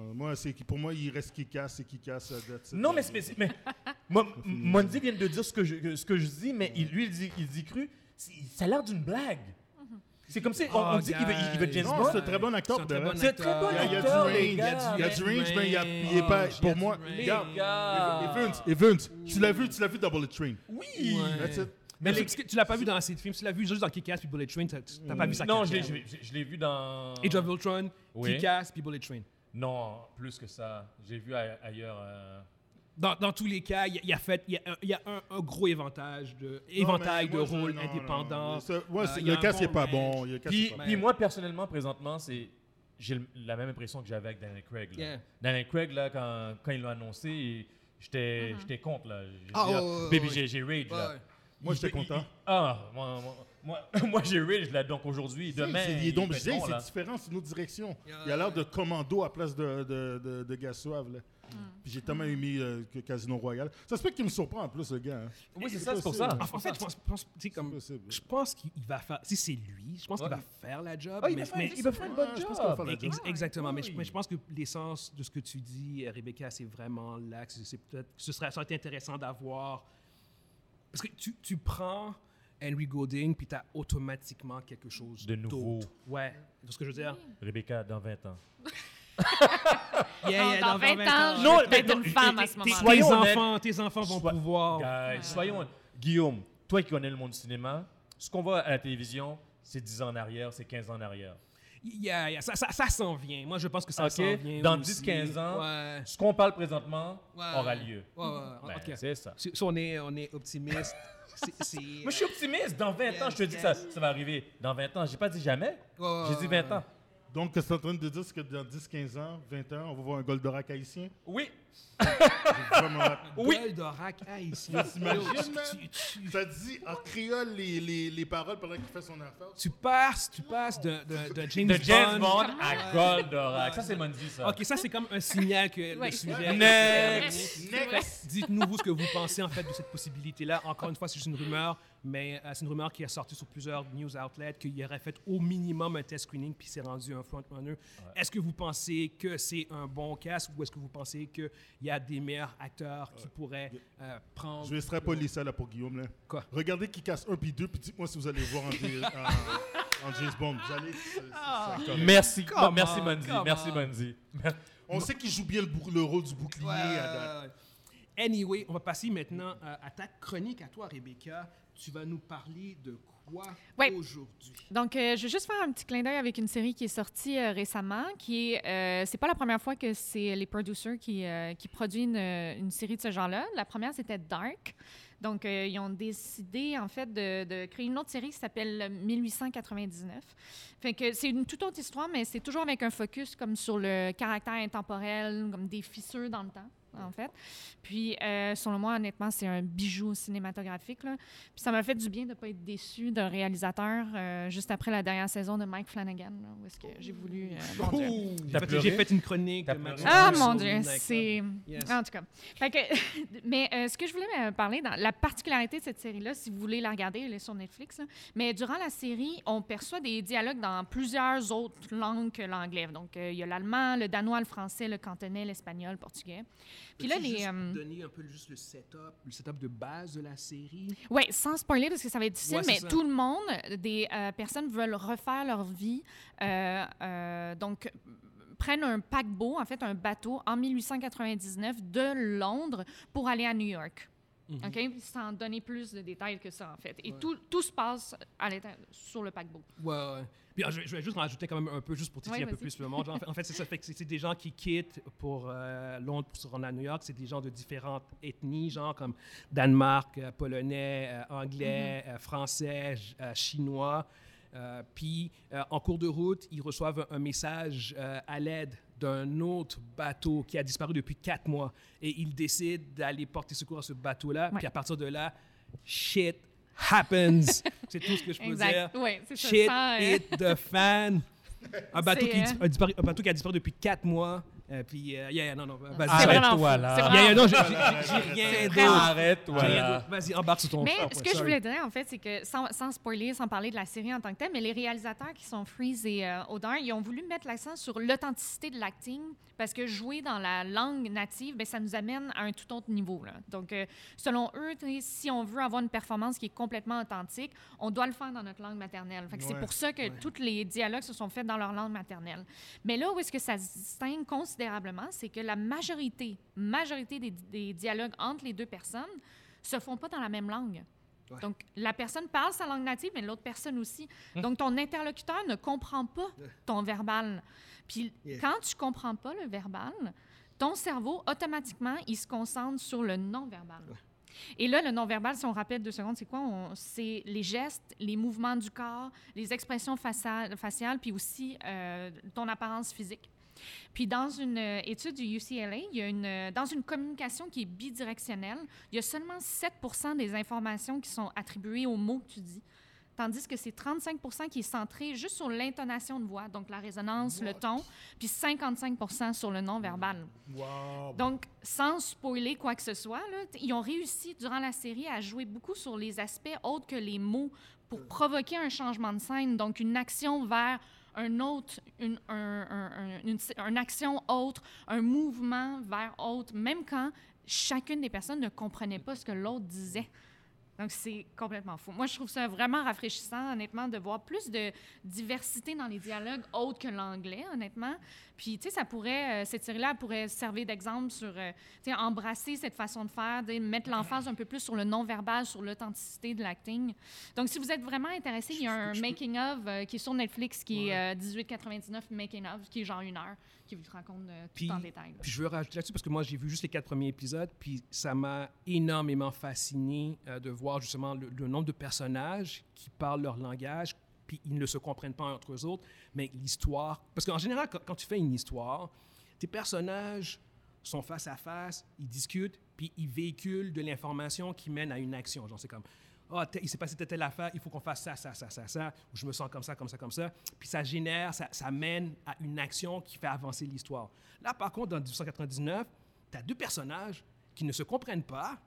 A: Ok.
B: Moi, c'est qui- pour moi, il reste qui casse et qui casse. euh, that's it.
D: Non, mais, c'est- mais, c'est- mais Mon- Mondi vient de dire ce que je, que- ce que je dis, mais il, lui, il dit, il dit cru. C'est- Ça a l'air d'une blague.
A: Mhm.
D: C'est comme si on, on
A: Oh,
D: dit qu'il veut, il veut
A: guys.
D: James
B: Non,
D: Bond.
B: c'est un très bon acteur,
A: C'est un
B: de
A: très
B: vrai.
A: bon
D: C'est un très bon
B: Il y a- il y a
D: acteur,
B: du
D: les
B: range,
D: gars,
B: il y a du range, mais il y a- il est pas- pour moi,
A: gars.
B: gars,
D: Les gars.
B: Evans, Evans, tu l'as vu, tu l'as vu dans Bullet Train.
D: Oui.
B: That's it.
A: Mais
D: Mais les-
A: c'est parce que tu l'as pas vu dans assez de films, tu l'as vu juste dans Kick-Ass puis Bullet Train, t'as t'as pas vu ça.
D: non, je l'ai- je l'ai je l'ai vu dans.
A: Age of Ultron,
D: Oui.
A: Kick-Ass puis Bullet Train.
D: Non, plus que ça. J'ai vu a- ailleurs. euh,
A: Dans, dans tous les cas, il y a- il y a, fait- il y a, un- il y a un, un gros éventage de, éventail
B: Non, mais moi,
A: de
B: je-
A: rôles
B: non,
A: indépendants.
B: non. Ça- moi,
A: Euh,
B: c'est-
A: il y a
B: le
A: un
B: casque n'est
A: bon
B: pas
A: range.
B: bon. il y a le casque
D: Puis,
B: est pas
D: puis
A: mal.
D: moi, personnellement, présentement, c'est j'ai le- la même impression que j'avais avec Daniel Craig. Là.
A: Yeah.
D: Daniel Craig, là, quand, quand ils l'ont annoncé, j'étais
B: Mm-hmm.
D: j'étais contre. Là. J'ai
A: Ah,
D: dit,
A: ouais,
D: là,
A: ouais, ouais,
D: baby,
A: ouais.
D: j'ai- j'ai rage. là.
A: Ouais.
B: Moi,
D: Il-
B: j'étais
D: il-
B: content.
D: il- ah, moi, moi, moi- moi, j'ai rage, là, donc aujourd'hui,
B: bon.
D: demain.
B: C'est- il est donc
D: fait
B: bizarre,
D: bon, là.
B: c'est différent, c'est une autre direction.
A: Yeah.
B: Il a l'air de commando à place de, de, de, de gars suave, là. Puis j'ai tellement aimé euh, que Casino Royale. Ça se peut qu'il me surprend en plus, le gars. hein.
D: Oui, c'est
B: C'est
D: ça, c'est pour ça.
B: possible.
A: En, en fait, je pense, je pense, tu sais,
B: C'est
A: comme,
B: possible.
A: je pense qu'il il va faire. Si c'est lui, je pense qu'il
D: Ouais.
A: va faire la
B: Oh,
A: job.
D: Ah, il
A: mais-
D: va faire-
A: mais-
D: il va faire une bonne
B: Ouais, je pense qu'il va
D: job.
B: faire la
A: mais ex-
B: job.
A: exactement, mais, je,
D: oui.
A: mais je pense que l'essence de ce que tu dis, euh, Rebecca, c'est vraiment l'axe. C'est peut-être, ce serait, ça aurait été intéressant d'avoir. Parce que tu, tu prends Henry Golding, puis tu as automatiquement quelque chose
D: De nouveau. Ah,
A: d'autre. Ouais, c'est ce que je veux dire.
D: Rebecca, dans 20 ans. ah,
A: Yeah,
C: Non,
A: yeah,
C: dans 20 ans,
D: Non,
C: je vais
D: mais
C: être une femme à ce
A: tes-
C: moment-là.
A: Tes
D: Soyons honnêtes.
A: enfants, tes enfants vont
D: Sois-
A: pouvoir.
D: Guys, soyons. Guillaume, toi qui connais le monde du cinéma, ce qu'on voit à la télévision, c'est 10 ans en arrière, c'est 15 ans en arrière.
A: Yeah, yeah, ça, ça, ça s'en vient. Moi, je pense que ça
D: Ok,
A: s'en vient.
D: dans
A: aussi.
D: 10-15 ans,
A: Ouais.
D: Ce qu'on parle présentement
A: Ouais.
D: aura lieu.
A: Ouais, ouais, ouais.
D: Ben,
A: Ok.
D: C'est ça.
A: Si, si on est, on est optimiste, c'est. c'est-
D: Moi, je suis optimiste. Dans 20 ans, je te dis que ça, ça va arriver. Dans 20 ans, j'ai pas dit jamais.
A: Ouais,
D: J'ai dit 20 ans.
B: Donc, c'est en train de dire c'est que dans 10, 15 ans, 20 ans, on va voir un Goldorak haïtien.
D: Oui.
B: J'ai vraiment hâte.
D: Oui.
A: Goldorak haïtien.
B: T'imagines,
A: Yo, tu-
B: man?
A: tu- tu-
B: Ça dit en créole les, les, les paroles pendant qu'il fait son affaire.
A: Tu passes, tu passes d'un d'un- d'un James,
D: De James Bond
A: Bond.
D: à Goldorak. Ça, c'est Mondi, ça.
A: Ok, ça c'est comme un signal que
C: Ouais.
A: le sujet.
D: Next.
B: Next!
A: Dites-nous vous ce que vous pensez en fait de cette possibilité-là. Encore une fois, c'est juste une rumeur, mais euh, c'est une rumeur qui est sortie sur plusieurs news outlets qu'il y aurait fait au minimum un test screening puis c'est rendu un frontrunner. Est-ce que vous pensez que c'est un bon casque ou est-ce que vous pensez qu'il y a des meilleurs acteurs qui pourraient euh, prendre
B: Je vais extrapoler ça là pour Guillaume. Là.
A: Quoi?
B: Regardez qui casse un puis deux, puis dites-moi si vous allez voir en, en- en James Bond. Vous allez. c'est- c'est- c'est correct.
D: Merci.
A: Come
D: Merci,
A: on,
D: Mondi.
A: come
D: Merci,
A: on.
D: Mondi.
B: On sait qu'il joue bien le, bou- le rôle du bouclier à date.
A: euh, Anyway, on va passer maintenant euh, à ta chronique à toi, Rebecca. Tu vas nous parler de quoi
C: Ouais.
A: aujourd'hui?
C: Donc, euh, je vais juste faire un petit clin d'œil avec une série qui est sortie euh, récemment, qui est, euh, c'est pas la première fois que c'est les producers qui, euh, qui produisent une, euh, une série de ce genre-là. La première, c'était Dark. Donc, euh, ils ont décidé, en fait, de, de créer une autre série qui s'appelle 1899. Fait que c'est une toute autre histoire, mais c'est toujours avec un focus comme sur le caractère intemporel, comme des fissures dans le temps, en fait. Puis, euh, selon moi, honnêtement, c'est un bijou cinématographique, là. Puis ça m'a fait du bien de ne pas être déçue d'un réalisateur euh, juste après la dernière saison de Mike Flanagan, là, où est-ce que j'ai voulu... euh, mon Dieu.
A: J'ai
D: T'as
A: fait,
D: pleuré?
A: j'ai fait une chronique.
D: T'as
A: de Max
D: pleuré?
C: Ah
A: Lucado
C: mon
A: Oh! sur
C: Dieu,
A: Midnight Club.
C: c'est...
A: Yes.
C: En tout cas. Fait que- mais euh, ce que je voulais euh, parler, dans la particularité de cette série-là, si vous voulez la regarder, elle est sur Netflix, là. mais durant la série, on perçoit des dialogues dans plusieurs autres langues que l'anglais. Donc, euh, il y a l'allemand, le danois, le français, le cantonais, l'espagnol, le portugais. Puis là,
A: Peux-tu
C: les...
A: juste
C: euh,
A: donner un peu juste le setup, le setup de base de la série.
C: Oui, sans spoiler, parce que ça va être difficile,
A: Ouais, c'est
C: mais
A: ça.
C: tout le monde, des euh, personnes veulent refaire leur vie. euh, euh, donc, prennent un paquebot, en fait, un bateau, en 1899 de Londres pour aller à New York.
A: Mhm.
C: OK? Sans donner plus de détails que ça, en fait. Et
A: Ouais.
C: tout, tout se passe à l'intérieur, sur le paquebot.
A: Ouais, ouais. Puis, ah, je, je vais juste en rajouter quand même un peu, juste pour titiller
C: Ouais,
A: un peu
C: vas-y.
A: plus le monde. Genre, en fait, en fait, c'est ça. Fait que c'est c'est des gens qui quittent pour euh, Londres pour se rendre à New York. C'est des gens de différentes ethnies, genre comme Danemark, euh, Polonais, euh, Anglais,
C: Mm-hmm.
A: euh, Français, j- euh, Chinois. Euh, Puis, euh, en cours de route, ils reçoivent un, un message euh, à l'aide d'un autre bateau qui a disparu depuis quatre mois. Et ils décident d'aller porter secours à ce bateau-là.
C: Ouais.
A: Puis, à partir de là, shit happens. c'est tout ce que je peux dire.
C: Exact. Oui, c'est ça.
A: Shit
C: Sans, euh,
A: hit the fan. Un bateau,
C: C'est,
A: qui,
C: euh,
A: a disparu, un bateau qui a disparu depuis 4 mois. euh, puis, euh, yeah, yeah, non, non, vas-y.
C: C'est
A: arrête.
C: vraiment
D: Arrête-toi,
C: fou.
D: là.
C: C'est
A: Yeah, yeah,
C: vraiment
A: non,
C: fou.
A: j'ai- j'ai- j'ai rien
C: C'est
A: d'autre.
C: vraiment-
D: Arrête,
A: J'ai rien
D: voilà.
A: d'autre. Vas-y, embarque sur ton
C: Mais
A: ton point,
C: ce que je
A: sorry.
C: voulais dire, en fait, c'est que sans, sans spoiler, sans parler de la série en tant que telle, mais les réalisateurs qui sont Freeze et euh, Audin, ils ont voulu mettre l'accent sur l'authenticité de l'acting parce que jouer dans la langue native, ben, ça nous amène à un tout autre niveau. là. Donc, euh, selon eux, tu sais, si on veut avoir une performance qui est complètement authentique, on doit le faire dans notre langue maternelle. Fait que
A: Ouais,
C: c'est pour ça que
A: ouais.
C: tous les dialogues se sont faits dans leur langue maternelle. Mais là où est-ce que ça se distingue considérablement, c'est que la majorité, majorité des, des dialogues entre les deux personnes se font pas dans la même langue.
A: Ouais.
C: Donc, la personne parle sa langue native, mais l'autre personne aussi. Donc, ton interlocuteur ne comprend pas ton verbal. Puis,
A: Yeah.
C: quand tu comprends pas le verbal, ton cerveau, automatiquement, il se concentre sur le non-verbal. Et là, le non-verbal, si on rappelle deux secondes, c'est quoi? On- C'est les gestes, les mouvements du corps, les expressions faciales, faciales puis aussi euh, ton apparence physique. Puis dans une euh, étude du UCLA, il y a une, euh, dans une communication qui est bidirectionnelle, il y a seulement 7 des informations qui sont attribuées aux mots que tu dis. Tandis que c'est 35 qui est centré juste sur l'intonation de voix, donc la résonance, le ton, puis 55 sur le non-verbal.
B: Wow.
C: Donc, sans spoiler quoi que ce soit, là, t- ils ont réussi durant la série à jouer beaucoup sur les aspects autres que les mots pour provoquer un changement de scène, donc une action vers un autre, une, un- un- un- une, une action autre, un mouvement vers autre, même quand chacune des personnes ne comprenait pas ce que l'autre disait. Donc, c'est complètement fou. Moi, je trouve ça vraiment rafraîchissant, honnêtement, de voir plus de diversité dans les dialogues autres que l'anglais, honnêtement. Puis, tu sais, ça pourrait, euh, cette série-là elle pourrait servir d'exemple sur, euh, tu sais, embrasser cette façon de faire, de mettre l'emphase un peu plus sur le non-verbal, sur l'authenticité de l'acting. Donc, si vous êtes vraiment intéressé, il y a un making-of qui est sur Netflix qui est euh, 18,99 making-of, qui est genre une heure, qui vous raconte euh, tout
A: Puis-
C: en détail. là.
A: Puis je veux rajouter là-dessus parce que moi j'ai vu juste les quatre premiers épisodes, puis ça m'a énormément fasciné euh, de voir justement le, le nombre de personnages qui parlent leur langage, puis ils ne se comprennent pas entre eux autres, mais l'histoire. Parce qu'en général, quand, quand tu fais une histoire, tes personnages sont face à face, ils discutent, puis ils véhiculent de l'information qui mène à une action. Genre, c'est comme. Ah, tel- il s'est passé telle, telle affaire, il faut qu'on fasse ça, ça, ça, ça, ça, ou je me sens comme ça, comme ça, comme ça. Puis ça génère, ça, ça mène à une action qui fait avancer l'histoire. Là, par contre, dans 1899, tu as deux personnages qui ne se comprennent pas,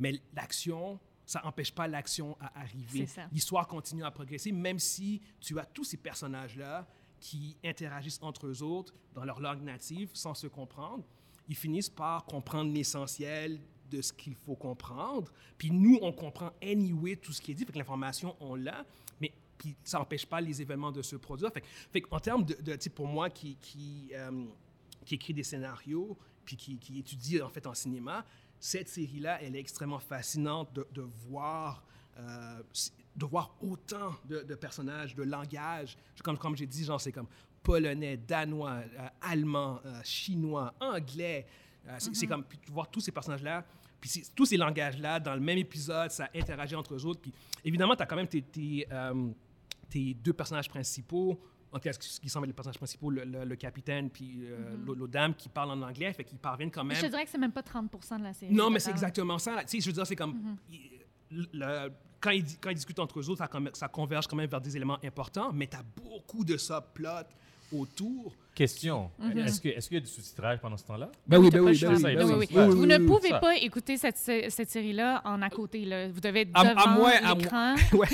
A: mais l'action, ça n'empêche pas l'action à arriver.
C: C'est ça.
A: L'histoire continue à progresser, même si tu as tous ces personnages-là qui interagissent entre eux autres dans leur langue native sans se comprendre. Ils finissent par comprendre l'essentiel de ce qu'il faut comprendre. Puis nous, on comprend anyway tout ce qui est dit. Fait que l'information, on l'a, mais puis ça n'empêche pas les événements de se produire. Fait, que- fait que en termes de, de tu sais, pour moi qui, qui, euh, qui écrit des scénarios, puis qui, qui étudie en fait en cinéma, cette série-là, elle est extrêmement fascinante de, de voir. euh, de voir autant de, de personnages, de langages. Comme, comme j'ai dit, genre, c'est comme polonais, danois, euh, allemand, euh, chinois, anglais. Euh, c'est c'est comme puis tu vois tous ces personnages-là, puis c'est- tous ces langages-là, dans le même épisode, ça interagit entre eux autres. Puis évidemment, tu as quand même tes, tes, euh, tes deux personnages principaux, en tout cas, ce qui semble être les personnages principaux, le, le- le capitaine puis euh, l'autre- l'autre dame qui parlent en anglais, fait qu'ils parviennent quand
C: Mm-hmm. Mais
A: même.
C: Je te dirais que c'est même pas 30 de la série.
A: Non, mais
C: totale.
A: c'est exactement ça. là. Tu sais, je veux dire, c'est comme.
C: Mm-hmm.
A: il- le- quand, ils, di- quand ils discutent entre eux autres, ça, comme- ça converge quand même vers des éléments importants, mais tu as beaucoup de subplots autour.
D: Question.
A: Mm-hmm.
D: Est-ce que- est-ce qu'il y a du sous-titrage pendant ce temps-là?
A: Ben
C: T'as pas le choix.
D: oui, ben oui,
C: oui,
D: oui,
C: oui.
D: oui,
C: Vous ne
D: oui,
C: pouvez
D: ça.
C: pas écouter cette, sé- cette série-là en à côté. là. Vous devez être
A: À- à
C: devant
A: moins- à
C: l'écran,
A: Ouais.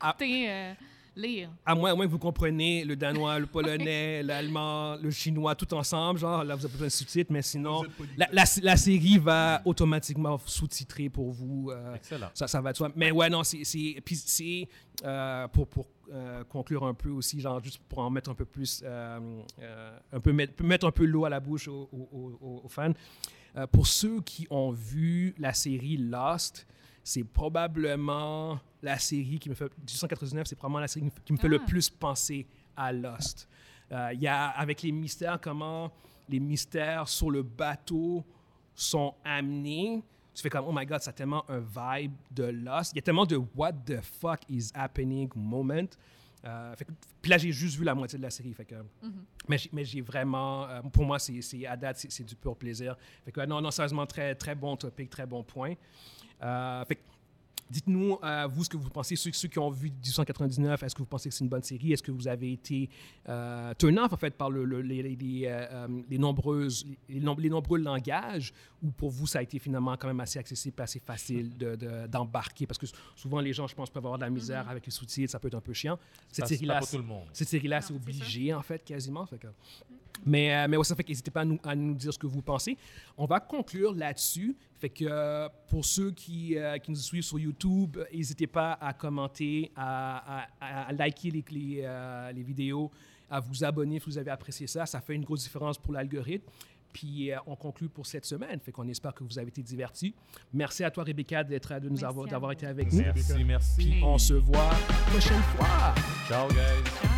A: À-
C: écouter, euh, lire.
A: À moins, à moins que vous compreniez le danois, le polonais, l'allemand, le chinois, tout ensemble, genre là, vous avez besoin de sous-titres, mais sinon,
B: Vous êtes polyglotte.
A: la, la- la série va automatiquement sous-titrer pour vous. euh,
D: Excellent.
A: ça, ça va de soi. Mais ouais, non, c'est. c'est- Puis c'est. euh, pour pour euh, conclure un peu aussi, genre juste pour en mettre un peu plus. euh, euh, un peu mettre, mettre un peu l'eau à la bouche aux, aux- aux- aux fans. Euh, pour ceux qui ont vu la série Lost, c'est probablement la série qui me fait 1899, c'est probablement la série qui me fait- qui me fait le
C: Ah.
A: plus penser à Lost. Euh, Il y a avec les mystères comment les mystères sur le bateau sont amenés. Tu fais comme oh my god, ça a tellement un vibe de Lost. Il y a tellement de what the fuck is happening moment. Euh, fait que- puis là, j'ai juste vu la moitié de la série. Fait que, Mais j'ai- mais j'ai vraiment, euh, pour moi, c'est c'est- à date, c'est- c'est du pur plaisir. Fait que, euh, non, non, sérieusement, très, très bon topic, très bon point. Euh, fait que, Dites-nous, euh, vous, ce que vous pensez, ceux, ceux qui ont vu 1899, est-ce que vous pensez que c'est une bonne série? Est-ce que vous avez été euh, turn off, en fait, par le- le- les, les- les, euh, euh, les nombreuses, les, nom- les nombreux langages, ou pour vous, ça a été finalement quand même assez accessible, assez facile de- de- d'embarquer? parce que s- souvent, les gens, je pense, peuvent avoir de la misère avec les sous-titres, ça peut être un peu chiant. Cette
D: Parce que c'est
A: série-là,
D: pas pour tout le monde.
A: cette série-là,
C: Non,
A: c'est
C: Ah, c'est ça. Mm.
A: obligé, en fait, quasiment. Fait que- Mais, euh, mais ouais, ça fait qu'hésitez pas à nous, à nous dire ce que vous pensez. On va conclure là-dessus. Fait que euh, pour ceux qui, euh, qui nous suivent sur YouTube, euh, n'hésitez pas à commenter, à, à- à- à liker les, les, euh, les vidéos, à vous abonner si vous avez apprécié ça. Ça fait une grosse différence pour l'algorithme. Puis euh, on conclut pour cette semaine. Fait qu'on espère que vous avez été divertis. Merci à toi, Rebecca, d'être, de nous
C: Merci
A: avoir,
C: à
A: d'avoir
C: vous.
A: été avec nous.
D: Merci, merci.
A: Puis on se voit prochaine fois.
D: Ciao, guys.
C: Ciao!